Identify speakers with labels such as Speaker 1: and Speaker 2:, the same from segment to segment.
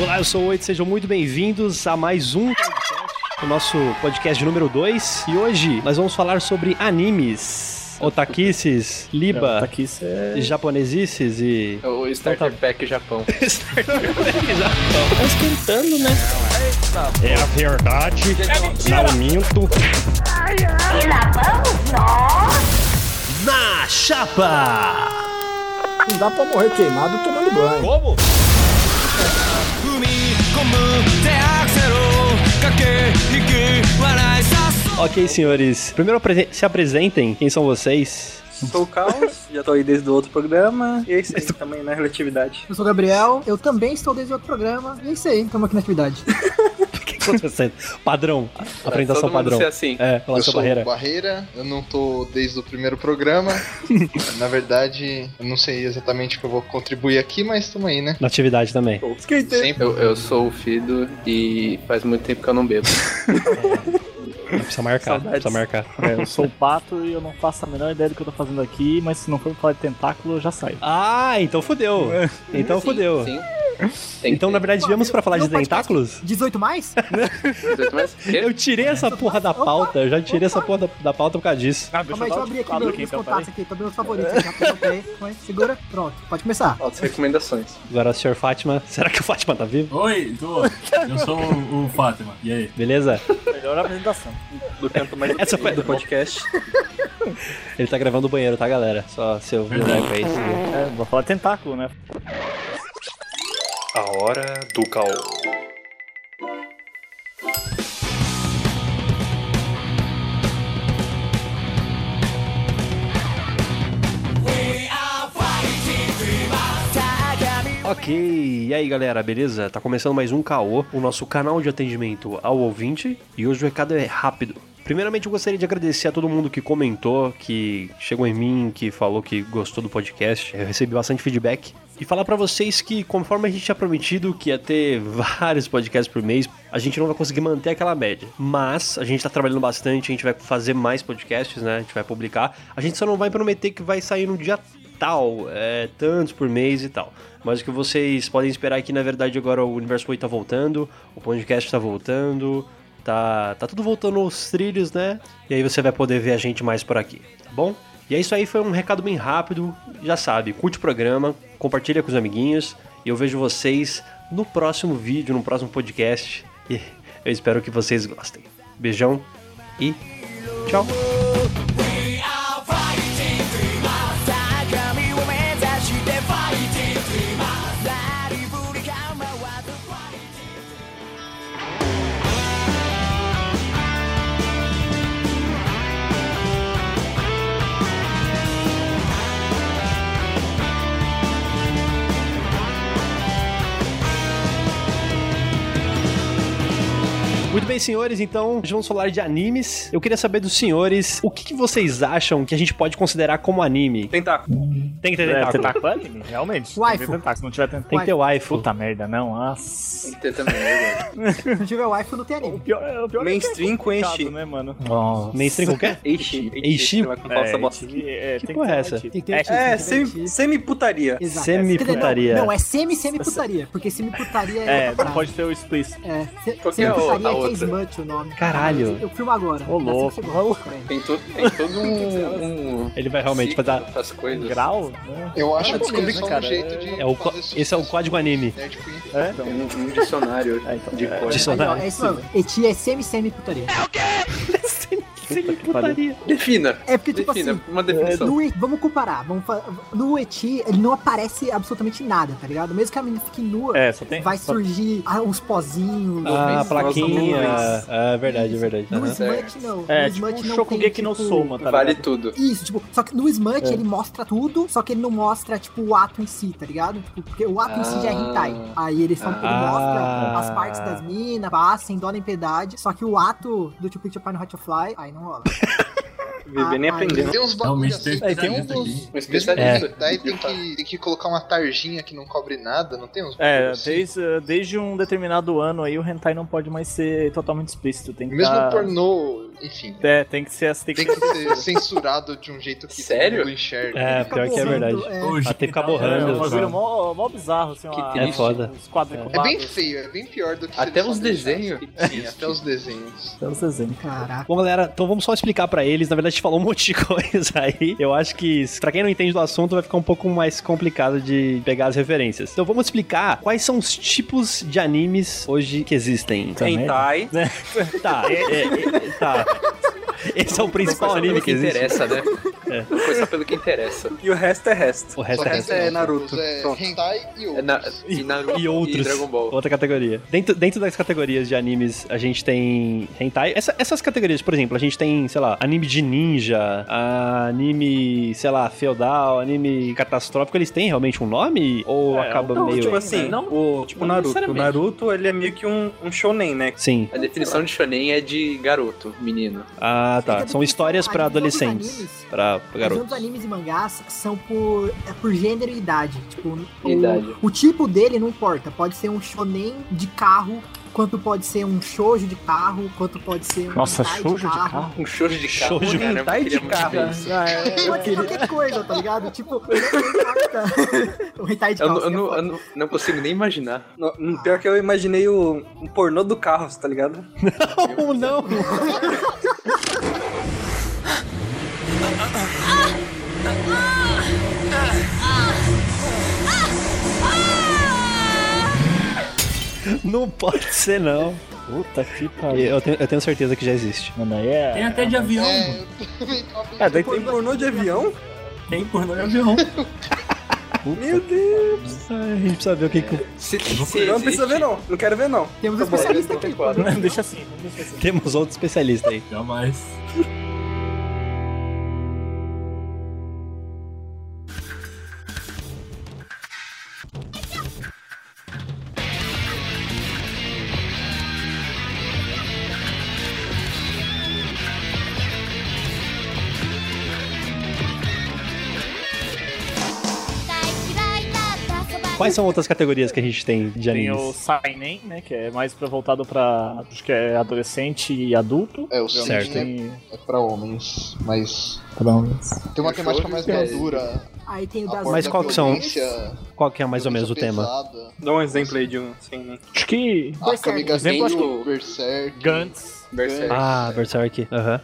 Speaker 1: Olá, eu sou o Oito, sejam muito bem-vindos a mais um o nosso podcast número 2. E hoje nós vamos falar sobre animes, otakices, liba,
Speaker 2: Aqui você
Speaker 1: japonesices e...
Speaker 3: O Starter Pack Japão.
Speaker 2: tá esquentando, né?
Speaker 4: É a verdade, não minto.
Speaker 1: Na chapa!
Speaker 2: Não dá pra morrer queimado tomando banho.
Speaker 1: Como? Ok, senhores. Primeiro apresen- se apresentem. Quem são vocês?
Speaker 3: Sou o Caos, já tô aí desde o outro programa. E é isso aí também, né? Relatividade.
Speaker 5: Eu sou o Gabriel, eu também estou desde outro programa, e é isso aí, estamos aqui na atividade.
Speaker 1: O que está acontecendo? Padrão. Apresentação
Speaker 3: Todo mundo
Speaker 1: padrão.
Speaker 3: ser assim.
Speaker 1: É, pela
Speaker 6: Eu
Speaker 1: sua
Speaker 6: sou
Speaker 1: barreira.
Speaker 6: o Barreira, eu não tô desde o primeiro programa. Na verdade, eu não sei exatamente o que eu vou contribuir aqui, mas tamo aí, né?
Speaker 1: Na atividade também.
Speaker 2: Esquentei.
Speaker 6: Sempre.
Speaker 3: Eu, eu sou o Fido e faz muito tempo que eu não bebo.
Speaker 1: Precisa marcar,
Speaker 3: Saudades.
Speaker 1: precisa marcar.
Speaker 2: É, eu sou o Pato e eu não faço a menor ideia do que eu tô fazendo aqui, mas se não for falar de tentáculo, eu já saio.
Speaker 1: Ah, então fudeu. Então fudeu.
Speaker 3: Sim. Tem que
Speaker 1: Então, na
Speaker 3: ter.
Speaker 1: verdade, viemos pra falar de
Speaker 5: Não, pode-
Speaker 1: tentáculos?
Speaker 5: 18 mais?
Speaker 3: 18 mais? Quê?
Speaker 1: Eu tirei essa porra da pauta, eu já tirei essa porra da, da pauta por causa disso.
Speaker 2: Ah,
Speaker 5: Calma aí, deixa eu abrir aqui meus, meus
Speaker 2: então,
Speaker 5: contatos aqui, tô abrindo os favoritos aqui, rapidão, peraí. Mas é? segura, pronto, pode começar.
Speaker 3: Altas recomendações.
Speaker 1: Agora o senhor Fátima, será que o Fátima tá vivo?
Speaker 7: Oi, tô. Eu sou o, o Fátima. E aí?
Speaker 1: Beleza?
Speaker 2: Melhor apresentação.
Speaker 3: Do canto mais
Speaker 1: Essa foi
Speaker 3: do
Speaker 1: do
Speaker 3: podcast.
Speaker 1: Ele tá gravando o banheiro, tá, galera? Só seu
Speaker 7: Verdade.
Speaker 1: boneco aí. seguiu.
Speaker 2: É, vou falar de tentáculo, né?
Speaker 4: A hora do caô.
Speaker 1: Ok, e aí galera, beleza? Tá começando mais um Caô, o nosso canal de atendimento ao ouvinte. E hoje o recado é rápido. Primeiramente, eu gostaria de agradecer a todo mundo que comentou, que chegou em mim, que falou que gostou do podcast. Eu recebi bastante feedback. E falar pra vocês que, conforme a gente tinha prometido que ia ter vários podcasts por mês, a gente não vai conseguir manter aquela média. Mas a gente tá trabalhando bastante, a gente vai fazer mais podcasts, né? A gente vai publicar. A gente só não vai prometer que vai sair no dia tal, é, tantos por mês e tal. Mas o que vocês podem esperar é que, na verdade, agora o Universo 8 tá voltando, o podcast tá voltando, tá, tá tudo voltando aos trilhos, né? E aí você vai poder ver a gente mais por aqui, tá bom? E é isso aí, foi um recado bem rápido. Já sabe, curte o programa, compartilha com os amiguinhos e eu vejo vocês no próximo vídeo, no próximo podcast. E eu espero que vocês gostem. Beijão e tchau! Muito bem, senhores, então hoje vamos falar de animes. Eu queria saber dos senhores o que, que vocês acham que a gente pode considerar como anime.
Speaker 3: Tentáculo.
Speaker 1: Tem que ter
Speaker 2: É,
Speaker 1: tentáculo.
Speaker 2: tentáculo é anime, realmente.
Speaker 5: Waifu.
Speaker 2: Tem que ter tentáculo. Se não tiver tentáculo.
Speaker 1: Tem que ter waifu.
Speaker 2: Puta merda, não. Nossa.
Speaker 3: Tem que ter também, né?
Speaker 5: Se não tiver Wi-Fi, não tem
Speaker 2: O
Speaker 5: anime.
Speaker 2: pior, é- o pior
Speaker 3: Mainstream com
Speaker 2: é
Speaker 3: Enchi.
Speaker 2: complicado, né, mano?
Speaker 1: Mainstream é? com o quê?
Speaker 3: Eishi.
Speaker 1: Eishi?
Speaker 3: sei lá como fala essa bosta.
Speaker 2: que- é, tem que
Speaker 1: porra
Speaker 2: ter
Speaker 1: é essa?
Speaker 2: motivo.
Speaker 5: Tem que ter
Speaker 2: É,
Speaker 5: anime.
Speaker 3: É,
Speaker 5: Tem que ter anime.
Speaker 3: semi- semi-putaria.
Speaker 5: Exato.
Speaker 1: Semi-putaria.
Speaker 5: Não, não, é semi-semi-putaria, porque semi-putaria é.
Speaker 2: É, não pode ter o explícito.
Speaker 5: É, se-
Speaker 3: Qual que é a
Speaker 5: semi-putaria é
Speaker 3: outra?
Speaker 5: Case Much o nome.
Speaker 1: Caralho.
Speaker 5: Eu filmo agora. Tá
Speaker 2: Ô,
Speaker 5: dá
Speaker 2: louco.
Speaker 5: cinco segundos. Peraí.
Speaker 3: Tem, to- tem todo um. um
Speaker 1: Ele vai realmente
Speaker 3: ciclo
Speaker 1: pra dar.
Speaker 3: das coisas.
Speaker 2: Grau? Né?
Speaker 6: Eu acho que
Speaker 2: descobri,
Speaker 6: é só um
Speaker 2: cara,
Speaker 6: jeito de.
Speaker 1: É o co-
Speaker 6: fazer sucesso.
Speaker 1: esse é o código anime.
Speaker 6: É, tipo,
Speaker 2: É, então.
Speaker 3: Tem um, um dicionário
Speaker 2: É, então,
Speaker 3: de
Speaker 2: é.
Speaker 3: coisas.
Speaker 5: Aí, ó,
Speaker 1: Dicionário.
Speaker 5: é isso mesmo. Eti é semi-semi-putaria.
Speaker 1: Semi-putaria.
Speaker 3: Defina.
Speaker 5: É porque, tipo
Speaker 3: Defina.
Speaker 5: assim,
Speaker 3: Uma definição.
Speaker 5: No E- vamos comparar. Vamos fa- no Eti, ele não aparece absolutamente nada, tá ligado? Mesmo que a menina fique nua,
Speaker 2: É, só tem.
Speaker 5: vai
Speaker 2: só-
Speaker 5: surgir ah, uns pozinhos.
Speaker 1: Ah, a
Speaker 3: Nuvens,
Speaker 1: plaquinha.
Speaker 3: nós
Speaker 1: Ah, verdade, verdade.
Speaker 5: No
Speaker 1: Aham.
Speaker 5: Smut, não.
Speaker 2: É,
Speaker 5: no
Speaker 2: tipo
Speaker 5: Smut
Speaker 2: um
Speaker 5: não tem,
Speaker 2: Shokugeki que não
Speaker 5: tipo,
Speaker 2: soma, tá
Speaker 3: Vale
Speaker 2: ligado?
Speaker 3: tudo.
Speaker 5: Isso, tipo, só que no Smut
Speaker 1: É.
Speaker 5: ele mostra tudo, só que ele não mostra, tipo, o ato em si, tá ligado? Tipo, porque o ato em si já é hentai. Aí ele, só, ele
Speaker 1: Ah.
Speaker 5: mostra as partes das minas, passa, sem dó nem piedade. Só que o ato do tipo Picture Pie no Hotfly, aí não rola.
Speaker 3: Viver nem
Speaker 5: Ah,
Speaker 3: aprendendo.
Speaker 6: Tem uns bagulho
Speaker 7: Realmente tem um
Speaker 6: assim.
Speaker 7: especialista aqui.
Speaker 3: Um especialista.
Speaker 6: Daí tem que, tem que colocar uma tarjinha que não cobre nada, não tem uns bagulho
Speaker 2: É,
Speaker 6: assim?
Speaker 2: desde, desde um determinado ano aí o hentai não pode mais ser totalmente explícito. Tem que
Speaker 6: Mesmo
Speaker 2: tá-
Speaker 6: pornô Enfim.
Speaker 2: É, tem que ser assim. Tem que
Speaker 6: Tem que ser censurado de um jeito que
Speaker 3: Sério?
Speaker 6: todo mundo enxerga.
Speaker 1: É,
Speaker 5: Fica
Speaker 1: pior que é
Speaker 5: borrando,
Speaker 1: verdade.
Speaker 7: Hoje.
Speaker 1: Até ficar
Speaker 2: É
Speaker 1: borrando.
Speaker 2: um bagulho mó, mó bizarro, assim,
Speaker 3: Que
Speaker 2: uma,
Speaker 3: triste.
Speaker 1: É foda.
Speaker 2: uns quadriculados.
Speaker 6: É bem feio, é bem pior do que
Speaker 3: Até
Speaker 6: eles
Speaker 3: os
Speaker 6: só deixassem.
Speaker 3: desenhos.
Speaker 6: Sim, até os desenhos.
Speaker 2: Até os desenhos.
Speaker 5: Caraca.
Speaker 1: Bom, galera, então vamos só explicar pra eles. Na verdade, a gente falou um monte de coisa aí. Eu acho que, pra quem não entende do assunto, vai ficar um pouco mais complicado de pegar as referências. Então vamos explicar quais são os tipos de animes hoje que existem.
Speaker 3: Hentai.
Speaker 1: Tá, é, é, é, tá. Esse é o principal
Speaker 3: Começar
Speaker 1: anime
Speaker 3: pelo
Speaker 1: que
Speaker 3: que
Speaker 1: existe.
Speaker 3: interessa, né? Vamos começar pelo que interessa. E o resto é resto.
Speaker 1: O resto
Speaker 6: Só
Speaker 1: é
Speaker 6: que
Speaker 3: resto
Speaker 6: tem
Speaker 3: é
Speaker 6: os
Speaker 3: Naruto.
Speaker 6: outros, É
Speaker 3: Pronto.
Speaker 6: hentai e
Speaker 3: É
Speaker 6: outros.
Speaker 3: na, e Naruto
Speaker 1: e outros.
Speaker 3: Dragon Ball.
Speaker 1: Outra categoria. Dentro, dentro das categorias de animes, a gente tem hentai. Essa- essas categorias, por exemplo, a gente tem, sei lá, anime de ninja, a- anime, sei lá, feudal, anime catastrófico. Eles têm realmente um nome? Ou
Speaker 5: É,
Speaker 1: acaba
Speaker 3: não,
Speaker 5: então,
Speaker 1: meio...
Speaker 3: tipo
Speaker 1: aí?
Speaker 2: né?
Speaker 3: assim,
Speaker 8: Não,
Speaker 3: o, tipo
Speaker 8: não
Speaker 3: Naruto. O
Speaker 8: necessariamente.
Speaker 3: Naruto, ele é meio que um, um shonen, né?
Speaker 5: é-
Speaker 1: Sim.
Speaker 3: A definição de shonen é de garoto, menino.
Speaker 1: Ah, tá. São histórias pra
Speaker 5: Aí, todos os
Speaker 1: adolescentes.
Speaker 5: animes-
Speaker 1: Pra pra
Speaker 5: Os
Speaker 1: garoto.
Speaker 5: outros animes e mangás são por, é por gênero e idade. Tipo, o,
Speaker 3: Idade.
Speaker 5: o tipo dele não importa. Pode ser um shonen de carro, quanto pode ser um shoujo de carro, quanto pode ser um
Speaker 2: Nossa,
Speaker 5: hentai
Speaker 2: shoujo de carro?
Speaker 3: Um shoujo de carro.
Speaker 1: Shoujo.
Speaker 3: Caramba,
Speaker 8: Hentai
Speaker 3: eu queria
Speaker 8: de
Speaker 3: muito
Speaker 8: carro.
Speaker 3: ver isso.
Speaker 2: Ah, é, eu
Speaker 5: Pode ser
Speaker 2: queria-
Speaker 5: qualquer coisa, tá ligado? Tipo, não importa. o hentai de
Speaker 3: Eu, não- eu,
Speaker 5: carro.
Speaker 3: não- eu
Speaker 5: seria
Speaker 3: não- não consigo nem imaginar.
Speaker 8: No, no- pior que eu imaginei o, um pornô do carro, tá ligado?
Speaker 1: Não, não. Não pode ser, não.
Speaker 2: Puta que pariu.
Speaker 1: Eu tenho, eu tenho certeza que já existe.
Speaker 2: Mano, aí é.
Speaker 7: Tem até de avião.
Speaker 6: É,
Speaker 7: mano.
Speaker 6: eu também tava
Speaker 8: É, daí tem pornô de avião?
Speaker 7: Tem pornô de avião.
Speaker 8: Meu Deus,
Speaker 1: Ai, Ah, a gente precisa ver o que, que
Speaker 3: Se,
Speaker 8: eu não preciso ver não, não quero ver não.
Speaker 5: Temos um
Speaker 8: Tá bom,
Speaker 5: especialista aqui. pô.
Speaker 2: Deixa assim, deixa assim.
Speaker 1: temos outro especialista aí.
Speaker 7: Jamais.
Speaker 1: Quais são outras categorias que a gente tem de
Speaker 2: Tem o
Speaker 1: animes?
Speaker 2: Sainen, né? Que é mais pra, voltado pra. Acho que é adolescente e adulto.
Speaker 6: É, o Sim
Speaker 1: Certo.
Speaker 6: é,
Speaker 2: Tem.
Speaker 6: é pra homens, mas
Speaker 2: Cada um.
Speaker 6: tem
Speaker 3: É
Speaker 6: uma temática mais madura.
Speaker 5: Aí tem o das
Speaker 6: aborda
Speaker 1: Mas qual que são?
Speaker 6: violência-
Speaker 1: Qual que é mais ou menos o
Speaker 6: violência
Speaker 1: tema?
Speaker 6: pesada.
Speaker 8: Dá um exemplo aí de um, assim, né?
Speaker 2: Acho que.
Speaker 6: A
Speaker 5: Berserk.
Speaker 6: Kamiga
Speaker 2: Exemplo, acho
Speaker 6: Tengu, Berserk.
Speaker 2: Gantz.
Speaker 3: Berserk.
Speaker 1: Ah, Berserk. Aham.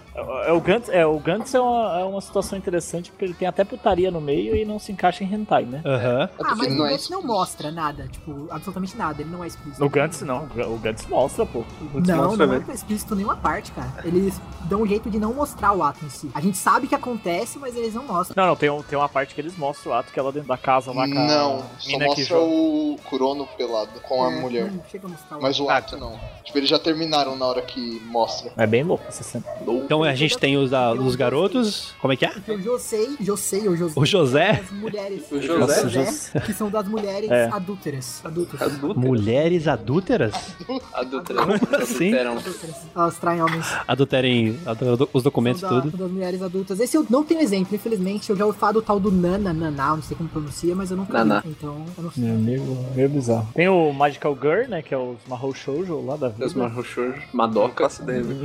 Speaker 2: É, o Gantz, é, o Gantz é, uma, é uma situação interessante porque ele tem até putaria no meio e não se encaixa em hentai, né?
Speaker 1: Aham.
Speaker 6: É
Speaker 5: Ah,
Speaker 6: porque
Speaker 5: mas o
Speaker 6: não é
Speaker 5: Gantz não
Speaker 6: explícito.
Speaker 5: mostra nada, tipo, absolutamente nada, ele não é explícito.
Speaker 2: No Gantz não, o Gantz mostra, pô.
Speaker 5: Não,
Speaker 8: mostra,
Speaker 5: não é explícito nenhuma parte, cara. Eles dão um jeito de não mostrar o ato em si. A gente sabe que acontece, mas eles não mostram.
Speaker 2: Não, não, tem, um- tem uma parte que eles mostram o ato que é lá dentro da casa lá com a
Speaker 6: Não, só
Speaker 2: mina que
Speaker 6: mostra
Speaker 2: joga.
Speaker 6: o Kurono pelado com a
Speaker 5: É,
Speaker 6: mulher.
Speaker 5: Não chega a mostrar o
Speaker 6: Mas o ato não. Tipo, eles já terminaram na hora que mostra.
Speaker 2: É bem louco essa cena.
Speaker 1: Então a gente tem os da, dos garotos. Como é que é?
Speaker 5: ato. O Josei, Josei ou José. É
Speaker 1: O José?
Speaker 5: As mulheres.
Speaker 3: O José? Nossa, o
Speaker 5: José, Que são das mulheres
Speaker 2: É.
Speaker 5: adúlteras. Adúlteras.
Speaker 3: Adulto.
Speaker 1: Mulheres adúlteras?
Speaker 3: Adulto.
Speaker 1: Como assim?
Speaker 5: Adúlteras. Elas traem homens. São
Speaker 1: Adulterem adulterem os documentos
Speaker 5: da-
Speaker 1: tudo.
Speaker 5: das mulheres adultas. Esse eu não tenho exemplo, infelizmente. Eu já ouvi falar do tal do Nana, Naná, não sei como pronuncia, mas eu nunca
Speaker 3: Naná.
Speaker 5: vi. Então, eu não sei.
Speaker 2: Meu amigo, meio bizarro. Tem o Magical Girl, né? Que é os Mahou Shoujo lá da vida.
Speaker 3: Os Mahoshou. Madoka.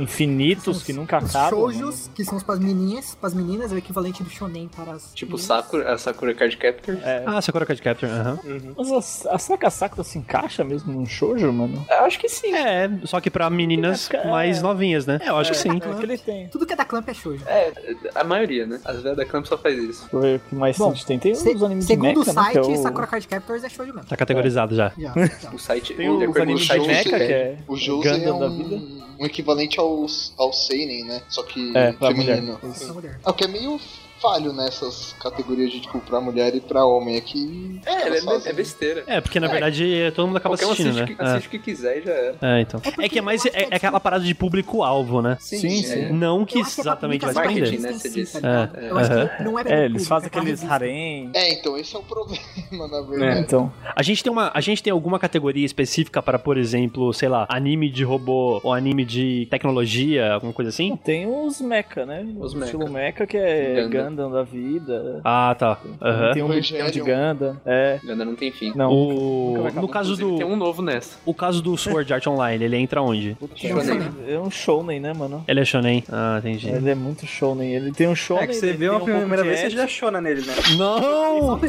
Speaker 2: Infinitos que nunca
Speaker 5: Os
Speaker 2: acabam. né?
Speaker 5: shoujos, que são os pras meninas, pras meninas é o equivalente do shonen para as
Speaker 3: Tipo
Speaker 5: meninas.
Speaker 3: Sakura, a Sakura Card Captor.
Speaker 2: É.
Speaker 1: Ah, Sakura Card Capture, aham.
Speaker 2: Mas a, a Saka Sakura se encaixa mesmo num shoujo, mano?
Speaker 3: Acho que sim.
Speaker 1: É, só que pra meninas
Speaker 2: É,
Speaker 1: mais
Speaker 2: é.
Speaker 1: novinhas, né? É, eu acho que sim.
Speaker 2: É que ele tem.
Speaker 5: Tudo que é da Clamp é shoujo.
Speaker 3: É, a maioria, né? As velhas da Clamp só faz isso.
Speaker 2: Deixa eu ver o que mais
Speaker 5: Bom,
Speaker 2: a gente tem. Tem
Speaker 5: Se-
Speaker 2: os um animes de
Speaker 5: segundo
Speaker 2: mecha,
Speaker 5: o site,
Speaker 2: né? que é o-
Speaker 5: Sakura Card Captors é shoujo mesmo.
Speaker 1: Tá categorizado já.
Speaker 5: Já, já.
Speaker 3: O site.
Speaker 2: Tem
Speaker 3: o-
Speaker 2: os
Speaker 3: de acordo com o
Speaker 2: animes de
Speaker 3: site,
Speaker 2: mecha,
Speaker 6: Josei,
Speaker 2: que é
Speaker 6: O Josei é
Speaker 2: Gundam da vida.
Speaker 6: um, um equivalente ao, ao Seinen, né? Só que
Speaker 2: É, pra
Speaker 6: feminino.
Speaker 2: mulher.
Speaker 5: Essa Então, mulher.
Speaker 6: É, o que é meio falho nessas categorias de, tipo, pra mulher e pra homem. É que...
Speaker 3: É,
Speaker 6: elas
Speaker 3: é,
Speaker 6: fazem-
Speaker 3: é besteira.
Speaker 1: É, porque na
Speaker 3: É.
Speaker 1: verdade é, todo mundo acaba
Speaker 3: Qualquer um
Speaker 1: assistindo,
Speaker 3: assiste,
Speaker 1: né?
Speaker 3: que- assiste o que quiser e já era.
Speaker 1: É. É, então.
Speaker 5: É porque
Speaker 1: É que é mais
Speaker 5: eu acho
Speaker 1: é,
Speaker 5: que é
Speaker 1: é aquela parada de público-alvo, né?
Speaker 6: Sim,
Speaker 2: Sim,
Speaker 6: é.
Speaker 2: sim.
Speaker 1: Não que
Speaker 5: Eu acho é pra
Speaker 1: exatamente vai
Speaker 5: comunicação
Speaker 3: Marketing,
Speaker 1: esconder.
Speaker 5: infantil,
Speaker 3: né,
Speaker 5: sim,
Speaker 3: você disse.
Speaker 5: tá ligado?
Speaker 3: É,
Speaker 5: Eu acho que não é pra
Speaker 2: É,
Speaker 5: público,
Speaker 2: eles fazem
Speaker 5: pra
Speaker 2: aqueles
Speaker 5: revista.
Speaker 2: harém.
Speaker 6: É, então esse é o problema, na
Speaker 2: É,
Speaker 6: verdade.
Speaker 2: então.
Speaker 1: A gente tem uma, a gente tem alguma categoria específica para, por exemplo, sei lá, anime de robô ou anime de tecnologia, alguma coisa assim?
Speaker 2: Tem os mecha, né?
Speaker 3: Os
Speaker 2: o
Speaker 3: mecha.
Speaker 2: estilo mecha que é
Speaker 3: Gundam.
Speaker 2: Gundam da vida.
Speaker 1: Ah, tá. Aham.
Speaker 2: Tem um milhão de
Speaker 6: Evangelion.
Speaker 2: Gundam. É,
Speaker 9: Ganda não tem fim.
Speaker 2: não.
Speaker 1: O...
Speaker 2: vai acabar.
Speaker 1: No caso
Speaker 9: Inclusive, Tem
Speaker 1: do.
Speaker 9: um novo nessa.
Speaker 1: O caso do Sword Art Online, ele entra onde?
Speaker 2: Puta,
Speaker 9: Shonen.
Speaker 2: é um shounen, né, mano?
Speaker 1: Ele é Shonen. Ah, entendi.
Speaker 2: Ele é muito shounen. Ele tem um shounen.
Speaker 8: É que você
Speaker 2: ele
Speaker 8: viu
Speaker 2: tem
Speaker 8: a
Speaker 2: um
Speaker 8: primeira
Speaker 2: pouco de
Speaker 8: vez, você
Speaker 2: edgy.
Speaker 8: já chona nele,
Speaker 1: É,
Speaker 8: né?
Speaker 1: Não!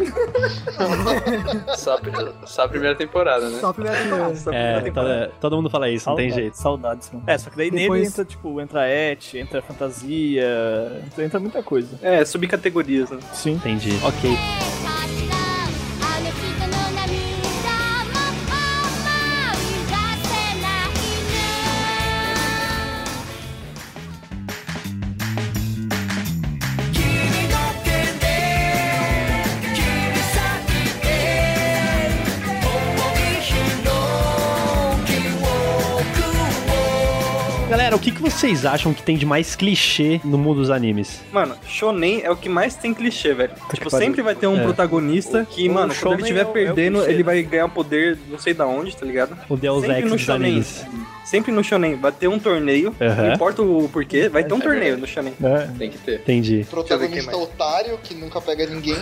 Speaker 9: Só a, pri- só a primeira temporada, né?
Speaker 5: Só a primeira temporada.
Speaker 8: Nossa,
Speaker 1: É, tá- todo mundo fala isso, não tem
Speaker 2: Saudades,
Speaker 1: jeito.
Speaker 2: Saudades, mano. É, só que daí nele
Speaker 5: Depois-
Speaker 2: entra, tipo, entra et, entra fantasia, entra, entra muita coisa.
Speaker 8: É, subcategorias, né?
Speaker 2: Sim.
Speaker 1: Entendi. Ok.
Speaker 10: あの人の涙も思い出せないの」
Speaker 1: Galera, o que, que vocês acham que tem de mais clichê no mundo dos animes?
Speaker 8: Mano, shonen é o que mais tem clichê, velho. tipo,
Speaker 2: pariu.
Speaker 8: sempre vai ter um
Speaker 1: É.
Speaker 8: protagonista que,
Speaker 2: o
Speaker 8: mano, quando
Speaker 2: shonen é o-
Speaker 8: ele estiver
Speaker 2: é o
Speaker 8: perdendo,
Speaker 2: clichê,
Speaker 8: ele
Speaker 2: né?
Speaker 8: vai ganhar poder não sei da onde, tá ligado?
Speaker 1: O Deus
Speaker 8: Sempre
Speaker 1: Ex
Speaker 8: no
Speaker 1: dos
Speaker 8: shonen.
Speaker 1: animes.
Speaker 8: Sempre no shonen vai ter um torneio,
Speaker 1: Aham.
Speaker 8: não importa o porquê, vai ter um
Speaker 9: É
Speaker 8: torneio
Speaker 9: verdade.
Speaker 8: no shonen.
Speaker 2: É.
Speaker 9: Tem que ter.
Speaker 1: Entendi.
Speaker 6: Protagonista otário que nunca pega ninguém.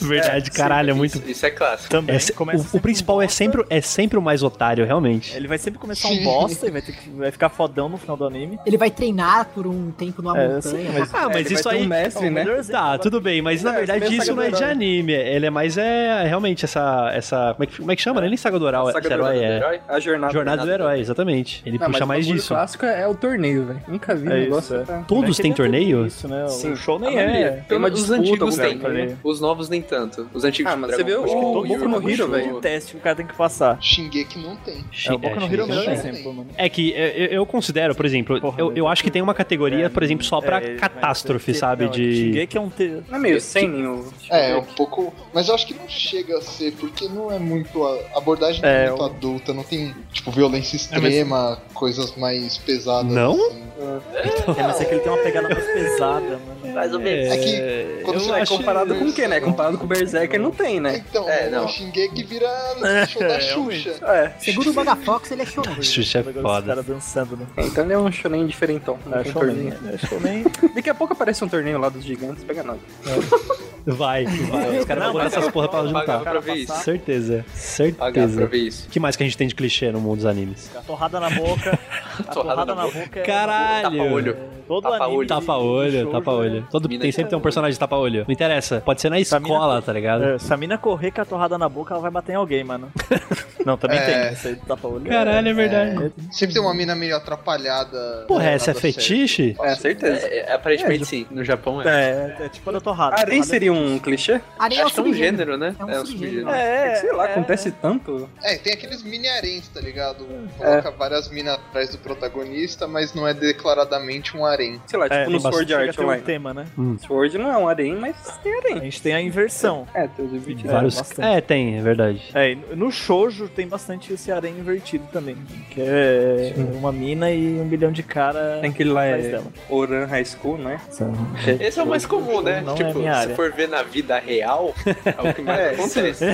Speaker 1: Verdade, caralho, é muito...
Speaker 9: Isso, isso é clássico.
Speaker 2: Também.
Speaker 1: é se-
Speaker 2: começa
Speaker 1: o- o,
Speaker 2: um
Speaker 1: principal é
Speaker 2: bosta,
Speaker 1: sempre, é sempre o mais otário, realmente.
Speaker 2: Ele vai sempre começar um
Speaker 6: Sim.
Speaker 2: bosta e vai, ter que, vai ficar fodão no final do anime.
Speaker 5: Ele vai treinar por um tempo numa
Speaker 2: É, eu sei,
Speaker 5: montanha.
Speaker 2: mas-
Speaker 1: Ah,
Speaker 8: É, ele vai ter um mestre, né?
Speaker 1: Tá, tudo bem, mas na
Speaker 8: É,
Speaker 1: verdade
Speaker 8: primeira
Speaker 1: isso
Speaker 8: saga
Speaker 1: não é de
Speaker 8: do herói.
Speaker 1: anime. Ele é mais é realmente essa. essa como, é que, como é que chama? né? Nem saga do herói,
Speaker 8: Saga
Speaker 1: esse
Speaker 8: do
Speaker 1: herói
Speaker 8: Herói.
Speaker 1: é.
Speaker 9: Herói?
Speaker 8: A jornada,
Speaker 1: Jornada do herói, exatamente. Ele
Speaker 8: Não, mas
Speaker 1: puxa
Speaker 8: o
Speaker 1: mais
Speaker 8: bagulho
Speaker 1: disso.
Speaker 8: clássico é é o torneio, velho. Nunca vi um
Speaker 2: É
Speaker 8: negócio
Speaker 2: isso, é.
Speaker 8: pra-
Speaker 1: Todos
Speaker 2: É que
Speaker 1: têm
Speaker 2: ele é tudo
Speaker 1: torneio?
Speaker 2: Isso, né?
Speaker 8: Sim.
Speaker 2: O show nem
Speaker 9: A maioria.
Speaker 2: é.
Speaker 8: Tem uma
Speaker 9: os
Speaker 8: disputa
Speaker 9: antigos
Speaker 8: alguma
Speaker 9: tem,
Speaker 2: coisa, né?
Speaker 9: os novos nem tanto. Os antigos
Speaker 8: Ah,
Speaker 9: tipo,
Speaker 8: mas
Speaker 9: Dragon
Speaker 8: você vê, eu
Speaker 9: Ball,
Speaker 8: acho que todo
Speaker 9: Yu Yu
Speaker 8: mundo no Hero,
Speaker 9: Hakusho.
Speaker 8: velho.
Speaker 2: Um teste que o cara tem que passar.
Speaker 6: Xinguei que não tem.
Speaker 2: É, o Boku no
Speaker 1: um
Speaker 2: Hero é o melhor
Speaker 6: Shin-
Speaker 2: exemplo, mano.
Speaker 1: É que eu, eu- eu considero, por exemplo,
Speaker 2: Porra,
Speaker 1: eu,
Speaker 2: mas
Speaker 1: eu
Speaker 2: é
Speaker 1: acho que tem uma categoria,
Speaker 2: é,
Speaker 1: por exemplo, só pra
Speaker 2: É,
Speaker 1: catástrofe,
Speaker 2: mas-
Speaker 1: sabe?
Speaker 2: não,
Speaker 1: de.
Speaker 2: Shingeki é um te...
Speaker 8: Não é meio sem
Speaker 9: tipo
Speaker 8: nenhum.
Speaker 6: É, é um pouco. Mas eu acho que não chega a ser, porque não é muito. A a abordagem não é,
Speaker 2: É,
Speaker 6: muito adulta, não tem, tipo, violência extrema, coisas mais pesadas.
Speaker 1: É, Não?
Speaker 6: assim.
Speaker 2: É, mas é que ele tem uma pegada mais pesada, né? mano.
Speaker 9: Mais ou menos.
Speaker 6: É que
Speaker 1: É,
Speaker 6: quando você
Speaker 1: eu
Speaker 6: vai
Speaker 8: É
Speaker 1: acho-
Speaker 8: comparado com o quê, né? Comparado com o Berserker, não tem, né?
Speaker 6: Então,
Speaker 9: É,
Speaker 6: é,
Speaker 9: não.
Speaker 6: não. xinguei que
Speaker 1: É,
Speaker 6: vira show da Xuxa.
Speaker 8: É.
Speaker 5: Segundo o Bagafox, ele é shonen.
Speaker 1: Xuxa é
Speaker 2: Agora
Speaker 1: foda.
Speaker 2: Os caras dançando, né?
Speaker 8: Então ele é um shonen diferentão. Não
Speaker 2: É,
Speaker 8: tem
Speaker 2: show nem.
Speaker 8: torneio.
Speaker 2: É, show nem.
Speaker 8: Daqui a pouco aparece um torneio lá dos gigantes, pega nós.
Speaker 1: Vai, vai. Os caras vão botar essas porra pra
Speaker 9: Pagar pra
Speaker 1: juntar.
Speaker 9: ver isso.
Speaker 1: Certeza,
Speaker 9: Pagar pra
Speaker 1: certeza.
Speaker 9: ver isso.
Speaker 1: O que mais que a gente tem de clichê no mundo dos animes?
Speaker 2: A torrada na boca. A torrada na boca. é-
Speaker 1: Caralho!
Speaker 9: Tapa-olho.
Speaker 2: Todo
Speaker 9: Tapa
Speaker 2: anime
Speaker 9: olho.
Speaker 2: de- de
Speaker 1: Tapa-olho,
Speaker 2: shoujo é
Speaker 1: tapa-olho. Todo-
Speaker 9: Mina
Speaker 1: Tem
Speaker 9: de
Speaker 1: sempre tem um personagem de tapa-olho. Não interessa, pode ser na
Speaker 2: Pra mim,
Speaker 1: escola, tá ligado?
Speaker 2: É, se a mina correr com a torrada na boca, ela vai bater em alguém, mano. Não, também
Speaker 6: É.
Speaker 2: tem. Isso aí tá do tapa-olho.
Speaker 1: Caralho, é verdade.
Speaker 6: Sempre tem uma mina meio atrapalhada.
Speaker 1: Porra, essa é
Speaker 6: nada sério.
Speaker 1: fetiche?
Speaker 8: É, certeza.
Speaker 9: É, é, aparentemente sim, no Japão é.
Speaker 2: É, é tipo a da torrada.
Speaker 9: Ah,
Speaker 8: Arém
Speaker 2: Torrada-
Speaker 8: seria um clichê?
Speaker 5: Areia é o
Speaker 9: Acho que é um
Speaker 5: subgênero.
Speaker 9: gênero, né?
Speaker 5: É um
Speaker 9: É um
Speaker 5: subgênero.
Speaker 9: subgênero.
Speaker 2: É,
Speaker 8: Sei lá,
Speaker 2: é,
Speaker 8: acontece tanto.
Speaker 6: É, tem aqueles mini haréns, tá ligado?
Speaker 2: É.
Speaker 6: Coloca várias minas atrás do protagonista, mas não é declaradamente um harém.
Speaker 8: Sei lá,
Speaker 2: É,
Speaker 8: tipo no
Speaker 1: bastante-
Speaker 8: Sword
Speaker 2: chega
Speaker 8: Art
Speaker 2: a ter um
Speaker 8: Online.
Speaker 2: tema, né?
Speaker 8: Sword não é um harém, mas tem
Speaker 2: A
Speaker 8: harém.
Speaker 2: gente tem a inversão.
Speaker 8: É, tem os divididos.
Speaker 1: Vários-
Speaker 2: bastante.
Speaker 1: É, tem, é verdade.
Speaker 2: É, e no shoujo tem bastante esse harém invertido também. Que é uma mina e um bilhão de cara
Speaker 8: Tem aquele lá,
Speaker 2: atrás
Speaker 8: é
Speaker 2: dela.
Speaker 8: Oran High School, né?
Speaker 9: Esse é o mais comum, né?
Speaker 2: Não é
Speaker 9: tipo,
Speaker 2: minha
Speaker 9: se
Speaker 2: área.
Speaker 9: for ver na vida real, é o que mais
Speaker 8: É,
Speaker 9: acontece.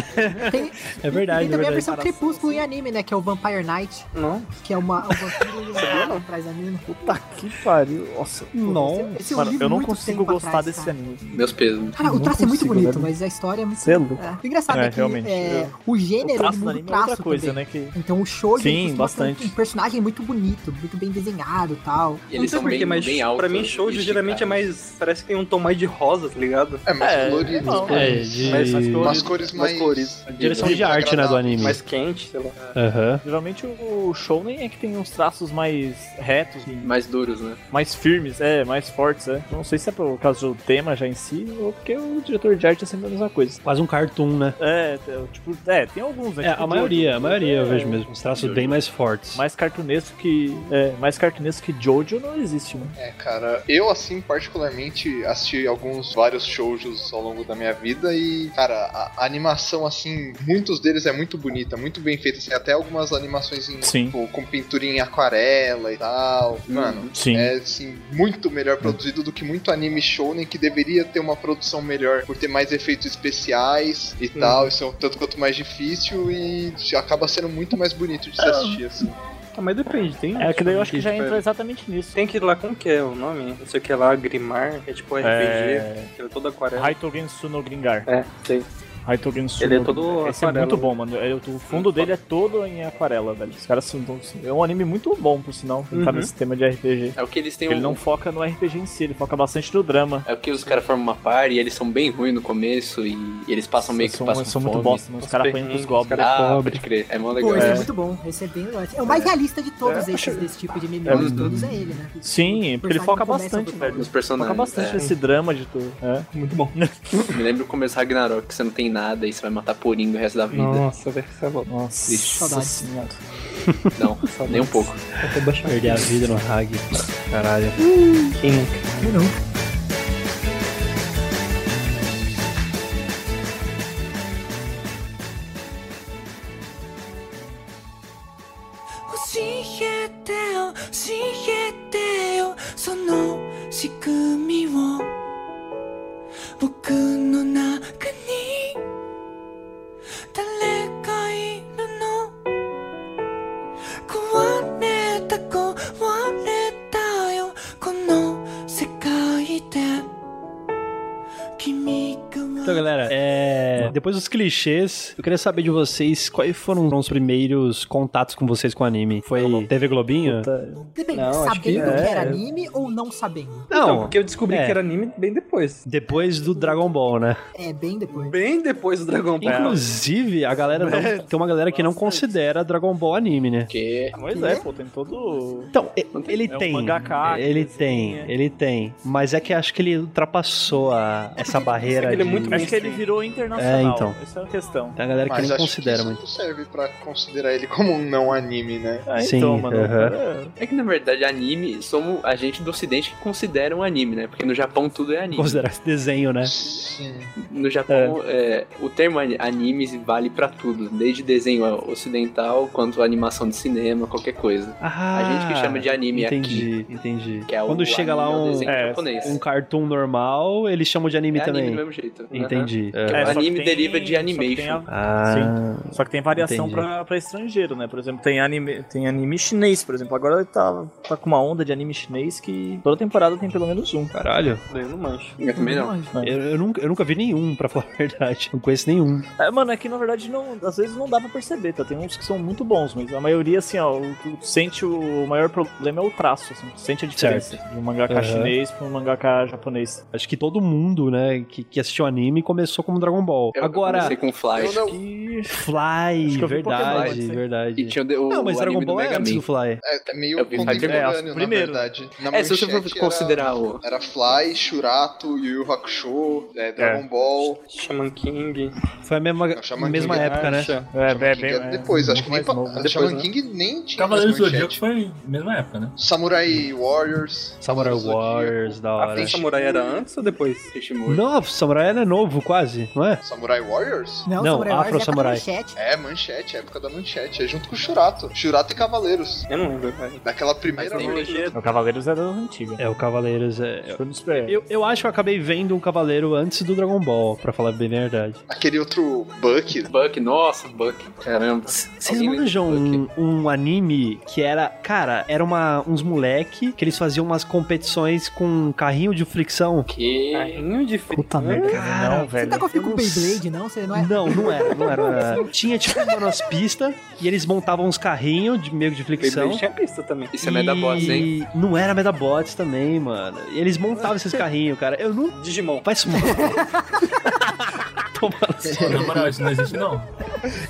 Speaker 5: Tem,
Speaker 1: É verdade, é
Speaker 5: e tem também a
Speaker 1: verdade.
Speaker 5: versão Crepúsculo em anime, né? Que é o Vampire Knight,
Speaker 8: Não.
Speaker 5: que é uma, um vampiro e um cara atrás da mina.
Speaker 2: Puta que pariu. Nossa.
Speaker 1: Não.
Speaker 5: Esse eu
Speaker 2: Mano,
Speaker 5: li
Speaker 2: eu não
Speaker 5: muito
Speaker 2: consigo
Speaker 5: tempo
Speaker 2: gostar
Speaker 5: atrás,
Speaker 2: desse
Speaker 5: cara.
Speaker 2: anime.
Speaker 9: Meus pesos.
Speaker 5: Cara, o
Speaker 2: Não
Speaker 5: traço é muito
Speaker 2: consigo,
Speaker 5: bonito,
Speaker 2: velho.
Speaker 5: mas a história é muito.
Speaker 2: Você é louco.
Speaker 5: É. O engraçado
Speaker 2: É,
Speaker 5: é, que
Speaker 2: realmente,
Speaker 5: é,
Speaker 2: é.
Speaker 5: o
Speaker 2: O
Speaker 5: gênero ele
Speaker 2: traço do
Speaker 5: muda o
Speaker 2: anime é outra
Speaker 5: traço
Speaker 2: coisa,
Speaker 5: também.
Speaker 2: né? Que...
Speaker 5: Então o show
Speaker 2: Sim, bastante.
Speaker 5: um personagem muito bonito, muito bem desenhado e tal.
Speaker 9: E eles
Speaker 8: não sei
Speaker 9: são
Speaker 8: porquê,
Speaker 9: bem,
Speaker 8: mas
Speaker 9: bem altos. né?
Speaker 8: pra mim shoujo
Speaker 9: esticados.
Speaker 8: geralmente é mais... Parece que tem um tom mais de rosa, tá ligado?
Speaker 6: É, mais
Speaker 2: É,
Speaker 6: colorido.
Speaker 2: não.
Speaker 6: pô.
Speaker 1: É,
Speaker 8: Mas essas
Speaker 1: de...
Speaker 8: coisas-
Speaker 6: Umas cores mais.
Speaker 8: cores.
Speaker 1: Direção de arte, né, do anime.
Speaker 8: Mais quente, sei lá.
Speaker 1: Aham.
Speaker 2: Geralmente o shounen é que tem uns traços mais retos,
Speaker 9: Mais duros, né?
Speaker 2: mais firmes, é, mais fortes, é. Não sei se é por causa do tema já em si ou porque o diretor de arte é sempre a mesma coisa.
Speaker 1: Quase um cartoon, né?
Speaker 2: É, t- tipo, é, tem alguns, né?
Speaker 1: É,
Speaker 2: tipo,
Speaker 1: a maioria, a
Speaker 2: Jojo.
Speaker 1: maioria eu
Speaker 2: É,
Speaker 1: vejo mesmo. Os traços bem mais fortes.
Speaker 2: Mais cartunesco que. É, mais cartunesco que Jojo não existe, né? mano.
Speaker 6: É, cara, eu assim, particularmente, assisti alguns, vários shoujos ao longo da minha vida e, cara, a, a animação, assim, muitos deles é muito bonita, muito bem feita, assim, até algumas animações em,
Speaker 2: Sim.
Speaker 6: tipo, com pintura em aquarela e tal. Mano,
Speaker 2: Sim.
Speaker 6: é, assim, muito melhor produzido do que muito anime shounen que deveria ter uma produção melhor por ter mais efeitos especiais e tal, isso é um tanto quanto mais difícil e acaba sendo muito mais bonito de se assistir, assim.
Speaker 3: Ah, mas depende, tem.
Speaker 2: É, que daí eu acho que já
Speaker 3: tipo,
Speaker 2: entra
Speaker 3: é-
Speaker 2: exatamente nisso.
Speaker 3: Tem que ir lá com o que é o nome? Não sei o que lá, Grimar, que é tipo RPG,
Speaker 2: É.
Speaker 3: que é todo aquarela.
Speaker 2: Raitogen Suno Gringar.
Speaker 3: É, sei.
Speaker 2: Raitogen Suno.
Speaker 3: Ele é todo
Speaker 2: Esse é
Speaker 3: aquarela,
Speaker 2: muito
Speaker 3: né?
Speaker 2: bom, mano. Ele- o fundo dele é todo em aquarela, velho. Os caras são tão- É um anime muito bom, por sinal, que tá
Speaker 9: Uhum.
Speaker 2: nesse tema de RPG.
Speaker 9: É o que eles têm
Speaker 2: Ele
Speaker 9: um-
Speaker 2: não foca no RPG em si, ele foca bastante no drama.
Speaker 9: É porque os caras formam uma par e eles são bem ruins no começo e, e eles passam meio que
Speaker 2: São-
Speaker 9: passam
Speaker 2: são
Speaker 9: fome.
Speaker 2: muito bosta, mano. Os caras apanham pros goblins.
Speaker 9: Os caras-
Speaker 2: É
Speaker 9: ah,
Speaker 2: pobre.
Speaker 9: pode crer. É mó legal.
Speaker 5: Pô, esse é.
Speaker 2: É.
Speaker 5: muito bom, esse é bem legal. É o mais realista de todos esses desse tipo de MMO de
Speaker 2: É.
Speaker 5: todos é ele, né?
Speaker 2: Sim, porque ele
Speaker 5: personagens
Speaker 2: foca
Speaker 5: começam
Speaker 2: bastante,
Speaker 5: por-
Speaker 2: velho.
Speaker 9: Os personagens,
Speaker 2: Foca bastante
Speaker 9: é.
Speaker 2: nesse drama de tudo. É.
Speaker 3: Muito bom.
Speaker 9: Me lembro do começo Ragnarok, que você não tem nada e você vai matar Poringa o resto da vida.
Speaker 3: Nossa, velho, essa é louco.
Speaker 2: Nossa,
Speaker 9: Ixi.
Speaker 5: Saudades.
Speaker 2: senhora.
Speaker 9: Não, nem um pouco.
Speaker 3: Até baixar
Speaker 1: Perder a vida no Hag. Caralho.
Speaker 3: Quem nunca?
Speaker 5: Eu não.
Speaker 1: Então, galera, é... depois dos clichês, eu queria saber de vocês quais foram os primeiros contatos com vocês com o anime. Foi TV Globinho?
Speaker 5: Depende,
Speaker 3: Não, acho que
Speaker 5: sabendo que,
Speaker 2: é.
Speaker 5: era anime ou não sabendo?
Speaker 3: Não, porque eu descobri
Speaker 1: é.
Speaker 3: que era anime bem depois.
Speaker 1: Depois do Dragon Ball, né?
Speaker 5: É bem depois.
Speaker 3: Bem depois do Dragon
Speaker 9: É.
Speaker 3: Ball.
Speaker 1: Inclusive, a galera não- tem uma galera que não considera Dragon Ball anime, né?
Speaker 9: Porque
Speaker 2: Pois é, pô, tem todo.
Speaker 1: Então, e- ele
Speaker 2: É um
Speaker 1: tem.
Speaker 2: mangaka,
Speaker 1: ele
Speaker 9: assim,
Speaker 2: que
Speaker 1: tem,
Speaker 9: né?
Speaker 2: desenha.
Speaker 1: ele tem. Mas é que acho que ele ultrapassou a- essa barreira.
Speaker 3: que ele é
Speaker 1: de-
Speaker 3: muito
Speaker 2: Acho que ele virou internacional.
Speaker 1: É, então.
Speaker 2: Essa é a questão.
Speaker 1: Tem a galera que
Speaker 6: Mas
Speaker 1: não
Speaker 6: acho
Speaker 1: considera
Speaker 6: que
Speaker 1: muito.
Speaker 6: isso não serve pra considerar ele como um não anime, né?
Speaker 2: Ah,
Speaker 1: Sim,
Speaker 2: então, mano.
Speaker 1: aham.
Speaker 2: cara,
Speaker 9: é que na verdade anime, somos a gente do ocidente que considera um anime, né? Porque no Japão tudo é anime.
Speaker 1: Considerar esse desenho, né?
Speaker 6: Sim.
Speaker 9: No Japão, é, o termo ani- anime vale pra tudo, desde desenho ocidental quanto animação de cinema, qualquer coisa.
Speaker 1: Ah,
Speaker 9: gente que chama de anime
Speaker 1: entendi, Entendi,
Speaker 9: Que é o
Speaker 1: Quando chega lá
Speaker 9: anime, é o
Speaker 1: um,
Speaker 9: desenho
Speaker 1: é,
Speaker 9: japonês.
Speaker 1: um cartoon normal, eles chamam de anime
Speaker 9: é
Speaker 1: também.
Speaker 9: anime do mesmo jeito. Aham.
Speaker 1: Entendi.
Speaker 2: É,
Speaker 9: O
Speaker 2: só que
Speaker 9: anime
Speaker 2: tem-
Speaker 9: deriva de
Speaker 2: só que tem
Speaker 9: animation.
Speaker 2: a-
Speaker 1: Ah,
Speaker 2: Só que tem variação
Speaker 1: Entendi.
Speaker 2: pra, pra estrangeiro, né? Por exemplo, tem anime, tem anime chinês, por exemplo. Agora tá, tá com uma onda de anime chinês que toda temporada tem pelo menos um.
Speaker 1: caralho.
Speaker 3: Eu não manjo.
Speaker 9: Eu também não.
Speaker 1: Eu, eu nunca, eu nunca vi nenhum, pra falar a verdade. Não conheço nenhum.
Speaker 2: É, mano, é que na verdade não, às vezes não dá pra perceber, tá? Tem uns que são muito bons, mas a maioria, assim, ó, o que tu sente o, o maior problema é o traço, assim, tu sente a diferença de um mangaka
Speaker 1: Aham.
Speaker 2: chinês pra um mangaka japonês.
Speaker 1: Acho que todo mundo, né, que, que assistiu anime começou como Dragon Ball.
Speaker 9: Eu
Speaker 1: Agora,
Speaker 9: comecei com Fly.
Speaker 6: Eu não.
Speaker 2: E... é,
Speaker 1: Fly,
Speaker 2: Acho que eu vi Pokémon,
Speaker 1: verdade,
Speaker 2: pode ser.
Speaker 1: verdade.
Speaker 9: E tinha o, de- o
Speaker 1: Não, mas Dragon
Speaker 9: anime do
Speaker 1: Ball é
Speaker 9: Mega
Speaker 1: antes
Speaker 9: Man.
Speaker 1: do Fly.
Speaker 6: É, é meio
Speaker 9: Eu vi
Speaker 2: Hyper
Speaker 6: contemporâneo,
Speaker 2: Blast
Speaker 6: na
Speaker 2: primeiro.
Speaker 6: verdade. Na
Speaker 9: É, se você for
Speaker 6: manchete era-
Speaker 9: considerar o.
Speaker 6: Era Fly, Shurato, Yu Yu Hakusho, é, Dragon Ball.
Speaker 3: Shaman King.
Speaker 9: É.
Speaker 1: Foi a mesma,
Speaker 6: Não, Shaman
Speaker 1: mesma
Speaker 6: King,
Speaker 1: época, né?
Speaker 3: Acha.
Speaker 2: É,
Speaker 6: Shaman King era depois, acho que nem. pa-
Speaker 1: novo.
Speaker 6: Shaman
Speaker 9: Depois, né?
Speaker 6: King nem tinha.
Speaker 7: Cavaleiro do
Speaker 6: nas manchetes.
Speaker 7: Zodíaco foi mesma época, né?
Speaker 6: Samurai Warriors. é
Speaker 1: Samurai
Speaker 6: Zodíaco.
Speaker 1: Warriors,
Speaker 9: é
Speaker 1: da hora.
Speaker 6: frente-
Speaker 3: Samurai era antes ou depois?
Speaker 9: Ishimura.
Speaker 1: Não, Samurai era novo, quase, não é?
Speaker 6: Samurai Warriors?
Speaker 5: Não,
Speaker 1: Não,
Speaker 5: Samurai Warriors
Speaker 1: Afro
Speaker 5: é pra
Speaker 1: Samurai.
Speaker 5: manchete.
Speaker 6: É, manchete, é época da manchete. É junto com o Shurato. Shurato e Cavaleiros.
Speaker 3: Eu não lembro, velho.
Speaker 6: Daquela primeira
Speaker 9: Mas tem
Speaker 6: manchete.
Speaker 2: O Cavaleiros era antigo.
Speaker 1: É, o Cavaleiros é...
Speaker 2: Foi no Super.
Speaker 1: Eu, eu acho que eu acabei vendo um Cavaleiro antes do Dragon Ball, pra falar bem a verdade.
Speaker 3: um-
Speaker 6: Aquele outro Buck.
Speaker 9: Buck, nossa, Buck. Caramba.
Speaker 1: Vocês manjam um, um anime que era, cara, era uma, uns moleque que eles faziam umas competições com um carrinho de fricção.
Speaker 9: Que.
Speaker 3: Carrinho de frio.
Speaker 2: Puta merda,
Speaker 1: Cara,
Speaker 2: não,
Speaker 5: Você
Speaker 2: velho.
Speaker 5: tá confundindo com
Speaker 1: eu não
Speaker 5: Beyblade, não? Você não é...
Speaker 1: Não, não era, não era. não era. Tinha tipo uma nas pistas e eles montavam uns carrinhos de meio de fricção.
Speaker 3: Beyblade tinha pista também.
Speaker 9: Isso é Medabots, hein?
Speaker 1: E Não era Medabots também, mano. E eles montavam esses carrinhos, cara. Eu não.
Speaker 3: Digimon.
Speaker 1: Vai se
Speaker 7: Não, isso não existe, não.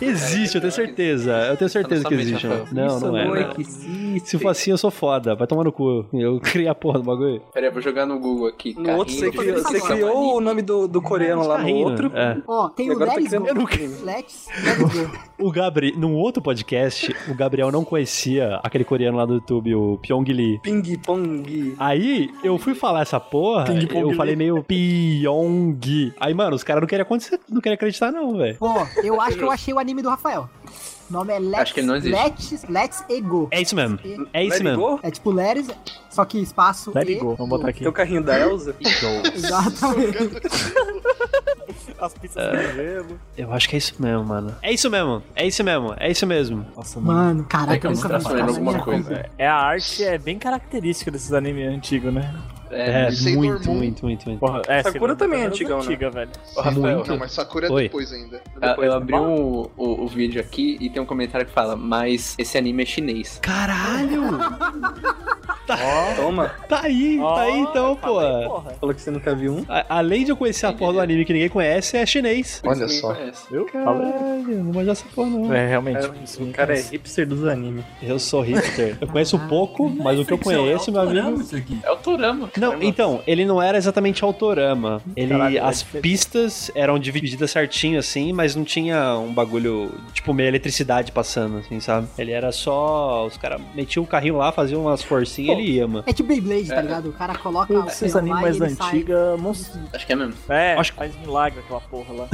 Speaker 1: Existe, eu tenho certeza. Eu tenho certeza que existe, mano. Não, não
Speaker 9: Isso
Speaker 1: é.
Speaker 9: não
Speaker 1: não. Se for assim, eu sou foda. Vai tomar no cu. Eu criei a porra do bagulho.
Speaker 9: Peraí, vou jogar no Google aqui.
Speaker 3: No outro você
Speaker 9: Carrinho de
Speaker 3: criou, você
Speaker 9: fricção
Speaker 3: criou
Speaker 9: anime.
Speaker 3: o nome do, do
Speaker 8: um
Speaker 3: coreano lá no
Speaker 1: Carrinho,
Speaker 3: outro.
Speaker 1: é.
Speaker 5: Ó, tem
Speaker 3: E
Speaker 5: o
Speaker 3: agora tá
Speaker 5: Let It
Speaker 3: querendo-
Speaker 5: Go.
Speaker 3: Eu não-
Speaker 9: um
Speaker 5: Let's Let It Go.
Speaker 1: O Gabri, num outro podcast, o Gabriel não conhecia aquele coreano lá do YouTube, o Pyong Lee.
Speaker 3: Ping Pong.
Speaker 1: Aí eu fui falar essa porra,
Speaker 2: Ping Pong
Speaker 1: eu
Speaker 2: Lee.
Speaker 1: falei meio Pyong. Aí, mano, os caras não queriam acontecer, não queriam acreditar, não, velho.
Speaker 5: Ó, eu acho que eu achei o anime do Rafael. O nome é Let's,
Speaker 9: Acho que ele não existe.
Speaker 5: Let's, Let's E Go.
Speaker 1: É isso mesmo. É
Speaker 3: Let
Speaker 1: isso
Speaker 3: it
Speaker 1: mesmo.
Speaker 3: go?
Speaker 5: É tipo Let's, só que espaço
Speaker 2: Let
Speaker 5: e
Speaker 2: it go. Vamos botar aqui.
Speaker 3: Tem o carrinho da Elsa.
Speaker 5: Exatamente.
Speaker 2: as pistas de gelo.
Speaker 1: Eu acho que é isso mesmo, mano. É isso mesmo, é isso mesmo, é isso mesmo.
Speaker 2: Nossa,
Speaker 5: Mano,
Speaker 7: É que
Speaker 5: caraca,
Speaker 7: eu
Speaker 5: eu
Speaker 7: nunca
Speaker 5: nunca vi
Speaker 7: faço
Speaker 5: cara,
Speaker 9: alguma
Speaker 5: né?
Speaker 9: coisa.
Speaker 2: É, a arte é bem característica desses animes antigos, né?
Speaker 1: É,
Speaker 6: Sailor
Speaker 1: muito,
Speaker 6: Moon.
Speaker 1: muito, muito, muito.
Speaker 2: Porra, é,
Speaker 3: Sakura
Speaker 2: Sailor
Speaker 3: também é
Speaker 2: Moon
Speaker 3: antigão, né?
Speaker 2: antiga, velho.
Speaker 9: Ô, Rafael,
Speaker 1: Muito.
Speaker 6: Não, mas Sakura é
Speaker 1: Oi.
Speaker 6: depois ainda.
Speaker 9: ah, eu, eu abri
Speaker 3: né?
Speaker 9: o, o, o vídeo aqui e tem um comentário que fala, mas esse anime é chinês.
Speaker 1: Caralho!
Speaker 3: Toma.
Speaker 1: Tá aí, tá aí então,
Speaker 2: eu falei,
Speaker 1: pô.
Speaker 2: porra.
Speaker 3: Falou que você nunca viu um.
Speaker 1: A- além de eu conhecer a porra do anime que ninguém conhece, é chinês.
Speaker 9: Por isso
Speaker 6: Olha
Speaker 9: que ninguém
Speaker 6: só.
Speaker 9: conhece.
Speaker 2: Viu? Falei.
Speaker 1: Caralho, não manja essa porra, não.
Speaker 2: É, realmente.
Speaker 3: Cara,
Speaker 2: isso me
Speaker 3: O cara é
Speaker 2: parece.
Speaker 3: hipster dos animes.
Speaker 1: Eu sou hipster. Eu conheço pouco, mas o que eu
Speaker 7: Ficção, é
Speaker 1: conheço, meu
Speaker 7: autorama
Speaker 1: amigo.
Speaker 7: Isso aqui.
Speaker 9: É o Torama.
Speaker 1: Não,
Speaker 9: caramba.
Speaker 1: então, ele não era exatamente autorama. Ele.
Speaker 2: Caralho, é
Speaker 1: as
Speaker 2: diferente.
Speaker 1: pistas eram divididas certinho, assim, mas não tinha um bagulho, tipo, meio eletricidade passando, assim, sabe? Ele era só. Os caras metiam o carrinho lá, faziam umas forcinhas e ele ia, mano.
Speaker 5: É tipo Beyblade, tá ligado? O cara coloca o
Speaker 2: Esses
Speaker 5: ferro lá
Speaker 2: animes
Speaker 5: e ele sai.
Speaker 2: antigas, monstro.
Speaker 9: Acho que é mesmo.
Speaker 2: É,
Speaker 1: Acho que-
Speaker 2: faz milagre aquela porra lá.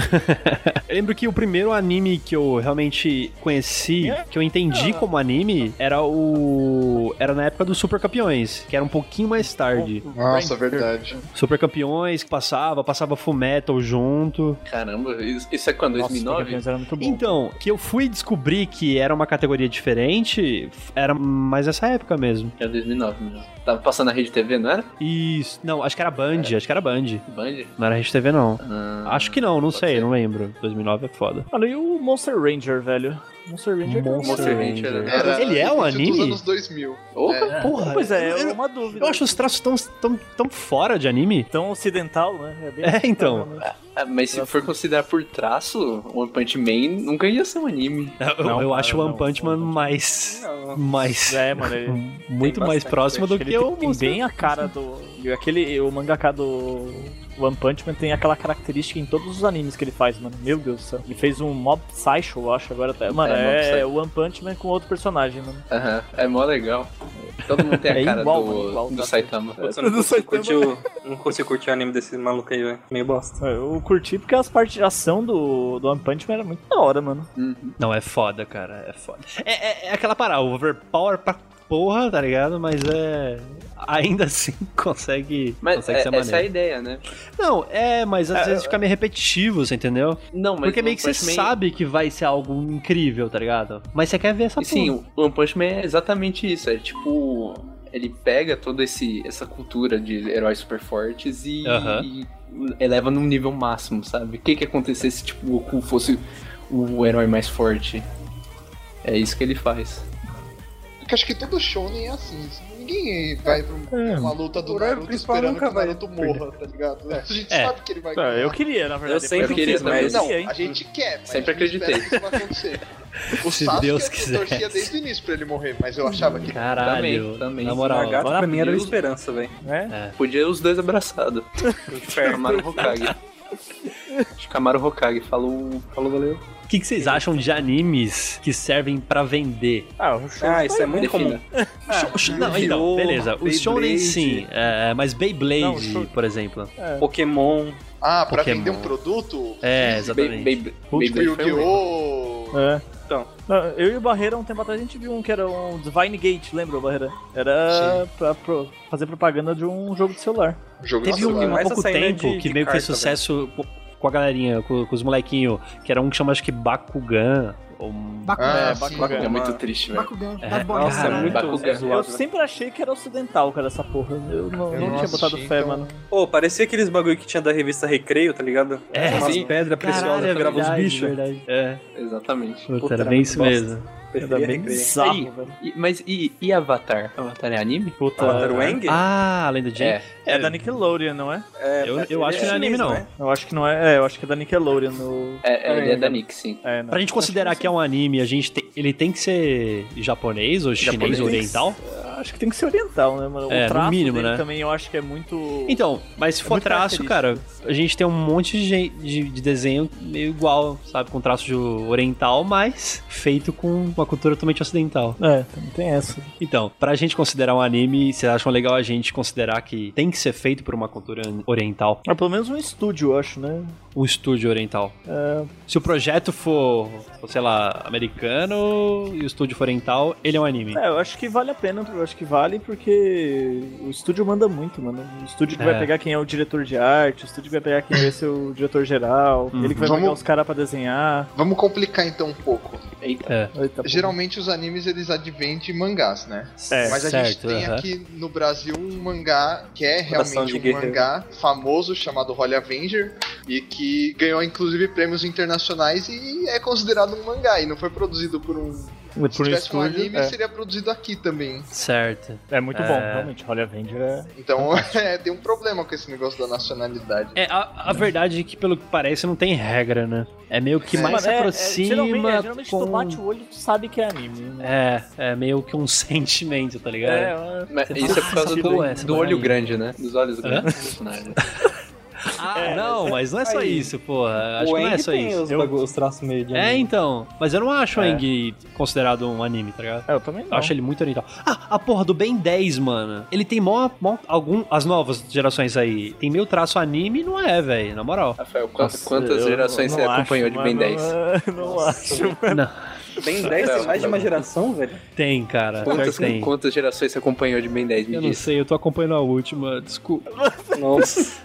Speaker 1: Eu lembro que o primeiro anime que eu realmente conheci, que eu entendi como anime, era o. Era na época do Super Campeões, que era um pouquinho mais tarde.
Speaker 6: Nossa, verdade.
Speaker 1: Super Campeões que passava, passava Full Metal junto.
Speaker 9: Caramba, isso, isso é quando?
Speaker 2: Nossa,
Speaker 9: 2009?
Speaker 2: Supercampeões era muito bom.
Speaker 1: Então, que eu fui descobrir que era uma categoria diferente, f- era mais essa época mesmo.
Speaker 9: Era 2009 mesmo. Tava passando na Rede TV, não era?
Speaker 1: Isso. Não, acho que era Band, acho que era Band.
Speaker 9: Band?
Speaker 1: É. Não era RedeTV, não.
Speaker 9: Ah,
Speaker 1: Acho que não, não
Speaker 9: pode
Speaker 1: sei,
Speaker 9: ser.
Speaker 1: não lembro. 2009 é foda.
Speaker 2: Mano, e o Monster Ranger, velho? Monster Ranger é também
Speaker 1: Monster
Speaker 2: era-
Speaker 9: Ranger,
Speaker 1: Ranger.
Speaker 9: né?
Speaker 6: Era
Speaker 1: Ele é um
Speaker 6: início dos
Speaker 1: anime?
Speaker 6: anos 2000.
Speaker 9: Opa!
Speaker 7: É.
Speaker 1: Porra,
Speaker 2: Pois é,
Speaker 1: eu,
Speaker 2: é uma dúvida.
Speaker 1: eu acho os traços tão, tão, tão fora de anime.
Speaker 2: Tão ocidental, né? bem
Speaker 1: É,
Speaker 2: ocidental,
Speaker 1: então.
Speaker 2: realmente.
Speaker 9: Ah, mas se for considerar por traço, One Punch Man nunca ia ser um anime.
Speaker 1: Eu,
Speaker 2: Não,
Speaker 1: eu
Speaker 2: cara,
Speaker 1: acho o One
Speaker 2: não,
Speaker 1: Punch Man
Speaker 2: One Punch
Speaker 1: mais.
Speaker 3: Não.
Speaker 1: mais.
Speaker 2: É, mano, ele,
Speaker 1: muito
Speaker 3: tem
Speaker 1: mais
Speaker 3: bastante,
Speaker 1: próximo do
Speaker 2: ele
Speaker 1: que o
Speaker 2: tem, tem
Speaker 1: Monster.
Speaker 2: bem a cara do... e Aquele, o mangaka do One Punch Man tem aquela característica em todos os animes que ele faz, mano. Meu Deus do céu. Ele fez um Mob Psycho, eu acho, agora tá. Mano,
Speaker 9: É, Mob
Speaker 2: é,
Speaker 9: Psycho.
Speaker 2: One Punch Man com outro personagem, mano.
Speaker 9: Aham, é mó legal. Todo mundo tem a
Speaker 2: É
Speaker 9: cara
Speaker 2: igual,
Speaker 9: do,
Speaker 2: mano, igual,
Speaker 9: do
Speaker 2: tá?
Speaker 9: Saitama.
Speaker 3: Pô, Você não é. conseguiu curtir o, não consigo curtir o anime desses malucos aí, velho. Meio bosta.
Speaker 2: É, Eu curti porque as partes de ação do, do One Punch Man era muito da hora, mano.
Speaker 9: Uhum.
Speaker 1: Não, é foda, cara. É foda. É, é- é aquela parada, o overpower pra porra, tá ligado? Mas é. Ainda assim consegue.
Speaker 9: Mas
Speaker 1: consegue
Speaker 9: é-
Speaker 1: ser
Speaker 9: essa é a
Speaker 1: maneiro.
Speaker 9: ideia, né?
Speaker 1: Não, é, mas às vezes fica meio repetitivo, você entendeu?
Speaker 9: Não, mas um
Speaker 1: Porque meio
Speaker 9: One
Speaker 1: que você
Speaker 9: Punch Man-
Speaker 1: sabe que vai ser algo incrível, tá ligado? Mas você quer ver essa
Speaker 9: E sim, um
Speaker 1: porra.
Speaker 9: o One Punch Man é exatamente isso. É tipo. Ele pega toda esse, essa cultura de heróis super fortes e,
Speaker 1: Aham.
Speaker 9: e eleva num nível máximo, sabe? O que que acontecesse se tipo, o Goku fosse o herói mais forte? É isso que ele faz.
Speaker 6: Porque acho que todo shonen é assim. Ninguém vai pra
Speaker 1: É.
Speaker 6: um- uma luta do
Speaker 3: O horário
Speaker 6: Naruto
Speaker 3: principal
Speaker 6: esperando que
Speaker 3: nunca
Speaker 6: o
Speaker 3: vai
Speaker 6: Naruto morra, tá ligado? A gente
Speaker 1: É.
Speaker 6: sabe que ele vai
Speaker 2: Ah,
Speaker 6: ganhar.
Speaker 2: Eu queria, na verdade.
Speaker 3: Eu sempre
Speaker 2: depois
Speaker 9: quis,
Speaker 2: fiz, mas
Speaker 9: mas-
Speaker 2: eu
Speaker 6: Não,
Speaker 2: queria, hein?
Speaker 6: a gente quer, mas
Speaker 9: Sempre
Speaker 6: a gente espera
Speaker 9: acreditei.
Speaker 6: que isso vai acontecer. O
Speaker 1: Se
Speaker 6: Sasuke
Speaker 1: Deus
Speaker 6: eu
Speaker 1: quiser.
Speaker 6: torcia desde o início pra ele morrer, mas eu achava que
Speaker 1: Caralho,
Speaker 9: Também, também.
Speaker 1: na
Speaker 3: O
Speaker 1: moral.
Speaker 3: gato pra mim era o
Speaker 9: Deus.
Speaker 3: esperança, velho.
Speaker 2: Né?
Speaker 1: É.
Speaker 9: Podia os dois abraçados. Kamaru Hokage. Acho que Kamaru Hokage. Falou, falou valeu.
Speaker 1: O que, que vocês acham de animes que servem pra vender?
Speaker 2: Ah, o show.
Speaker 3: Ah, isso é muito
Speaker 9: Defina.
Speaker 3: comum.
Speaker 9: Ah,
Speaker 1: Sho- sho- não, então,
Speaker 3: Yu-Gi-Oh,
Speaker 1: beleza. Os shonen
Speaker 3: Beyblade.
Speaker 1: sim, é, mas
Speaker 2: Não,
Speaker 1: Beyblade,
Speaker 2: show-
Speaker 1: por exemplo.
Speaker 3: Pokémon.
Speaker 6: Ah, pra
Speaker 1: Pokémon.
Speaker 6: vender um produto?
Speaker 1: É,
Speaker 9: Bey-
Speaker 1: exatamente.
Speaker 9: Bey-
Speaker 6: Tipo
Speaker 9: Beyblade foi um erro.
Speaker 6: Yu-Gi-Oh!
Speaker 2: É.
Speaker 3: Então.
Speaker 2: Ah, Eu e o Barreira, um tempo atrás, a gente viu um que era um Divine Gate, lembra, Barreira? Era pra, pro- fazer propaganda de um jogo de celular.
Speaker 6: Jogo
Speaker 1: Teve
Speaker 6: de
Speaker 1: um
Speaker 3: Nossa,
Speaker 1: há
Speaker 3: mas
Speaker 1: pouco
Speaker 3: essa aí, né,
Speaker 1: tempo
Speaker 3: de-
Speaker 1: que
Speaker 3: de
Speaker 1: meio que fez
Speaker 3: carta,
Speaker 1: sucesso co- com a galerinha, com, com os molequinhos, que era um que chama acho que Bakugan. Ou... um-
Speaker 6: Ah,
Speaker 5: Bakugan.
Speaker 6: sim.
Speaker 2: Bakugan.
Speaker 9: É muito triste, velho.
Speaker 5: Bakugan,
Speaker 1: É,
Speaker 5: das bolinhas.
Speaker 3: Nossa, é
Speaker 1: Caralho.
Speaker 3: muito
Speaker 9: Bakugan.
Speaker 2: Eu
Speaker 3: zoado. velho.
Speaker 2: sempre achei que era ocidental, cara, essa porra. Eu não,
Speaker 6: Eu
Speaker 2: não
Speaker 6: não
Speaker 2: tinha botado
Speaker 6: assisti,
Speaker 2: fé,
Speaker 6: então.
Speaker 2: mano.
Speaker 3: Pô, parecia aqueles bagulho que tinha da revista Recreio, tá ligado?
Speaker 1: É,
Speaker 3: Umas
Speaker 9: sim.
Speaker 3: pedras preciosas que grava os bichos.
Speaker 1: verdade. É,
Speaker 9: Exatamente.
Speaker 1: puta,
Speaker 3: Puta,
Speaker 1: era
Speaker 3: era
Speaker 1: bem
Speaker 3: muito
Speaker 1: isso
Speaker 3: bosta.
Speaker 1: mesmo.
Speaker 2: Era
Speaker 3: Preferia
Speaker 2: bem
Speaker 3: Recreio.
Speaker 9: Aí.
Speaker 2: bizarro, velho.
Speaker 9: E- mas e, e Avatar? Avatar é anime?
Speaker 2: Puta,
Speaker 3: Avatar
Speaker 8: É.
Speaker 3: Wang?
Speaker 1: Ah, além do Jane.
Speaker 9: É.
Speaker 2: é da Nickelodeon, não é?
Speaker 3: É,
Speaker 1: eu- eu
Speaker 3: ele
Speaker 1: acho que não é anime,
Speaker 3: chinês,
Speaker 1: não.
Speaker 3: né?
Speaker 2: Eu acho que não é. É, eu acho que é da Nickelodeon. No...
Speaker 9: É, é, ele é
Speaker 3: É,
Speaker 9: da
Speaker 3: né?
Speaker 9: Nick, sim.
Speaker 2: É, não.
Speaker 1: Pra gente considerar que é um anime, a gente tem- ele tem que ser japonês ou chinês
Speaker 9: Japonês.
Speaker 1: ou oriental?
Speaker 2: Acho que tem que ser oriental, né, mano?
Speaker 1: É,
Speaker 2: o
Speaker 1: no
Speaker 2: traço
Speaker 1: mínimo,
Speaker 2: dele
Speaker 1: né?
Speaker 2: também eu acho que é muito.
Speaker 1: Então, mas se
Speaker 2: É
Speaker 1: for
Speaker 2: muito
Speaker 1: traço, cara, a gente tem um monte de, gen- de- de desenho meio igual, sabe? Com traço de oriental, mas feito com uma cultura totalmente ocidental.
Speaker 2: É, também tem essa.
Speaker 1: Então, pra gente considerar um anime, vocês acham legal a gente considerar que tem que ser feito por uma cultura oriental?
Speaker 2: É, Ah, pelo menos um estúdio, eu acho, né?
Speaker 1: um estúdio oriental?
Speaker 2: É.
Speaker 1: Se o projeto for, sei lá, americano e o estúdio for oriental, ele é um anime.
Speaker 2: É, eu acho que vale a pena, eu acho que vale porque o estúdio manda muito, mano. O estúdio que
Speaker 1: É.
Speaker 2: vai pegar quem é o diretor de arte, o estúdio que vai pegar quem vai ser o diretor geral,
Speaker 1: Uhum.
Speaker 2: ele que vai
Speaker 6: Vamos-
Speaker 2: pegar os caras pra desenhar.
Speaker 6: Vamos complicar então um pouco.
Speaker 9: Eita.
Speaker 1: É.
Speaker 2: Eita, porra.
Speaker 6: Geralmente os animes eles advêm de mangás, né?
Speaker 2: É,
Speaker 6: Mas a gente
Speaker 1: certo,
Speaker 6: tem
Speaker 1: aham.
Speaker 6: aqui no Brasil um mangá que é
Speaker 8: Coração
Speaker 6: realmente
Speaker 8: de
Speaker 6: um
Speaker 8: guerreiro.
Speaker 6: mangá famoso chamado Holy Avenger e que ganhou inclusive prêmios internacionais e é considerado um mangá e não foi produzido por um.
Speaker 2: Por um
Speaker 6: Se tivesse um
Speaker 2: estúdio,
Speaker 6: anime,
Speaker 2: é.
Speaker 6: seria produzido aqui também.
Speaker 1: Certo.
Speaker 2: É muito bom,
Speaker 1: É.
Speaker 2: realmente. Olha, Avenger é.
Speaker 6: Então é, tem um problema com esse negócio da nacionalidade.
Speaker 1: É, a, a verdade é que, pelo que parece, não tem regra, né? É meio que mais
Speaker 2: Mano,
Speaker 1: se
Speaker 2: é- é-
Speaker 1: aproxima.
Speaker 2: geralmente, é, geralmente
Speaker 1: com...
Speaker 2: tu bate o olho, tu sabe que é anime. né?
Speaker 1: É, é meio que um sentimento, tá ligado?
Speaker 2: É,
Speaker 9: Mas
Speaker 2: você
Speaker 9: isso
Speaker 2: fala,
Speaker 9: é por causa
Speaker 1: sentido,
Speaker 9: do,
Speaker 1: hein? Essa
Speaker 9: do olho
Speaker 1: parada.
Speaker 9: grande, né? Dos olhos grandes do personagem.
Speaker 1: Ah, não, mas não é só
Speaker 8: aí.
Speaker 1: isso, porra. Acho
Speaker 8: o
Speaker 1: que não é
Speaker 8: Eng
Speaker 1: só
Speaker 8: tem
Speaker 1: isso.
Speaker 8: os, bagulho- os traços meio de
Speaker 1: É,
Speaker 8: anime.
Speaker 1: então. Mas eu não acho o
Speaker 2: Uhum. É.
Speaker 1: Eng considerado um anime, tá ligado?
Speaker 2: É, eu também
Speaker 1: Eu
Speaker 2: não.
Speaker 1: acho ele muito oriental. Ah, a porra do Ben 10, mano. Ele tem mó, mó- algum. As novas gerações aí. Tem meio traço anime e não é, velho. Na moral.
Speaker 9: Rafael, quantas, quantas gerações você acompanhou de Ben 10?
Speaker 2: Não, acho.
Speaker 8: Bem 10
Speaker 1: é,
Speaker 8: tem mais de uma geração, velho.
Speaker 1: Tem, cara.
Speaker 9: Quantas,
Speaker 1: tem.
Speaker 9: quantas gerações você acompanhou de Ben 10? Me
Speaker 1: Eu não
Speaker 9: diz.
Speaker 1: sei, eu tô acompanhando a última, desculpa.
Speaker 8: Nossa.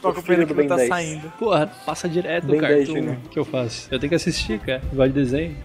Speaker 2: Tô acompanhando que
Speaker 8: Ben
Speaker 2: não tá
Speaker 8: 10.
Speaker 2: saindo.
Speaker 1: Porra, passa direto o
Speaker 8: Bem dez,
Speaker 1: cartoon.
Speaker 8: né?
Speaker 1: O que eu faço? Eu tenho que assistir, cara. Vale desenho.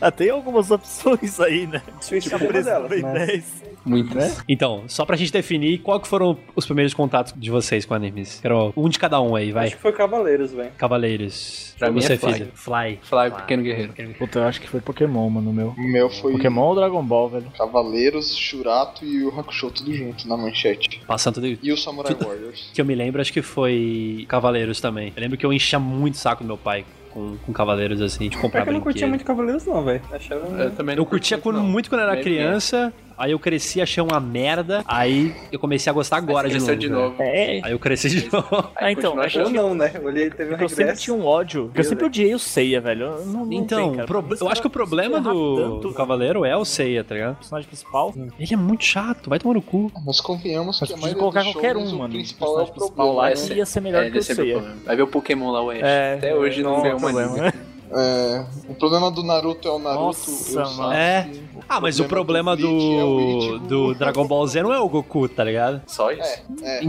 Speaker 2: ah, tem algumas opções aí, né?
Speaker 8: Switch é
Speaker 2: Tipo,
Speaker 8: uma
Speaker 2: esse
Speaker 8: delas,
Speaker 2: Ben
Speaker 8: né?
Speaker 2: 10.
Speaker 9: Muitas.
Speaker 1: Então, só pra gente definir, qual que foram os primeiros contatos de vocês com animes? Quero um de cada um aí, vai.
Speaker 8: Acho que foi Cavaleiros, velho.
Speaker 1: Cavaleiros.
Speaker 9: Pra mim
Speaker 1: você,
Speaker 9: é Fly.
Speaker 1: filho. Fly.
Speaker 9: Flávio Pequeno Guerreiro.
Speaker 2: Puta, eu acho que foi Pokémon, mano, meu.
Speaker 6: O meu foi
Speaker 2: Pokémon ou Dragon Ball, velho?
Speaker 6: Cavaleiros, Shurato e o Hakusho tudo junto na manchete.
Speaker 1: Passando tudo
Speaker 6: E o Samurai Warriors.
Speaker 1: que eu me lembro, acho que foi Cavaleiros também. Eu lembro que eu enchia muito o saco do meu pai com, com Cavaleiros, assim, de comprar
Speaker 8: Pior que eu não
Speaker 1: brinquedo.
Speaker 8: curtia muito Cavaleiros, não, velho. Achava. um
Speaker 9: Eu também
Speaker 1: É? Eu curtia
Speaker 9: curti
Speaker 1: quando,
Speaker 9: não.
Speaker 1: muito quando eu era
Speaker 9: Meio que é.
Speaker 1: criança, aí eu cresci, achei uma merda, aí eu comecei a gostar agora de novo.
Speaker 9: Cresceu de
Speaker 1: né?
Speaker 9: novo.
Speaker 2: É.
Speaker 1: Aí eu cresci de novo.
Speaker 2: Ah, então,
Speaker 9: continua
Speaker 2: é que
Speaker 9: achando.
Speaker 8: Ou não, né? Olhei, teve um
Speaker 2: eu sempre
Speaker 8: regresso.
Speaker 2: tinha um ódio. Eu sempre odiei o Seiya, velho. Eu não- não
Speaker 1: Então,
Speaker 2: sei, cara.
Speaker 1: prob- eu acho que o problema do, do Cavaleiro é o Seiya, tá ligado?
Speaker 2: O personagem principal.
Speaker 1: Ele é muito chato, vai tomar no cu.
Speaker 6: Nós convenhamos
Speaker 2: Mas
Speaker 6: que a
Speaker 2: podia
Speaker 6: maioria
Speaker 2: colocar
Speaker 6: dos
Speaker 2: qualquer
Speaker 6: shows,
Speaker 2: um,
Speaker 6: o
Speaker 2: mano.
Speaker 6: principal é o
Speaker 2: personagem principal
Speaker 6: problema.
Speaker 2: lá
Speaker 9: né?
Speaker 2: que ia ser melhor
Speaker 9: É,
Speaker 2: que o
Speaker 9: esse é meu
Speaker 2: Seiya.
Speaker 9: problema. Vai ver o Pokémon lá, o Ash.
Speaker 2: É,
Speaker 9: Até hoje não
Speaker 8: nossa,
Speaker 1: um
Speaker 9: ganhou uma
Speaker 2: problema,
Speaker 9: liga.
Speaker 2: né?
Speaker 6: É, o problema do Naruto é o Naruto.
Speaker 2: Nossa,
Speaker 6: o Sasuke,
Speaker 2: mano.
Speaker 1: É. Ah, mas o problema
Speaker 6: Bleach é o
Speaker 1: do,
Speaker 6: Ichigo.
Speaker 1: do Dragon Ball Z não é o Goku, tá ligado?
Speaker 9: Só isso.
Speaker 6: É,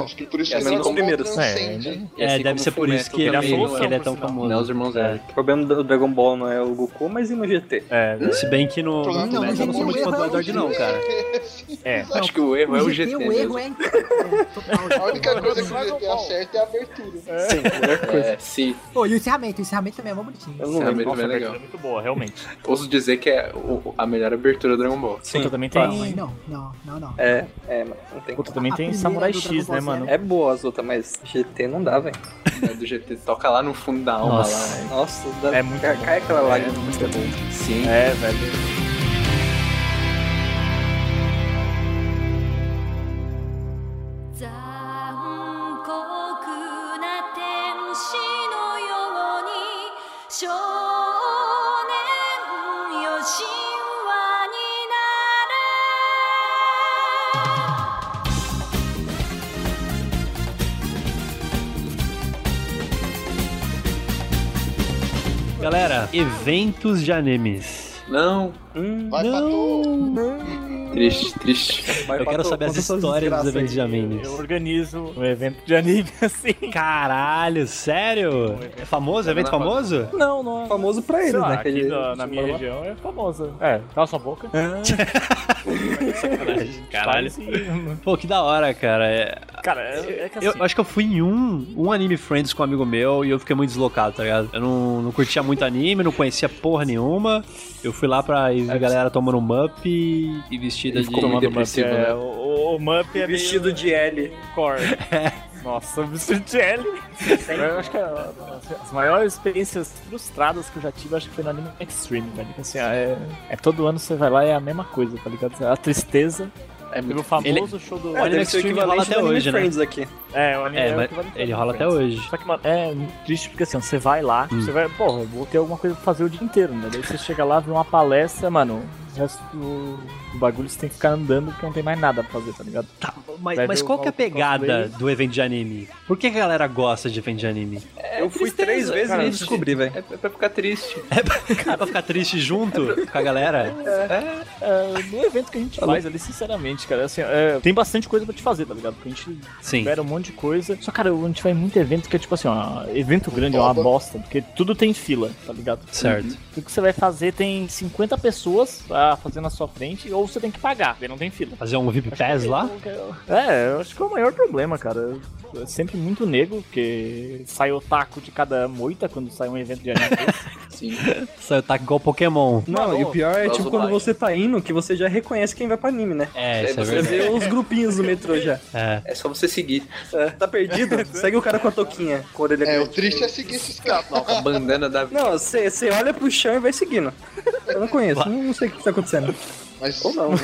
Speaker 6: acho que por isso
Speaker 9: É,
Speaker 6: que
Speaker 1: assim
Speaker 9: mas
Speaker 6: Dragon
Speaker 9: como
Speaker 6: Ball
Speaker 8: primeiros,
Speaker 6: transcende.
Speaker 2: né?
Speaker 9: E
Speaker 1: é,
Speaker 9: assim
Speaker 1: deve
Speaker 9: como
Speaker 1: ser por
Speaker 9: Fullmetal
Speaker 1: isso que ele,
Speaker 9: também
Speaker 2: ele é
Speaker 9: não um
Speaker 2: fofo,
Speaker 1: que ele é tão
Speaker 2: por sinal.
Speaker 1: famoso.
Speaker 9: Não, os irmãos
Speaker 1: É.
Speaker 9: Eric.
Speaker 8: O problema do Dragon Ball não é o Goku, mas e no GT?
Speaker 2: É, velho.
Speaker 1: Se bem que no,
Speaker 6: O problema
Speaker 1: no
Speaker 6: do
Speaker 1: Fullmetal eu não sou
Speaker 5: Dragon
Speaker 1: muito
Speaker 5: Ball
Speaker 1: fã do
Speaker 5: é o
Speaker 1: Edward, não, cara.
Speaker 9: Acho que o erro é o GT.
Speaker 5: O erro
Speaker 9: mesmo.
Speaker 5: é. é,
Speaker 6: A
Speaker 5: total.
Speaker 6: única coisa que o GT acerta é a abertura.
Speaker 9: É, sim.
Speaker 5: Pô, e o encerramento? O encerramento também é mó bonitinho.
Speaker 8: Eu não
Speaker 9: Essa
Speaker 8: lembro.
Speaker 9: abertura é
Speaker 2: É
Speaker 9: legal.
Speaker 2: muito boa, realmente.
Speaker 9: Ouso dizer que é o- a melhor abertura do Dragon Ball.
Speaker 2: Puta, também tem. um-
Speaker 5: Ih, Não, não, não, não.
Speaker 8: É, é, mas não tem.
Speaker 2: Puta, também
Speaker 5: A
Speaker 2: tem
Speaker 5: primeira
Speaker 2: Samurai
Speaker 5: do
Speaker 2: X,
Speaker 5: Dragon
Speaker 2: né,
Speaker 5: Ball Z,
Speaker 2: mano?
Speaker 8: É boa as outras, mas GT não dá, velho.
Speaker 9: né, do GT. Toca lá no fundo da alma
Speaker 1: Nossa.
Speaker 9: lá. né?
Speaker 8: Nossa, dá...
Speaker 2: É muito
Speaker 8: cai,
Speaker 2: bom.
Speaker 8: cai aquela lágrima.
Speaker 9: tá
Speaker 8: É
Speaker 9: Sim.
Speaker 2: É, velho.
Speaker 10: 「残酷な天使のように」「少年よ神話になれ」
Speaker 1: Galera, eventos de animes.
Speaker 9: Não.
Speaker 6: Vai pra tu.
Speaker 9: Triste, triste.
Speaker 8: É
Speaker 1: Eu quero saber as histórias dos eventos de animes.
Speaker 2: Eu organizo um evento de anime assim.
Speaker 1: Caralho, sério? É famoso? É evento famoso?
Speaker 2: Não, não é.
Speaker 8: famoso pra
Speaker 2: Sei
Speaker 8: eles,
Speaker 2: lá,
Speaker 8: né? que
Speaker 2: aqui
Speaker 8: ele-
Speaker 2: da- na minha
Speaker 8: lá.
Speaker 2: região é famosa. Ah. É, cala sua boca.
Speaker 1: Caralho.
Speaker 2: Sim.
Speaker 1: Pô, que da hora, cara. É,
Speaker 2: Cara, é, é que assim.
Speaker 1: eu, eu acho que eu fui em um, um Anime Friends com um amigo meu e eu fiquei muito deslocado, tá ligado? Eu não, não curtia muito anime, não conhecia porra nenhuma. Eu fui lá pra ver a galera tomando um up e, e vestida
Speaker 9: Ele
Speaker 1: de. um
Speaker 9: ficou muito
Speaker 2: Mano,
Speaker 9: depressivo,
Speaker 2: é,
Speaker 9: né?
Speaker 2: o, o- o Mup é
Speaker 8: Vestido
Speaker 2: meio,
Speaker 8: de L.
Speaker 2: core.
Speaker 1: É.
Speaker 2: Nossa, o vestido de L. Eu acho que a- as, as maiores experiências frustradas que eu já tive, acho que foi no anime Extreme, velho. Porque, Assim, é, é todo ano você vai lá e é a mesma coisa, tá ligado? A tristeza.
Speaker 9: É
Speaker 2: Teve
Speaker 9: muito
Speaker 2: o famoso show do.
Speaker 8: É,
Speaker 1: Olha,
Speaker 8: deve
Speaker 1: Max
Speaker 8: ser o
Speaker 1: Steel rola
Speaker 8: equivalente
Speaker 1: até
Speaker 8: do Anime
Speaker 1: hoje, né?
Speaker 8: Friends aqui.
Speaker 2: É, o anime
Speaker 1: É,
Speaker 2: o
Speaker 1: mas
Speaker 2: equivalente
Speaker 1: ele
Speaker 2: ao
Speaker 1: rola até
Speaker 2: Friends.
Speaker 1: hoje.
Speaker 2: né?
Speaker 1: Hum.
Speaker 2: Só que, mano, é muito triste porque assim, você vai lá, você vai, porra, eu vou ter alguma coisa pra fazer o dia inteiro, né? Daí você chega lá, vê uma palestra, mano, o resto do, do bagulho você tem que ficar andando porque não tem mais nada pra fazer, tá ligado?
Speaker 1: Tá, Mas,
Speaker 2: Vai
Speaker 1: mas
Speaker 2: ver o
Speaker 1: qual que é a
Speaker 2: Hulk
Speaker 1: pegada
Speaker 2: cosplay.
Speaker 1: do evento de anime? Por que que a galera gosta de evento de anime?
Speaker 9: eu fui
Speaker 8: três vezes e não descobri, velho.
Speaker 9: É pra é pra ficar triste.
Speaker 1: É pra ficar triste junto com a galera?
Speaker 2: É, no evento que a gente faz ali, sinceramente, cara, assim, é, tem bastante coisa pra te fazer, tá ligado? Porque a gente
Speaker 1: Sim.
Speaker 2: libera um monte de coisa. Só, cara, a gente vai em muito evento que é tipo assim, ó, evento grande é uma bosta, porque tudo tem fila, tá ligado?
Speaker 1: Certo.
Speaker 2: O que você vai fazer tem 50 pessoas pra fazer na sua frente, ou você tem que pagar, porque não tem fila.
Speaker 1: Fazer um VIP Pass lá?
Speaker 2: É, eu acho que é o maior problema, cara. É sempre muito negro, porque sai o taco de cada moita quando sai um evento de anime.
Speaker 9: Sim.
Speaker 1: Saiu tá igual Pokémon.
Speaker 8: Não, e o pior é
Speaker 9: Causa
Speaker 8: tipo
Speaker 9: do
Speaker 8: quando
Speaker 9: like.
Speaker 8: você tá indo, que você já reconhece quem vai pra anime, né?
Speaker 1: É, isso é
Speaker 9: você
Speaker 8: Você
Speaker 1: verdade.
Speaker 8: vê os grupinhos do metrô já.
Speaker 1: É.
Speaker 9: É só você seguir.
Speaker 8: É, tá perdido? Segue o cara com a touquinha, com a orelha
Speaker 6: É, o
Speaker 8: grande.
Speaker 6: triste é seguir esses caras.
Speaker 9: Não, com
Speaker 1: É.
Speaker 9: a bandana da.
Speaker 8: Não, você você olha pro chão e vai seguindo. Eu não conheço, não, não sei o que tá acontecendo.
Speaker 6: Mas
Speaker 8: Ou não. Não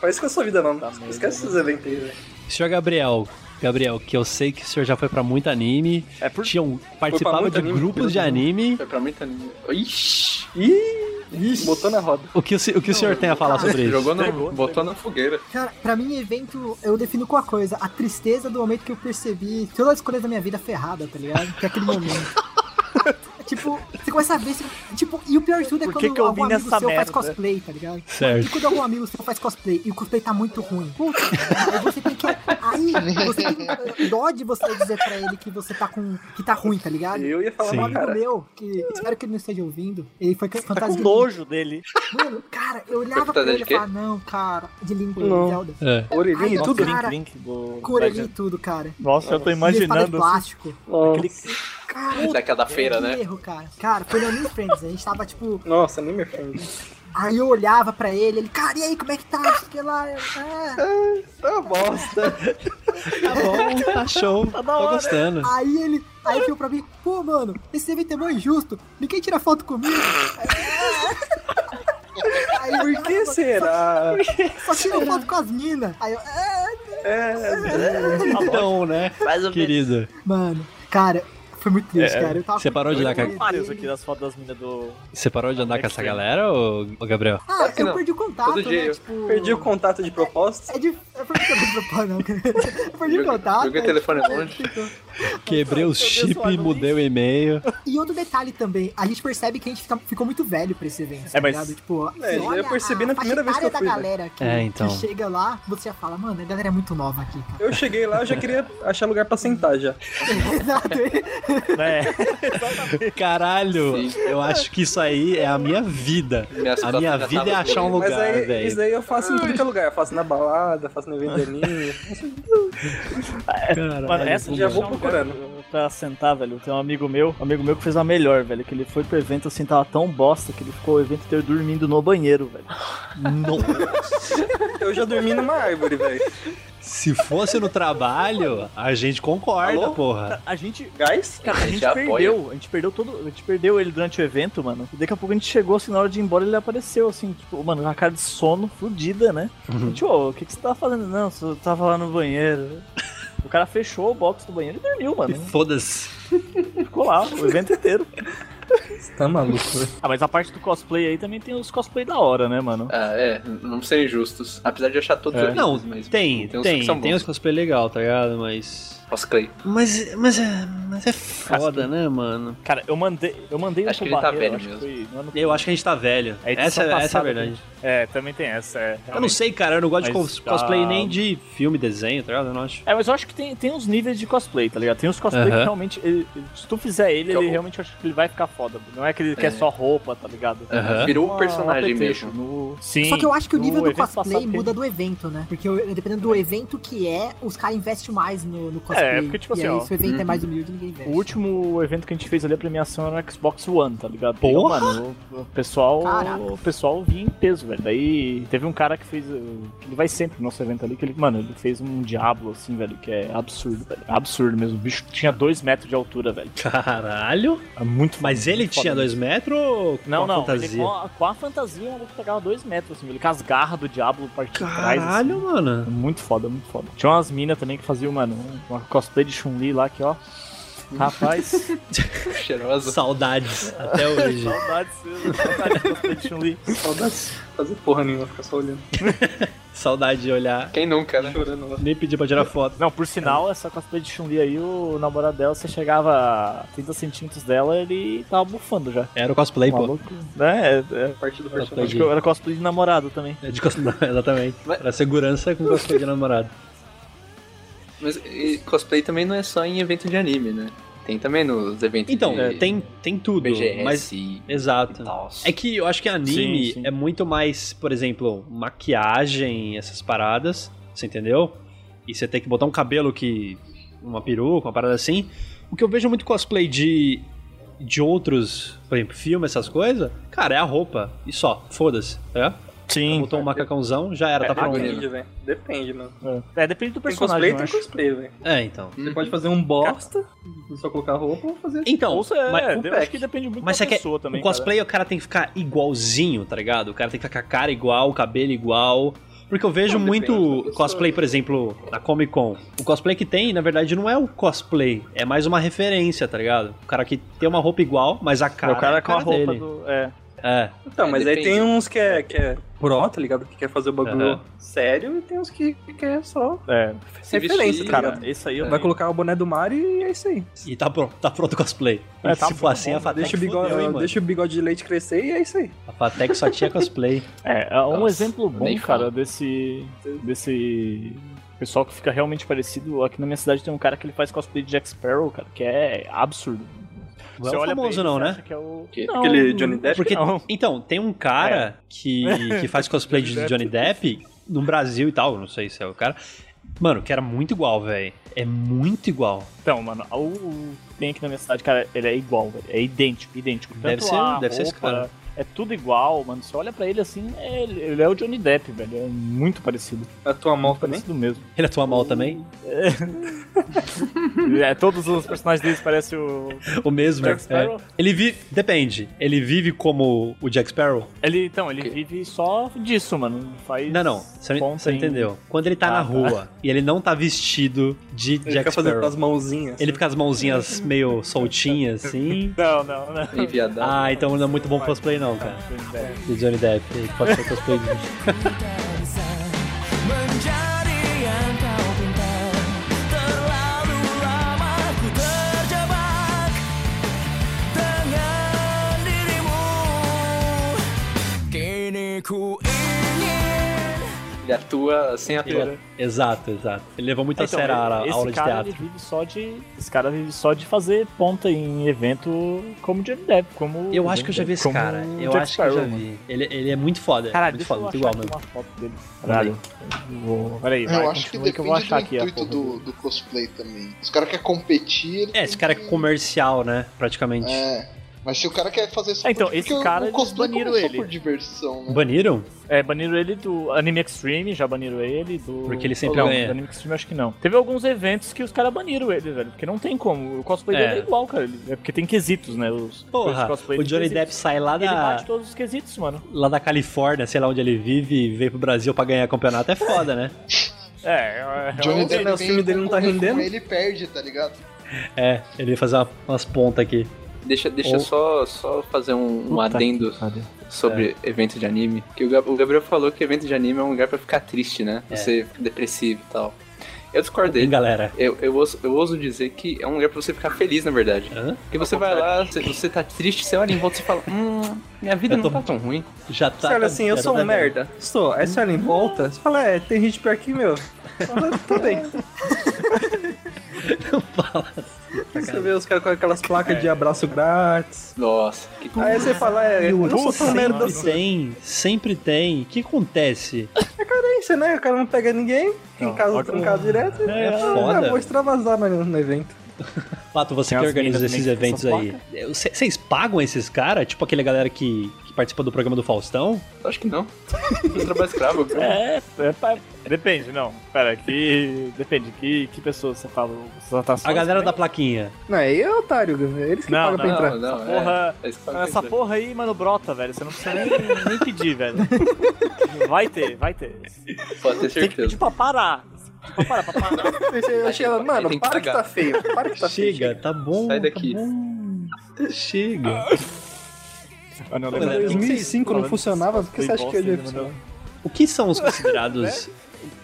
Speaker 8: faz com a sua vida, não. Esquece esses eventos aí, velho.
Speaker 1: Senhor Gabriel, Gabriel, que eu sei que o senhor já foi pra muito anime,
Speaker 8: É por...
Speaker 1: tinham, participava
Speaker 8: muito
Speaker 1: de
Speaker 8: anime,
Speaker 1: grupos
Speaker 8: muito
Speaker 1: de anime.
Speaker 9: Foi pra mim tá lindo. Ixi!
Speaker 8: Ih, botou na roda.
Speaker 1: O que o, se- o que o senhor tem a falar sobre isso?
Speaker 9: Jogou na. Botou na fogueira.
Speaker 5: Cara, pra mim, evento, eu defino com a coisa. A tristeza do momento que eu percebi toda a escolha da minha vida ferrada, tá ligado? Que é aquele momento. tipo, você começa a ver. se- Tipo, e o pior de tudo é
Speaker 2: Por que
Speaker 5: quando
Speaker 2: que eu
Speaker 5: algum
Speaker 2: vim
Speaker 5: amigo
Speaker 2: nessa
Speaker 5: seu faz
Speaker 2: merda?
Speaker 5: cosplay, tá ligado? E
Speaker 1: Certo.
Speaker 5: quando algum amigo seu faz cosplay e o cosplay tá muito ruim. Putz, aí você tem que. Aí você tem dó de você dizer pra ele que você tá com. que tá ruim, tá ligado?
Speaker 8: Eu ia falar
Speaker 1: Sim.
Speaker 8: uma
Speaker 5: Um amigo
Speaker 8: cara.
Speaker 5: meu, que espero que ele não esteja ouvindo, ele foi
Speaker 2: tá com
Speaker 5: fantasiado.
Speaker 2: nojo dele.
Speaker 5: Mano, cara, eu olhava pra
Speaker 9: Fantasia
Speaker 5: ele e
Speaker 9: de quê?
Speaker 5: falava, não, cara, de língua
Speaker 8: Não.
Speaker 5: Zelda.
Speaker 1: É.
Speaker 8: Orelhinha
Speaker 5: Ai,
Speaker 8: e tudo.
Speaker 5: Cara,
Speaker 2: Link, link do...
Speaker 5: Com orelhinha e tudo, cara.
Speaker 2: Nossa, eu tô
Speaker 5: E espada de
Speaker 2: imaginando. assim,
Speaker 5: plástico.
Speaker 8: Nossa.
Speaker 2: aquele-
Speaker 5: Cara,
Speaker 9: Daquela da feira,
Speaker 5: que
Speaker 9: né?
Speaker 5: erro, cara. Cara, foi na New Friends, a gente tava, tipo...
Speaker 8: Nossa, nem me ofende.
Speaker 5: Aí eu olhava pra ele, ele, cara, e aí, como é que tá? Não sei o que lá, eu, "Ah."
Speaker 8: Tá bosta.
Speaker 1: Tá bom, tá show. Tô gostando.
Speaker 5: Aí ele... Aí ele falou pra mim, pô, mano, esse evento é mó injusto, ninguém tira foto comigo. Aí eu,
Speaker 8: Por que será?
Speaker 5: só tira foto com as minas. Aí eu, "Ah."
Speaker 1: Então, né? Querido.
Speaker 5: Mano, cara, foi muito triste,
Speaker 2: É,
Speaker 5: cara. Eu tava
Speaker 1: você
Speaker 5: com
Speaker 1: parou de
Speaker 5: dor
Speaker 1: dar
Speaker 5: no
Speaker 1: ca-
Speaker 2: Vários
Speaker 5: dedo.
Speaker 2: aqui das fotos das minas do.
Speaker 1: Você parou de andar com essa galera, ô, ô Gabriel?
Speaker 5: Ah,
Speaker 9: que
Speaker 5: eu
Speaker 9: não.
Speaker 5: perdi o contato,
Speaker 9: Todo dia
Speaker 5: né?
Speaker 9: eu
Speaker 5: Tipo,
Speaker 8: Perdi o contato de propósito.
Speaker 5: É difícil. Eu perdi o contato, não, cara. Eu perdi
Speaker 9: Joguei-
Speaker 5: o contato.
Speaker 9: Joguei o telefone longe.
Speaker 1: Quebrei o chip e mudei o e-mail.
Speaker 5: E outro detalhe também, a gente percebe que a gente fica- ficou muito velho pra esse evento. tá
Speaker 2: É, mas-
Speaker 5: ligado? Tipo,
Speaker 8: É,
Speaker 5: você
Speaker 8: eu
Speaker 5: olha
Speaker 8: percebi
Speaker 5: a
Speaker 8: na primeira vez que eu
Speaker 5: faixa
Speaker 8: fui,
Speaker 5: etária da galera que,
Speaker 1: É, então.
Speaker 5: que chega lá, você já fala, mano, a galera é muito nova aqui, cara.
Speaker 8: Eu cheguei lá, eu já queria achar lugar pra sentar já.
Speaker 5: Exato.
Speaker 2: Né?
Speaker 1: Caralho,
Speaker 9: Sim.
Speaker 1: eu acho que isso aí é a minha vida.
Speaker 9: Minha
Speaker 1: A minha
Speaker 9: situação
Speaker 1: vida é
Speaker 9: já
Speaker 1: achar um
Speaker 9: tava
Speaker 8: Mas
Speaker 1: lugar,
Speaker 8: aí, isso
Speaker 1: velho.
Speaker 8: daí eu faço em qualquer lugar. Eu faço na balada, faço no evento de anime.
Speaker 2: Mano, essa
Speaker 8: Já vou
Speaker 2: achar um
Speaker 8: procurando.
Speaker 2: lugar Pra sentar, velho. Tem um amigo meu, um amigo meu que fez a melhor, velho. Que ele foi pro evento assim, tava tão bosta que ele ficou o evento inteiro dormindo no banheiro, velho.
Speaker 8: Eu já dormi numa árvore, velho.
Speaker 1: Se fosse no trabalho, a gente concorda,
Speaker 8: Alô?
Speaker 1: porra.
Speaker 2: A gente.
Speaker 8: Gás?
Speaker 2: Cara, a gente
Speaker 9: Já
Speaker 2: perdeu. A gente perdeu todo. A gente perdeu ele durante o evento, mano. E daqui a pouco a gente chegou assim, na hora de ir embora, ele apareceu, assim, tipo, mano, com a cara de sono, fudida, né?
Speaker 1: Uhum.
Speaker 2: A gente, ô, o que, que você tava fazendo? Não, só tava lá no banheiro. O cara fechou o box do banheiro e dormiu, mano.
Speaker 1: Foda-se.
Speaker 2: Ficou lá, o evento inteiro.
Speaker 7: Tá maluco, velho.
Speaker 2: Ah, mas a parte do cosplay aí também tem os cosplay da hora, né, mano?
Speaker 9: Ah, é, não serem justos. Apesar de achar todos
Speaker 2: É.
Speaker 9: os
Speaker 1: Não,
Speaker 9: amigos, mas
Speaker 1: tem,
Speaker 9: uns
Speaker 1: tem,
Speaker 9: que são
Speaker 1: tem,
Speaker 9: bons.
Speaker 1: os cosplay legal, tá ligado? Mas.
Speaker 9: Cosplay.
Speaker 1: Mas, mas, é, mas é foda, né, mano?
Speaker 2: Cara, eu mandei, eu mandei
Speaker 9: Acho
Speaker 2: um
Speaker 9: que
Speaker 2: pro
Speaker 9: ele tá velho
Speaker 2: Barreiro, acho que
Speaker 9: mesmo.
Speaker 2: foi no ano-
Speaker 1: Eu acho que a gente tá velho.
Speaker 2: A edição
Speaker 1: Essa, essa é a
Speaker 2: passada
Speaker 1: verdade.
Speaker 2: É, também tem essa, é.
Speaker 1: Eu não
Speaker 2: realmente.
Speaker 1: sei, cara, eu não gosto de
Speaker 2: Mas
Speaker 1: cos- cosplay
Speaker 2: tá-
Speaker 1: nem de filme, desenho, tá ligado? Eu não acho.
Speaker 2: É, mas eu acho que tem, tem uns níveis de cosplay, tá ligado? Tem uns cosplay
Speaker 1: Aham.
Speaker 2: que realmente, ele- se tu fizer ele,
Speaker 9: Que
Speaker 2: ele
Speaker 9: eu-
Speaker 2: realmente acho que ele vai ficar foda. Não é aquele que é
Speaker 9: É.
Speaker 2: só roupa, tá ligado?
Speaker 1: Aham.
Speaker 9: Virou
Speaker 2: Uma-
Speaker 9: o
Speaker 2: um
Speaker 9: personagem
Speaker 2: apetrecho
Speaker 9: mesmo.
Speaker 2: no- Sim.
Speaker 5: Só que eu acho que o
Speaker 2: no
Speaker 5: nível do
Speaker 2: evento passado
Speaker 5: cosplay
Speaker 2: que-
Speaker 5: muda do evento, né? Porque eu- dependendo do evento que é, os caras investem mais no, no cosplay.
Speaker 2: É, porque, tipo
Speaker 5: e
Speaker 2: assim,
Speaker 5: aí,
Speaker 2: ó,
Speaker 5: se o evento é
Speaker 9: uhum.
Speaker 5: mais humilde, ninguém investe.
Speaker 2: O último evento que a gente fez ali, a premiação era no Xbox One, tá ligado?
Speaker 1: Porra!
Speaker 2: E, mano, o- o pessoal,
Speaker 5: Caraca.
Speaker 2: o pessoal vinha em peso, velho. Daí teve um cara que fez. uh, que Ele vai sempre no nosso evento ali, que ele, mano, ele fez um diabo assim, velho, que é absurdo, velho. Absurdo mesmo. O bicho tinha dois metros de altura, velho.
Speaker 1: Caralho.
Speaker 2: É muito
Speaker 1: Mas
Speaker 2: foda,
Speaker 1: ele
Speaker 2: muito foda
Speaker 1: tinha
Speaker 2: mesmo.
Speaker 1: dois metros ou com
Speaker 2: Não,
Speaker 1: a
Speaker 2: não, ele
Speaker 1: fantasia?
Speaker 2: com, a, com a fantasia, o maluco pegava dois metros, assim, ele com as garras do diabo partindo atrás.
Speaker 1: Caralho, mano.
Speaker 2: Muito foda, muito foda. Tinha umas minas também que faziam, mano, uma cosplay de Chun-Li lá que, ó. Rapaz.
Speaker 9: Cheirosa.
Speaker 1: Saudades, até hoje.
Speaker 2: Saudades, saudades do PlayStation Lee.
Speaker 9: Saudades. Fazer porra nenhuma, ficar só olhando.
Speaker 1: Saudade de olhar.
Speaker 9: Quem nunca, né?
Speaker 1: Chorando lá. Nem pedir pra tirar foto.
Speaker 2: Não, por sinal, essa cosplay de Chun-Li aí, o namorado dela, você chegava a 30 centímetros dela, ele tava bufando já.
Speaker 1: Era o cosplay, pô.
Speaker 2: Maluco, né? É, é.
Speaker 9: Parte do
Speaker 1: personagem.
Speaker 2: Acho que eu era cosplay de namorado também.
Speaker 1: É de cosplay, exatamente. Era segurança com cosplay de namorado.
Speaker 9: Mas e, cosplay também não é só em evento de anime, né? Tem também nos eventos
Speaker 1: Então,
Speaker 9: de...
Speaker 2: É.
Speaker 1: tem, tem tudo,
Speaker 9: BGS
Speaker 1: mas
Speaker 9: e-
Speaker 1: exato.
Speaker 9: e tal.
Speaker 1: É que eu acho que anime
Speaker 9: Sim, sim.
Speaker 1: é muito mais, por exemplo, maquiagem, essas paradas, você entendeu? E você tem que botar um cabelo que uma peruca, uma parada assim. O que eu vejo muito cosplay de de outros, por exemplo, filme, essas coisas, cara, é a roupa e só, foda-se, é?
Speaker 2: Sim.
Speaker 1: Botou um macacãozão, já era, tá pronto.
Speaker 8: Depende, velho. Depende, mano.
Speaker 2: É, depende do
Speaker 8: Tem
Speaker 2: personagem.
Speaker 8: cosplay,
Speaker 2: eu
Speaker 8: tem
Speaker 2: acho.
Speaker 8: cosplay, velho.
Speaker 1: É, então.
Speaker 8: Você pode fazer um bosta, só colocar roupa ou fazer...
Speaker 1: Então,
Speaker 2: Ou você- é,
Speaker 1: mas-
Speaker 2: eu acho que depende muito
Speaker 1: Mas
Speaker 2: da
Speaker 1: é que
Speaker 2: pessoa também.
Speaker 1: o cosplay, o cara tem que ficar igualzinho, tá ligado? O cara tem que ficar com a cara igual, o cabelo igual. Porque eu vejo muito cosplay,
Speaker 2: né?
Speaker 1: por exemplo, na Comic Con. O cosplay que tem, na verdade, não é o cosplay, é mais uma referência, tá ligado? O cara que tem uma roupa igual, mas a cara.
Speaker 2: cara. O cara
Speaker 1: é
Speaker 2: com a roupa
Speaker 1: dele.
Speaker 2: do. É.
Speaker 1: É.
Speaker 8: Então, mas aí
Speaker 9: depende.
Speaker 8: tem uns que é, que é pró, tá ligado? Que quer fazer o bagulho
Speaker 1: Aham.
Speaker 8: sério e tem uns que que quer só
Speaker 2: É,
Speaker 9: Se
Speaker 8: referência,
Speaker 9: vestir,
Speaker 8: tá
Speaker 2: cara,
Speaker 8: ligado?
Speaker 2: esse aí eu
Speaker 8: Vai colocar o boné do Mario e é isso aí.
Speaker 1: E tá pronto, tá pronto o cosplay.
Speaker 2: É,
Speaker 1: E
Speaker 2: tá
Speaker 1: se for
Speaker 2: bom,
Speaker 1: assim, a Fatec
Speaker 8: Deixa o, bigode,
Speaker 1: fudeu, hein, mano?
Speaker 8: deixa o bigode de leite crescer e é isso aí.
Speaker 1: A Fatec só tinha cosplay.
Speaker 2: É, é um
Speaker 9: Nossa,
Speaker 2: exemplo bom,
Speaker 9: nem
Speaker 2: cara,
Speaker 9: fala.
Speaker 2: desse. desse. Pessoal que fica realmente parecido. Aqui na minha cidade tem um cara que ele faz cosplay de Jack Sparrow, cara, que é absurdo.
Speaker 1: Não é o famoso, não, né?
Speaker 2: Que é o...
Speaker 9: Que-
Speaker 2: Não,
Speaker 8: Aquele Johnny Depp.
Speaker 1: Porque,
Speaker 2: Não.
Speaker 1: então, tem um cara que, que faz cosplay de Johnny Depp no Brasil e tal, não sei se é o cara. Mano, que era muito igual, velho. É muito igual.
Speaker 2: Então, mano, o- o tem aqui na minha cidade, cara, ele é igual, velho. É idêntico, idêntico. Tanto
Speaker 1: Deve ser- um,
Speaker 2: a
Speaker 1: deve ser esse
Speaker 2: roupa,
Speaker 1: cara.
Speaker 2: É tudo igual, mano. Você olha pra ele assim, é- ele é o Johnny Depp, velho. É muito parecido.
Speaker 8: A tua né? mão também?
Speaker 2: Parecido mesmo.
Speaker 1: Ele atua mal também?
Speaker 2: é, todos os personagens deles parecem o.
Speaker 1: O mesmo.
Speaker 2: Jack
Speaker 1: é.
Speaker 2: Sparrow?
Speaker 1: Ele vive. Depende. Ele vive como o Jack Sparrow?
Speaker 2: Ele, então, ele vive só disso, mano. Faz
Speaker 1: Não, não. Você não
Speaker 2: ponto
Speaker 1: você não
Speaker 2: em-
Speaker 1: entendeu. Quando ele tá
Speaker 2: Ah,
Speaker 1: na
Speaker 2: tá.
Speaker 1: rua e ele não tá vestido de
Speaker 8: Ele
Speaker 1: Jack
Speaker 8: fica fazendo com
Speaker 1: Sparrow.
Speaker 8: as mãozinhas.
Speaker 1: Ele fica com as mãozinhas meio soltinhas, assim.
Speaker 2: Não, não, não.
Speaker 9: Enviadado.
Speaker 1: Ah, então não é muito bom cosplay, não, cara. De Johnny Depp. Ele Pode ser cosplay de
Speaker 9: Ele atua sem ator.
Speaker 1: Exato, exato. Ele levou muito a
Speaker 2: Então,
Speaker 1: sério a, a
Speaker 2: esse
Speaker 1: aula de
Speaker 2: cara,
Speaker 1: teatro.
Speaker 2: Ele vive só de, esse cara vive só de fazer ponta em evento como Johnny Depp. Como
Speaker 1: Eu acho que eu já vi esse
Speaker 2: como
Speaker 1: cara. Eu
Speaker 2: Jack
Speaker 1: acho
Speaker 2: Sparrow,
Speaker 1: que eu já
Speaker 2: mano.
Speaker 1: vi. Ele, ele é muito foda.
Speaker 2: Caralho,
Speaker 1: muito
Speaker 2: deixa
Speaker 1: foda,
Speaker 2: eu
Speaker 1: muito
Speaker 2: achar
Speaker 1: igual mesmo.
Speaker 2: aqui uma foto dele. Caralho. Eu vou- Peraí, vai,
Speaker 6: eu acho que
Speaker 2: continua
Speaker 6: depende
Speaker 2: que eu vou achar aqui
Speaker 6: do
Speaker 2: a
Speaker 6: intuito
Speaker 2: porra.
Speaker 6: do, do cosplay também. Se o cara quer competir, ele
Speaker 1: É, esse cara é comercial, né? Praticamente.
Speaker 6: É. Mas se o cara quer fazer só
Speaker 2: Então,
Speaker 6: por-
Speaker 2: esse
Speaker 6: porque o-
Speaker 2: cara,
Speaker 6: o cosplay
Speaker 2: eles baniram
Speaker 6: começou
Speaker 2: ele.
Speaker 6: por diversão, né?
Speaker 1: Baniram?
Speaker 2: É, baniram ele do Anime Extreme, já baniram ele do...
Speaker 1: Porque ele sempre é um
Speaker 2: Não,
Speaker 1: ganha.
Speaker 2: do Anime Extreme acho que não. Teve alguns eventos que os caras baniram ele, velho, porque não tem como. O cosplay
Speaker 1: É.
Speaker 2: dele é igual, cara. ele- É porque tem quesitos, né? Os, os
Speaker 1: Porra,
Speaker 2: cosplay
Speaker 1: o
Speaker 2: tem
Speaker 1: Johnny
Speaker 2: quesitos.
Speaker 1: Depp sai lá
Speaker 2: Ele bate
Speaker 1: da,
Speaker 2: todos os quesitos, mano.
Speaker 1: lá da Califórnia, sei lá onde ele vive, e veio pro Brasil pra ganhar campeonato. É foda, né?
Speaker 2: É, é,
Speaker 6: Johnny
Speaker 2: é
Speaker 6: Depp,
Speaker 8: o filme dele não tá
Speaker 6: concorrer com
Speaker 8: rendendo?
Speaker 6: Ele perde, tá ligado?
Speaker 1: É, ele ia fazer uma- umas pontas aqui.
Speaker 9: Deixa, deixa
Speaker 1: Ou-
Speaker 9: só, só fazer um, um
Speaker 2: Puta
Speaker 9: adendo
Speaker 6: Tá,
Speaker 2: que pariu.
Speaker 9: sobre
Speaker 1: É.
Speaker 9: evento de anime. Que o, Gab- o Gabriel falou que evento de anime é um lugar pra ficar triste, né?
Speaker 1: É.
Speaker 9: Você fica depressivo e tal. Eu discordo
Speaker 1: Hein,
Speaker 9: dele.
Speaker 1: galera?
Speaker 9: Eu, eu, ouso, eu ouso dizer que é um lugar pra você ficar feliz, na verdade.
Speaker 1: Hã?
Speaker 9: Porque você vai lá, você, você tá triste, você olha em volta e fala, hum, minha vida
Speaker 1: Eu tô-
Speaker 9: não tá tão ruim.
Speaker 1: Já tá.
Speaker 8: Você olha assim, eu
Speaker 1: já
Speaker 8: sou
Speaker 1: tá
Speaker 8: um merda. Sou. Aí você olha em volta, você fala, é, tem gente pior aqui, meu. Fala, Tô bem.
Speaker 1: assim, tá
Speaker 8: Você vê os caras com aquelas placas
Speaker 1: É.
Speaker 8: de abraço grátis.
Speaker 9: Nossa, que
Speaker 8: Aí você fala, é, eu não sou tão merda
Speaker 1: Sempre
Speaker 8: assim.
Speaker 1: tem, sempre tem. O que acontece?
Speaker 8: Carência, né? O cara não pega ninguém, fica em casa trancado direto.
Speaker 1: É,
Speaker 8: Ah,
Speaker 1: foda.
Speaker 8: Vou extravasar no, no evento.
Speaker 1: Pato, você
Speaker 2: Tem
Speaker 1: que
Speaker 2: umas
Speaker 1: organiza
Speaker 2: meninas
Speaker 1: esses
Speaker 2: também que
Speaker 1: eventos
Speaker 2: são
Speaker 1: aí. Vocês pagam esses caras? Tipo aquele galera que, que participa do programa do Faustão?
Speaker 9: Eu Acho que não. Eu trabalho escravo. cara.
Speaker 2: É, é pra- depende, não. Pera, que. Depende, que, que pessoa você fala? Você só tá só
Speaker 1: A galera da
Speaker 2: também?
Speaker 1: plaquinha.
Speaker 8: Não, aí é otário, cara. eles que
Speaker 2: Não,
Speaker 8: pagam pra entrar.
Speaker 9: Não, não,
Speaker 2: Porra,
Speaker 9: é, é escravo
Speaker 2: essa
Speaker 9: que entra.
Speaker 2: porra aí, mano, brota, velho. Você não precisa nem, nem pedir, velho. Vai ter, vai ter.
Speaker 9: Pode ter
Speaker 2: Tem que
Speaker 9: certeza.
Speaker 2: pedir pra parar. Pra parar, pra parar.
Speaker 8: Eu achei ela, mano,
Speaker 9: Tem que
Speaker 8: para que
Speaker 9: pagar.
Speaker 8: tá feio. Para que tá feio.
Speaker 1: Chega, tá bom.
Speaker 9: Sai daqui.
Speaker 1: Tá bom. Chega.
Speaker 2: Ah, não,
Speaker 8: Pô,
Speaker 2: lembra-
Speaker 8: 2005 não
Speaker 2: falando de
Speaker 8: funcionava, por que você acha que hoje
Speaker 2: Playboy,
Speaker 8: ia
Speaker 2: você
Speaker 8: funcionar?
Speaker 2: lembra,
Speaker 1: O que são os considerados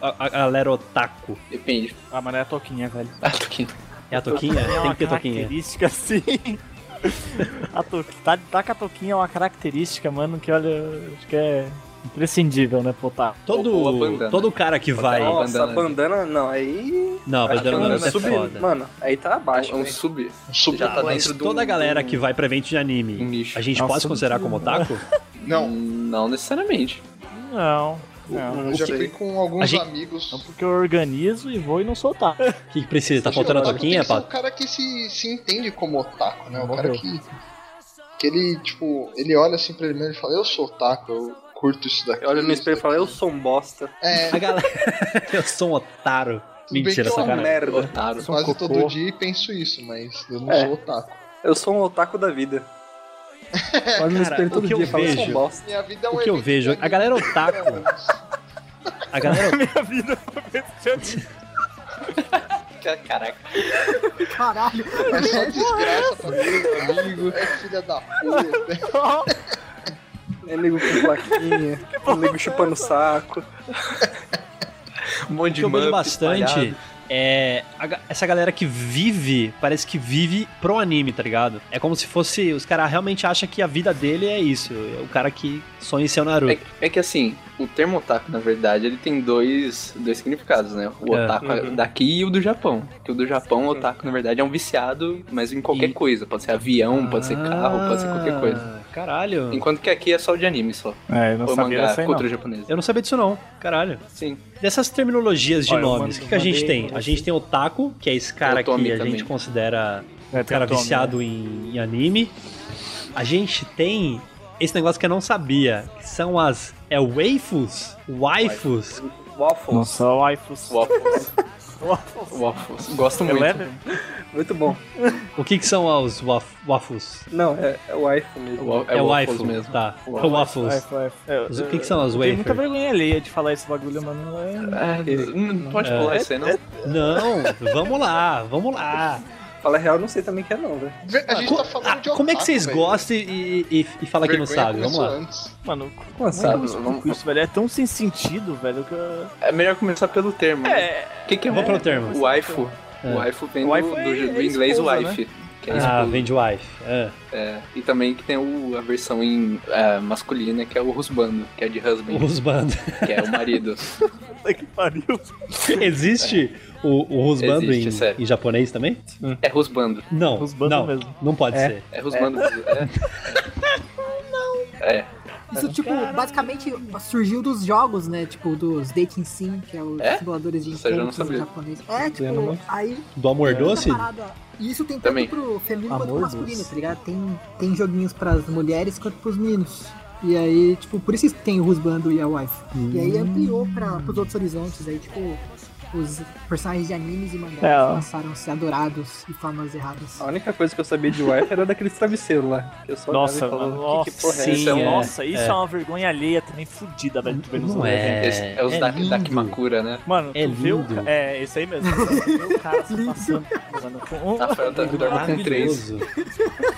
Speaker 1: a, a galera otaku?
Speaker 9: Depende.
Speaker 2: não? Ah, mas não é a toquinha, velho.
Speaker 9: Ah, tô aqui.
Speaker 1: É a toquinha?
Speaker 2: É
Speaker 1: Tem
Speaker 2: uma
Speaker 1: que ter toquinha.
Speaker 2: característica, sim. A to... tá, tá com a toquinha é uma característica, mano, que olha, acho que é imprescindível, né, pô, tá.
Speaker 9: Ou a
Speaker 1: Todo,
Speaker 9: bandana.
Speaker 1: todo cara que vai.
Speaker 8: Nossa, a
Speaker 9: Bandana.
Speaker 8: bandana, não, aí.
Speaker 1: Não,
Speaker 9: a
Speaker 1: bandana não
Speaker 9: bandana
Speaker 1: é
Speaker 8: sub-
Speaker 1: foda.
Speaker 8: Mano, aí tá abaixo.
Speaker 9: É um
Speaker 8: né?
Speaker 9: sub.
Speaker 6: Um sub
Speaker 9: Já tá
Speaker 1: Mas
Speaker 9: dentro do.
Speaker 1: toda a galera que vai pra evento de
Speaker 9: Um
Speaker 1: anime,
Speaker 9: nicho.
Speaker 1: a gente
Speaker 2: Nossa,
Speaker 1: pode considerar como otaku?
Speaker 6: Não,
Speaker 9: Não necessariamente.
Speaker 2: Não, não.
Speaker 6: eu já fui com alguns
Speaker 1: A gente-
Speaker 6: amigos.
Speaker 2: Não porque eu organizo e vou e não soltar.
Speaker 1: O que que precisa? Tá faltando a toquinha, Pato?
Speaker 6: Pato? o é um cara que se, se entende como otaku, né? O cara
Speaker 2: Morreu.
Speaker 6: que. Que ele, tipo, ele olha assim pra ele mesmo e fala, eu sou otaku, eu curto isso daqui. É,
Speaker 8: Olha no
Speaker 6: isso
Speaker 8: espelho e fala, eu sou um bosta.
Speaker 6: daqui." É,
Speaker 1: A galera. Eu sou um otaro.
Speaker 6: Tudo bem
Speaker 1: Mentira,
Speaker 6: que é uma
Speaker 1: sacanagem.
Speaker 8: um Merda.
Speaker 9: Otário.
Speaker 6: quase
Speaker 2: cocô.
Speaker 6: todo dia e penso isso, mas eu não
Speaker 8: É.
Speaker 6: sou otaku.
Speaker 8: Eu sou um otaku da vida.
Speaker 11: Olha no
Speaker 1: Cara,
Speaker 11: espelho
Speaker 1: o
Speaker 11: todo
Speaker 1: que eu
Speaker 11: dia e fala, sou
Speaker 1: vejo-
Speaker 11: um bosta.
Speaker 6: Minha vida é um
Speaker 1: O que eu
Speaker 6: evento
Speaker 1: vejo?
Speaker 6: de
Speaker 1: A galera é otaku.
Speaker 6: amigos.
Speaker 1: A galera.
Speaker 9: Caraca.
Speaker 5: Caralho.
Speaker 6: É só desgraça pra mim, amigo. É filha da puta.
Speaker 8: É nego com plaquinha, é nego chupando saco.
Speaker 9: Um
Speaker 1: O
Speaker 9: monte de
Speaker 1: que eu vejo
Speaker 9: Muppet
Speaker 1: bastante
Speaker 9: espalhado.
Speaker 1: é. a ga- essa galera que vive, parece que vive pro anime, tá ligado? É como se fosse. Os caras realmente acham que a vida dele é isso. É o cara que sonha em ser o Naruto.
Speaker 9: É, é que assim, o termo otaku, na verdade, ele tem dois, dois significados, né? O
Speaker 1: É.
Speaker 9: otaku daqui e o do Japão. Que o do Japão, o otaku, na verdade, é um viciado, mas em qualquer
Speaker 1: E-
Speaker 9: coisa. Pode ser avião, um, pode ser carro, pode ser qualquer coisa.
Speaker 1: Ah, Caralho.
Speaker 9: Enquanto que aqui é só o de anime só.
Speaker 2: É, eu não
Speaker 9: Ou
Speaker 2: sabia
Speaker 9: mangá,
Speaker 2: dessa aí, não.
Speaker 9: cultura japonesa.
Speaker 1: Eu não sabia disso, não. Caralho.
Speaker 9: Sim.
Speaker 1: Dessas terminologias de
Speaker 2: Olha, eu
Speaker 1: nomes, o
Speaker 2: mando-
Speaker 1: que, que a gente
Speaker 2: mandei
Speaker 1: tem?
Speaker 2: pra
Speaker 1: A gente tem o Otaku, que é esse cara
Speaker 9: Eu
Speaker 1: que
Speaker 9: tô
Speaker 1: a
Speaker 9: também.
Speaker 1: gente considera
Speaker 2: É,
Speaker 1: o cara
Speaker 2: tem o Tommy, né?
Speaker 1: viciado em, em anime. A gente tem esse negócio que eu não sabia, que são as é waifus, waifus.
Speaker 8: Waffles.
Speaker 2: Nossa, o iFus.
Speaker 9: Waffles. Waffles. É Gosto muito.
Speaker 2: Eleven?
Speaker 8: Muito bom.
Speaker 1: O que que são os waf, wafus?
Speaker 8: Não, é, é o iPhone mesmo.
Speaker 9: Wa-
Speaker 1: É,
Speaker 9: waffles
Speaker 1: waifu,
Speaker 9: mesmo.
Speaker 1: tá. É
Speaker 9: Waffles.
Speaker 1: waffles. Os- O que que são as
Speaker 2: Tem É, muita
Speaker 1: waifus?
Speaker 2: vergonha alheia de falar esse bagulho, mano. É...
Speaker 9: Ah, não não pode pular isso aí, não?
Speaker 1: Não, vamos lá, vamos lá.
Speaker 8: Fala real, eu não sei também que é não, velho.
Speaker 6: Vê, A gente tá falando de
Speaker 1: Ah,
Speaker 6: otaku,
Speaker 1: como é que vocês
Speaker 6: velho.
Speaker 1: gostam e, e, e fala que não
Speaker 6: Vergonha
Speaker 1: sabe? Vamos
Speaker 6: começou
Speaker 1: lá.
Speaker 6: antes.
Speaker 2: Mano,
Speaker 8: Como assim?
Speaker 2: como é que eu
Speaker 8: sabe?
Speaker 2: explico isso, velho? É tão sem sentido, velho, que eu...
Speaker 9: É melhor começar pelo termo. né?
Speaker 2: É,
Speaker 9: O que, que é
Speaker 1: Vamos
Speaker 9: um-
Speaker 1: pelo termo.
Speaker 9: O waifu.
Speaker 1: É.
Speaker 9: O waifu vem do,
Speaker 2: Waifu é-
Speaker 9: do- do
Speaker 2: é
Speaker 9: inglês
Speaker 2: esposa,
Speaker 9: wife. Que é
Speaker 6: né?
Speaker 1: Ah,
Speaker 9: esposa.
Speaker 1: vem de wife. É.
Speaker 9: É, e também que tem o- a versão em, é, masculina, que é o husbando, que é de husband,
Speaker 1: Os bandos.
Speaker 9: que é o marido.
Speaker 2: puta que pariu.
Speaker 1: Existe o, o Rosbando
Speaker 9: Existe,
Speaker 1: em,
Speaker 9: sério.
Speaker 1: em japonês também?
Speaker 9: É husbando.
Speaker 1: Não.
Speaker 2: Rosbando
Speaker 1: não,
Speaker 2: mesmo.
Speaker 1: não pode
Speaker 8: É.
Speaker 1: ser.
Speaker 9: É husbando. É. É.
Speaker 5: Isso, tipo, basicamente surgiu dos jogos, né? Tipo, dos dating sim, que é os
Speaker 9: É?
Speaker 5: simuladores de
Speaker 9: Isso aí eu já não
Speaker 5: encontros
Speaker 9: sabia.
Speaker 5: japoneses. É, tipo,
Speaker 11: não-
Speaker 5: aí
Speaker 1: Do amor doce?
Speaker 5: Outra parada, E isso tem tanto
Speaker 9: Também.
Speaker 5: pro feminino quanto pro
Speaker 11: Amor
Speaker 5: masculino,
Speaker 11: doce.
Speaker 5: tá ligado? Tem, tem joguinhos pras mulheres quanto pros meninos. E aí, tipo, por isso que tem o Husbando e a Wife. E
Speaker 11: Hum.
Speaker 5: aí ampliou pra, pros outros horizontes, aí, tipo, os personagens de animes e mangás
Speaker 2: É, ó.
Speaker 5: passaram a ser adorados de formas erradas.
Speaker 8: A única coisa que eu sabia de wife era daqueles travesseiros lá. Que eu só
Speaker 2: Nossa,
Speaker 8: olhava e
Speaker 2: mano.
Speaker 8: falava,
Speaker 2: Nossa,
Speaker 8: que, que porra é
Speaker 1: sim,
Speaker 8: essa?
Speaker 2: isso é,
Speaker 1: é,
Speaker 2: nossa, isso
Speaker 1: é.
Speaker 2: é. uma vergonha alheia também fudida, velho. Que vem nos
Speaker 1: Não é.
Speaker 9: Esse- é os
Speaker 1: é
Speaker 9: da,
Speaker 1: lindo.
Speaker 9: Dakimakura, né?
Speaker 2: Mano,
Speaker 1: É
Speaker 2: tu viu?
Speaker 1: lindo.
Speaker 2: É, esse aí mesmo. Tu vê o cara se passando, mano, com um...
Speaker 9: Rafael tá- dorme com três.
Speaker 1: Maravilhoso.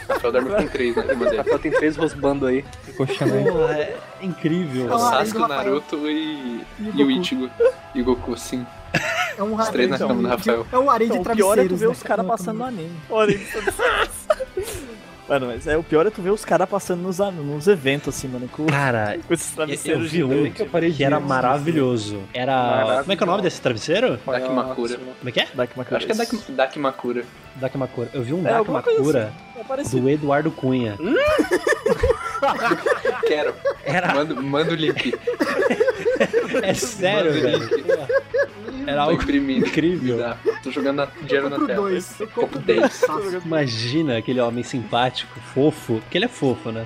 Speaker 9: Rafael dorme com três né? na cama dele.
Speaker 8: Rafael tem três rosbando aí.
Speaker 11: Coxa, né?
Speaker 1: Pô, é incrível.
Speaker 9: O
Speaker 5: Ah,
Speaker 9: Sasuke,
Speaker 5: e o
Speaker 9: o
Speaker 5: Rafael.
Speaker 9: Naruto e,
Speaker 5: E o
Speaker 9: e o
Speaker 5: Goku.
Speaker 9: Ichigo. E o Goku, sim.
Speaker 5: É um
Speaker 9: Os três na
Speaker 5: harém
Speaker 9: cama do
Speaker 5: de-
Speaker 9: Rafael.
Speaker 5: É um harém
Speaker 2: Então,
Speaker 5: de
Speaker 2: o pior é tu
Speaker 5: travesseiros.
Speaker 2: ver
Speaker 5: né?
Speaker 2: os caras
Speaker 5: Não,
Speaker 2: passando no
Speaker 5: não.
Speaker 2: anime. Olha isso. Mano, mas é, o pior é tu ver os caras passando nos, an- nos eventos, assim, mano, com,
Speaker 1: Cara,
Speaker 2: com esses
Speaker 1: eu
Speaker 2: travesseiros
Speaker 1: vi um
Speaker 2: gigantes.
Speaker 1: que, era maravilhoso. Era. Como é que é o nome desse travesseiro?
Speaker 9: Dakimakura.
Speaker 1: Como é que é?
Speaker 2: Dakimakura.
Speaker 9: Acho que é Dak- Dakimakura.
Speaker 1: Dakimakura. Eu vi um
Speaker 2: É, alguma coisa
Speaker 1: Dakimakura
Speaker 2: É parecido.
Speaker 1: do Eduardo Cunha.
Speaker 9: Quero.
Speaker 1: Era.
Speaker 9: Manda, manda o link.
Speaker 1: É sério,
Speaker 9: Manda o
Speaker 1: velho.
Speaker 9: link.
Speaker 1: Era
Speaker 9: Tô
Speaker 1: algo
Speaker 9: imprimindo.
Speaker 1: incrível.
Speaker 9: Tá, Tô jogando na- dinheiro na
Speaker 5: Compro
Speaker 9: tela. é
Speaker 5: dois. Eu
Speaker 9: Copo
Speaker 5: compro dois.
Speaker 1: Imagina aquele homem simpático, fofo. Porque ele é fofo, né?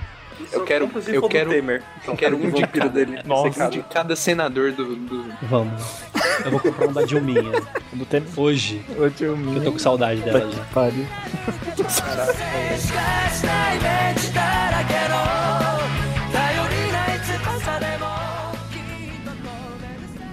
Speaker 9: Eu quero-
Speaker 8: Inclusive,
Speaker 9: eu
Speaker 8: como
Speaker 9: quero-
Speaker 8: Temer.
Speaker 9: Eu quero um de cada,
Speaker 8: dele.
Speaker 2: Nossa.
Speaker 8: secado.
Speaker 9: de cada senador do, do-
Speaker 1: Vamos. Eu vou comprar um da Dilminha.
Speaker 2: Do tempo.
Speaker 1: Hoje.
Speaker 2: Eu te
Speaker 1: que Eu tô com saudade dela já.
Speaker 2: pariu.
Speaker 10: しかしないベンチだらけの頼りない翼でもきっと飛べるさ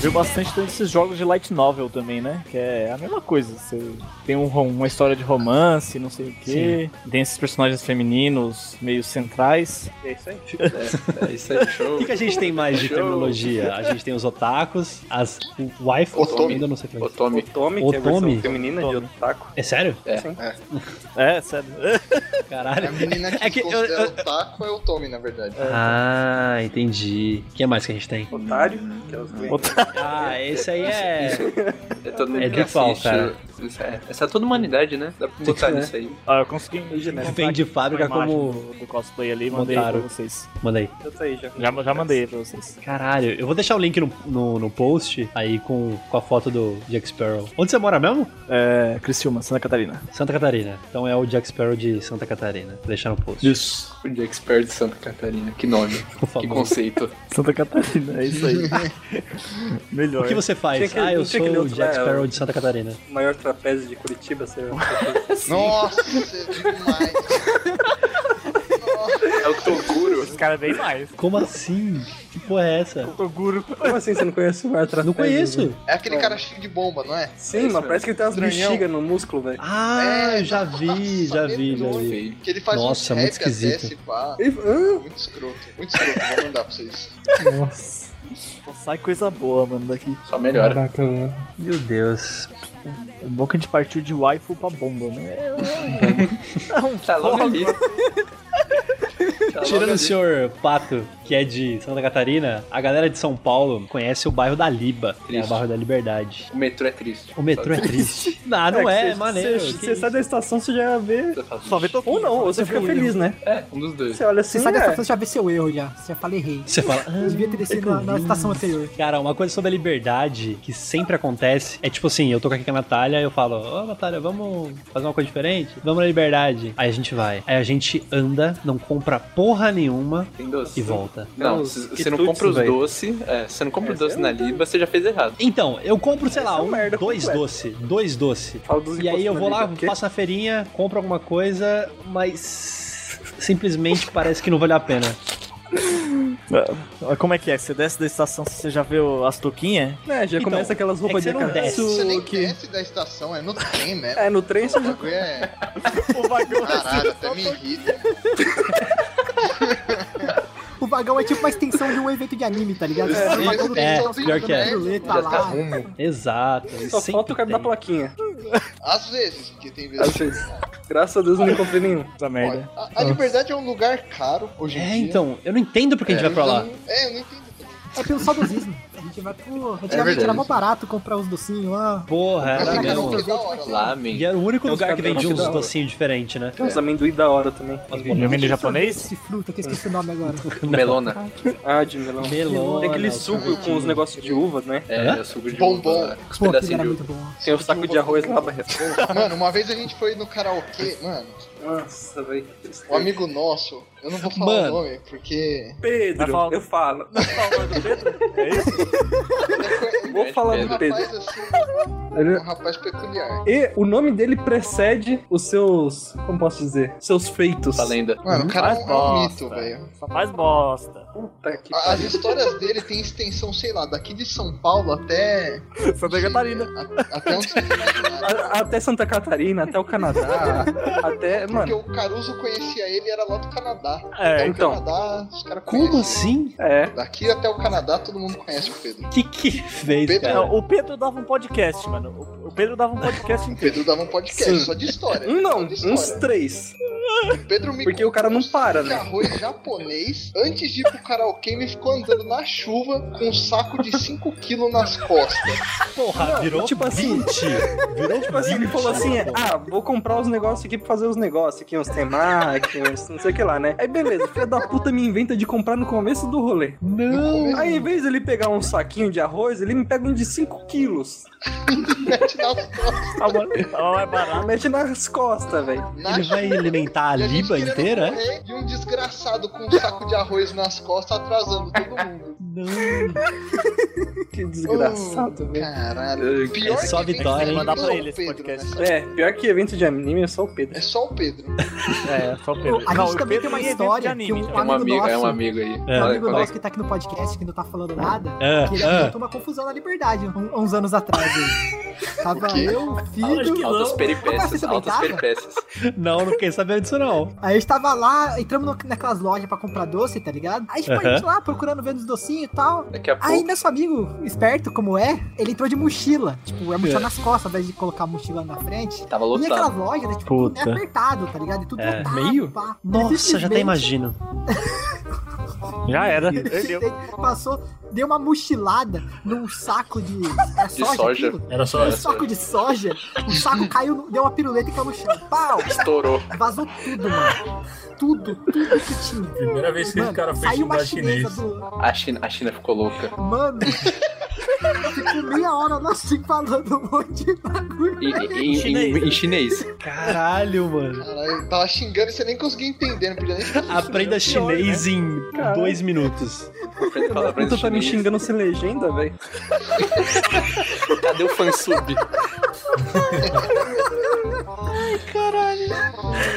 Speaker 2: Viu bastante desses jogos de light novel também, né? Que é a mesma coisa. Você tem um rom- uma história de romance, não sei o quê. Tem esses personagens femininos meio centrais.
Speaker 12: É isso aí.
Speaker 9: É, é isso aí, show.
Speaker 1: O que, que a gente tem mais de
Speaker 9: Show.
Speaker 1: terminologia? A gente tem os otakus, as wife,
Speaker 9: Otome.
Speaker 1: ainda não sei o que é.
Speaker 9: Otome.
Speaker 12: Otome, que é a versão feminina de otaku.
Speaker 1: É sério?
Speaker 9: É.
Speaker 2: É, sério.
Speaker 1: Caralho.
Speaker 6: A menina que,
Speaker 1: É que eu-
Speaker 6: considera
Speaker 1: eu-
Speaker 6: o taco é o Tommy, na verdade.
Speaker 1: Ah, entendi. O que mais que a gente tem?
Speaker 12: Otário, que é os
Speaker 1: Ah, esse aí é.
Speaker 9: É todo mundo
Speaker 1: É
Speaker 9: que
Speaker 1: Drupal,
Speaker 9: assiste.
Speaker 1: cara.
Speaker 9: Isso é- Essa é toda humanidade, né? Dá pra botar
Speaker 1: Sim, né?
Speaker 9: nisso aí.
Speaker 2: Ah, eu consegui.
Speaker 1: Vem de fábrica
Speaker 2: uma imagem
Speaker 1: como-
Speaker 2: Do, do cosplay ali, mandei
Speaker 1: Montaram.
Speaker 2: pra vocês.
Speaker 1: Manda aí.
Speaker 12: Eu tô aí já.
Speaker 2: Já, já mandei pra vocês.
Speaker 1: Caralho, eu vou deixar o link no, no, no post aí com, com a foto do Jack Sparrow. Onde você mora mesmo?
Speaker 2: É. Criciúma, Santa Catarina.
Speaker 1: Santa Catarina. Então é o Jack Sparrow de Santa Catarina. Vou deixar no post.
Speaker 9: Isso. O Jack Sparrow de Santa Catarina. Que nome. que conceito.
Speaker 2: Santa Catarina, é isso aí. Melhor.
Speaker 1: O que você faz?
Speaker 12: Tinha que-
Speaker 1: ah, eu
Speaker 12: não tinha
Speaker 1: sou
Speaker 12: que ler
Speaker 1: o
Speaker 12: outro
Speaker 1: Jack
Speaker 12: lá,
Speaker 1: Sparrow
Speaker 12: o-
Speaker 1: de Santa Catarina.
Speaker 12: O maior trapézio de Curitiba, você
Speaker 1: Assim.
Speaker 6: Nossa, é demais.
Speaker 9: É o Toguro.
Speaker 2: Os caras bem mais.
Speaker 1: Como assim? Que porra é essa?
Speaker 2: Toguro.
Speaker 8: Como assim você não conhece o Arthur?
Speaker 1: Não conheço.
Speaker 6: É aquele cara cheio de bomba, não é?
Speaker 8: Sim, mas parece que ele tem umas
Speaker 6: Estranhão.
Speaker 8: bexigas no músculo, velho.
Speaker 1: Ah, eu já vi, já vi, já vi.
Speaker 9: Feio.
Speaker 6: Que ele faz
Speaker 1: Nossa,
Speaker 6: uns
Speaker 1: muito
Speaker 6: rap até
Speaker 1: esquisito.
Speaker 6: se pá.
Speaker 8: Ele- hã?
Speaker 6: Muito escroto, muito escroto. Vou mandar pra vocês.
Speaker 8: Nossa,
Speaker 2: Só sai coisa boa, mano, daqui.
Speaker 9: Só melhora.
Speaker 8: caraca, mano.
Speaker 1: Meu Deus.
Speaker 2: É bom que a gente partiu de waifu pra bomba, né?
Speaker 9: Tá logo ali. Tá logo
Speaker 1: Tirando
Speaker 9: ali.
Speaker 1: o senhor Pato, que é de Santa Catarina, a galera de São Paulo conhece o bairro da Liba, que é o
Speaker 9: Triste.
Speaker 1: bairro da Liberdade.
Speaker 9: O metrô é triste.
Speaker 1: O metrô é triste. Não, não é, é maneiro. que
Speaker 8: Você
Speaker 1: isso.
Speaker 8: sai da estação, você já vê.
Speaker 9: Só vê
Speaker 8: Ou não, ou você fica feliz, né?
Speaker 9: É, um dos dois.
Speaker 8: Você olha assim,
Speaker 5: Você sai da
Speaker 8: é.
Speaker 5: estação, já vê seu erro já. Você já fala errei.
Speaker 1: Você fala. "Ah,
Speaker 5: Eu devia ter descido na, na estação anterior.
Speaker 1: Cara, uma coisa sobre a liberdade que sempre acontece é tipo assim, eu tô aqui com a Natália, eu falo, ô Natália, vamos fazer uma coisa diferente? Vamos na liberdade. Aí a gente vai. Aí a gente anda, não compra porra nenhuma
Speaker 9: Tem doce.
Speaker 1: e volta.
Speaker 9: Não,
Speaker 8: Não,
Speaker 9: se-
Speaker 8: os
Speaker 9: você não
Speaker 8: quitutes,
Speaker 9: compra os
Speaker 8: velho.
Speaker 9: doces, é, você não compra o doce na Liba, você já fez errado.
Speaker 1: Então, eu compro, sei lá,
Speaker 8: é uma
Speaker 1: um,
Speaker 8: merda
Speaker 1: dois
Speaker 8: completa.
Speaker 1: doce, dois doce.
Speaker 8: Fala dos
Speaker 1: E aí
Speaker 8: impostos
Speaker 1: eu
Speaker 8: na
Speaker 1: vou lá,
Speaker 8: vida, o quê?
Speaker 1: faço a feirinha, compro alguma coisa, mas simplesmente parece que não vale a pena.
Speaker 2: Olha Como é que é? Você desce da estação, você já vê o- as touquinhas?
Speaker 8: É, já
Speaker 1: Então,
Speaker 8: começa aquelas
Speaker 1: é que
Speaker 8: roupas
Speaker 1: você
Speaker 8: de
Speaker 1: não desce.
Speaker 6: Você nem
Speaker 8: acaso que...
Speaker 6: desce da estação, é no trem mesmo.
Speaker 8: É, no trem você
Speaker 6: O
Speaker 8: já...
Speaker 6: bagulho é.
Speaker 2: O vagão
Speaker 6: Caralho, até me irrita.
Speaker 5: O vagão é tipo uma extensão de um evento de anime, tá ligado?
Speaker 6: É,
Speaker 5: o vagão do
Speaker 1: é,
Speaker 5: trem,
Speaker 1: pior que é.
Speaker 5: piruleta
Speaker 6: Já
Speaker 5: lá.
Speaker 6: tá
Speaker 1: Exato.
Speaker 8: Só
Speaker 1: sempre
Speaker 8: falta o cara da
Speaker 1: tem.
Speaker 8: plaquinha.
Speaker 6: Às vezes, porque tem vezes.
Speaker 8: Às vezes. Graças a Deus eu não encontrei nenhum.
Speaker 2: da merda.
Speaker 6: A, a liberdade é um lugar caro hoje em
Speaker 1: É,
Speaker 6: dia.
Speaker 1: então, eu não entendo porque a gente vai pra lá.
Speaker 6: É, eu não entendo.
Speaker 5: É pelo saudosismo. A gente vai pro. Antigamente
Speaker 9: É verdade.
Speaker 5: era mó barato comprar uns docinhos lá.
Speaker 1: Porra,
Speaker 6: Mas
Speaker 1: era
Speaker 6: tem
Speaker 1: mesmo.
Speaker 6: karaokê é da hora lá.
Speaker 1: E é
Speaker 9: Lamen.
Speaker 1: era o único
Speaker 8: um Tem uns
Speaker 1: lugar que
Speaker 8: cabelos
Speaker 1: vendia uns
Speaker 8: da hora.
Speaker 1: docinhos diferentes, né?
Speaker 5: Tem uns amendoim da hora também.
Speaker 2: Amendoim japonês?
Speaker 5: Esse fruta, que eu esqueci o nome agora.
Speaker 1: um
Speaker 9: Melona.
Speaker 8: Ah, de melão.
Speaker 1: Melona.
Speaker 8: Tem aquele suco com os negócios de uva, né?
Speaker 9: É, é suco de
Speaker 6: Bombom.
Speaker 9: uva, com Os
Speaker 5: Pô, aquilo
Speaker 9: pedacinhos
Speaker 5: era
Speaker 9: de uva.
Speaker 5: muito bom.
Speaker 8: Tem o saco de arroz lá, barreto.
Speaker 6: Mano, uma vez a gente foi no karaokê, mano,
Speaker 8: Nossa, velho.
Speaker 6: um amigo nosso, eu não vou falar
Speaker 1: É. Mano.
Speaker 6: o nome, porque.
Speaker 2: Vai
Speaker 8: Pedro,
Speaker 2: falar-
Speaker 8: eu falo. Vou falar
Speaker 6: Um
Speaker 8: do é Pedro.
Speaker 6: rapaz assim, um rapaz peculiar.
Speaker 8: E o nome dele precede os seus. Como posso dizer? Seus feitos.
Speaker 9: Essa lenda.
Speaker 6: Mano, o cara é um, é um
Speaker 2: bosta.
Speaker 6: mito, velho.
Speaker 2: Só faz bosta.
Speaker 8: Puta que
Speaker 6: A- As histórias dele tem extensão, sei lá, daqui de São Paulo até.
Speaker 2: Santa Catarina.
Speaker 6: a- Até onde você imaginar.
Speaker 8: A- até Santa Catarina, até o
Speaker 1: Ah,
Speaker 8: Canadá, até.
Speaker 6: Porque
Speaker 8: Mano,
Speaker 6: o Caruso conhecia ele era lá do Canadá.
Speaker 2: É,
Speaker 6: Até o
Speaker 8: então.
Speaker 6: Canadá, os caras
Speaker 1: Como assim?
Speaker 6: conhecem.
Speaker 8: é.
Speaker 6: Daqui até o Canadá todo mundo conhece o Pedro.
Speaker 1: O que que ele fez,
Speaker 6: Pedro-
Speaker 1: cara?
Speaker 2: Não, É, o Pedro dava um podcast, mano. O- O Pedro dava um podcast
Speaker 6: O Pedro dava um podcast
Speaker 8: Sim.
Speaker 6: só de história.
Speaker 8: Um não,
Speaker 6: só de
Speaker 8: uns
Speaker 6: história.
Speaker 8: três.
Speaker 6: O Pedro me
Speaker 8: Porque o cara não para,
Speaker 6: de
Speaker 8: né?
Speaker 6: arroz japonês, antes de ir pro karaokê, ele ficou andando na chuva com um saco de 5kg nas costas.
Speaker 1: Porra, virou
Speaker 8: tipo assim-
Speaker 1: 20. Virou
Speaker 8: Tipo assim, ele
Speaker 1: 20,
Speaker 8: falou assim:
Speaker 1: pô.
Speaker 8: ah, vou comprar os negócios aqui pra fazer os negócios aqui, uns temaki, uns não sei o que lá, né? Aí beleza, filha da puta me inventa de comprar no começo do rolê.
Speaker 1: Não.
Speaker 8: Aí em vez de ele pegar um saquinho de arroz, ele me pega um de 5 quilos.
Speaker 6: Mete nas costas.
Speaker 2: Ah, mano, ah, é barato.
Speaker 8: Mete nas costas, velho.
Speaker 6: Na
Speaker 1: Ele vai
Speaker 6: chuva.
Speaker 1: alimentar a
Speaker 6: E gente
Speaker 1: liba
Speaker 6: querendo
Speaker 1: inteira? é?
Speaker 6: correr, E um desgraçado com um saco de arroz nas costas atrasando todo mundo.
Speaker 1: não.
Speaker 8: Que desgraçado, velho.
Speaker 6: Caralho.
Speaker 8: Pior
Speaker 6: que evento de anime é só o Pedro, né?
Speaker 8: É, pior que evento de anime é só o Pedro. É
Speaker 6: só o Pedro.
Speaker 2: É, só o
Speaker 5: A gente também tem uma história que um,
Speaker 9: É um
Speaker 5: amigo
Speaker 9: amigo,
Speaker 5: nosso,
Speaker 9: é um amigo aí.
Speaker 5: um
Speaker 9: Fala aí,
Speaker 5: amigo
Speaker 9: fala aí.
Speaker 5: nosso que tá aqui no podcast, que não tá falando nada,
Speaker 1: Ah,
Speaker 9: É,
Speaker 5: que ele
Speaker 9: é.
Speaker 5: apresentou uma confusão na liberdade um- uns anos atrás. aí. Tava eu, o Fido...
Speaker 9: Altas
Speaker 5: Você
Speaker 9: peripécias,
Speaker 5: também
Speaker 9: altas
Speaker 5: tava?
Speaker 9: peripécias.
Speaker 1: Não, não fiquei sabendo disso não.
Speaker 5: Aí a gente tava lá, entramos no- naquelas lojas pra comprar doce, tá ligado? Aí a gente
Speaker 1: Aham.
Speaker 5: foi lá procurando vendo os docinhos e tal.
Speaker 9: Daqui a
Speaker 5: Aí
Speaker 9: pouco-
Speaker 5: nosso amigo, esperto como é, ele entrou de mochila. Tipo, é mochila
Speaker 9: É.
Speaker 5: nas costas, ao invés de colocar a mochila na frente.
Speaker 9: Tava
Speaker 5: E
Speaker 9: lotado.
Speaker 5: aquelas lojas, né, tipo, tudo é
Speaker 1: Puta.
Speaker 5: apertado, tá ligado? E tudo
Speaker 1: É.
Speaker 5: lotado,
Speaker 1: Meio?
Speaker 5: pá. Ele
Speaker 1: Nossa, já até
Speaker 5: simplesmente-
Speaker 1: imagino. Já era.
Speaker 5: É,
Speaker 1: Perdeu.
Speaker 5: Passou, deu uma mochilada num saco de. Era soja?
Speaker 9: soja.
Speaker 5: aquilo?
Speaker 9: Era soja.
Speaker 5: Um saco de soja. O saco caiu, no- deu uma piruleta e caiu no chão. Pau!
Speaker 9: Estourou.
Speaker 5: Vazou tudo, mano. Tudo, tudo que tinha.
Speaker 13: Primeira vez que
Speaker 5: Mano,
Speaker 13: esse cara fez
Speaker 5: saiu uma
Speaker 13: cidade
Speaker 5: chinesa
Speaker 13: chinês.
Speaker 5: do.
Speaker 9: A China, a China ficou louca.
Speaker 5: Mano, ficou meia hora nós te falando um monte de bagulho.
Speaker 9: E- e- Em, em- em chinês.
Speaker 1: Caralho, mano.
Speaker 6: Caralho, tava xingando e você nem conseguia entender, não podia nem
Speaker 1: é
Speaker 6: falar.
Speaker 1: Aprenda
Speaker 8: é né?
Speaker 1: chinês em
Speaker 6: Caralho.
Speaker 1: dois minutos.
Speaker 9: Fala pra
Speaker 8: Puta,
Speaker 9: esse
Speaker 8: tá me
Speaker 9: chinês.
Speaker 8: xingando sem legenda, velho.
Speaker 9: Cadê o fansub?
Speaker 14: Ai, caralho.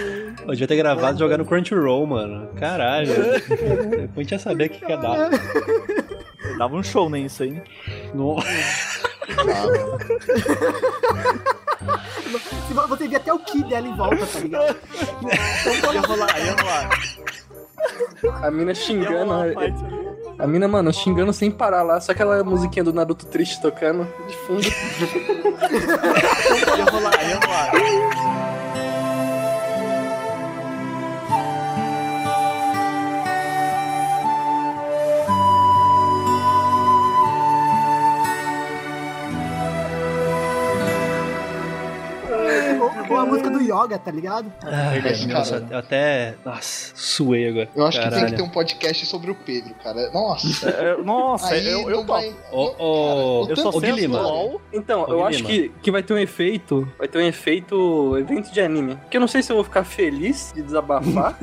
Speaker 1: Eu devia ter gravado e jogar no Crunchyroll, mano. Caralho. Eu tinha saber o que que ia dar.
Speaker 2: Dava um show nem isso aí.
Speaker 5: Se vo- Tipo, Você via até o Kid dela em volta, tá ligado? Então, ia rolar, ia rolar.
Speaker 8: A mina xingando. é, A mina, mano, xingando sem parar lá. Só aquela musiquinha do Naruto triste tocando de fundo.
Speaker 13: É.
Speaker 5: Ou, ou a música do Yoga, tá ligado?
Speaker 1: Ai,
Speaker 6: Mas,
Speaker 1: nossa,
Speaker 6: cara-
Speaker 1: eu até. Nossa, suei agora.
Speaker 6: Eu acho que tem
Speaker 1: Caralho.
Speaker 6: que ter um podcast sobre o Pedro, cara. Nossa.
Speaker 2: É, nossa,
Speaker 6: Aí
Speaker 2: eu- eu
Speaker 6: não vai-
Speaker 1: Ô, ô,
Speaker 6: eu só
Speaker 1: ô,
Speaker 6: sei as
Speaker 1: Guilherme.
Speaker 6: LOL.
Speaker 8: Então,
Speaker 1: Ô,
Speaker 8: eu
Speaker 1: Guilherme.
Speaker 8: acho que, que vai ter um efeito. Vai ter um efeito evento de anime. Porque eu não sei se eu vou ficar feliz de desabafar.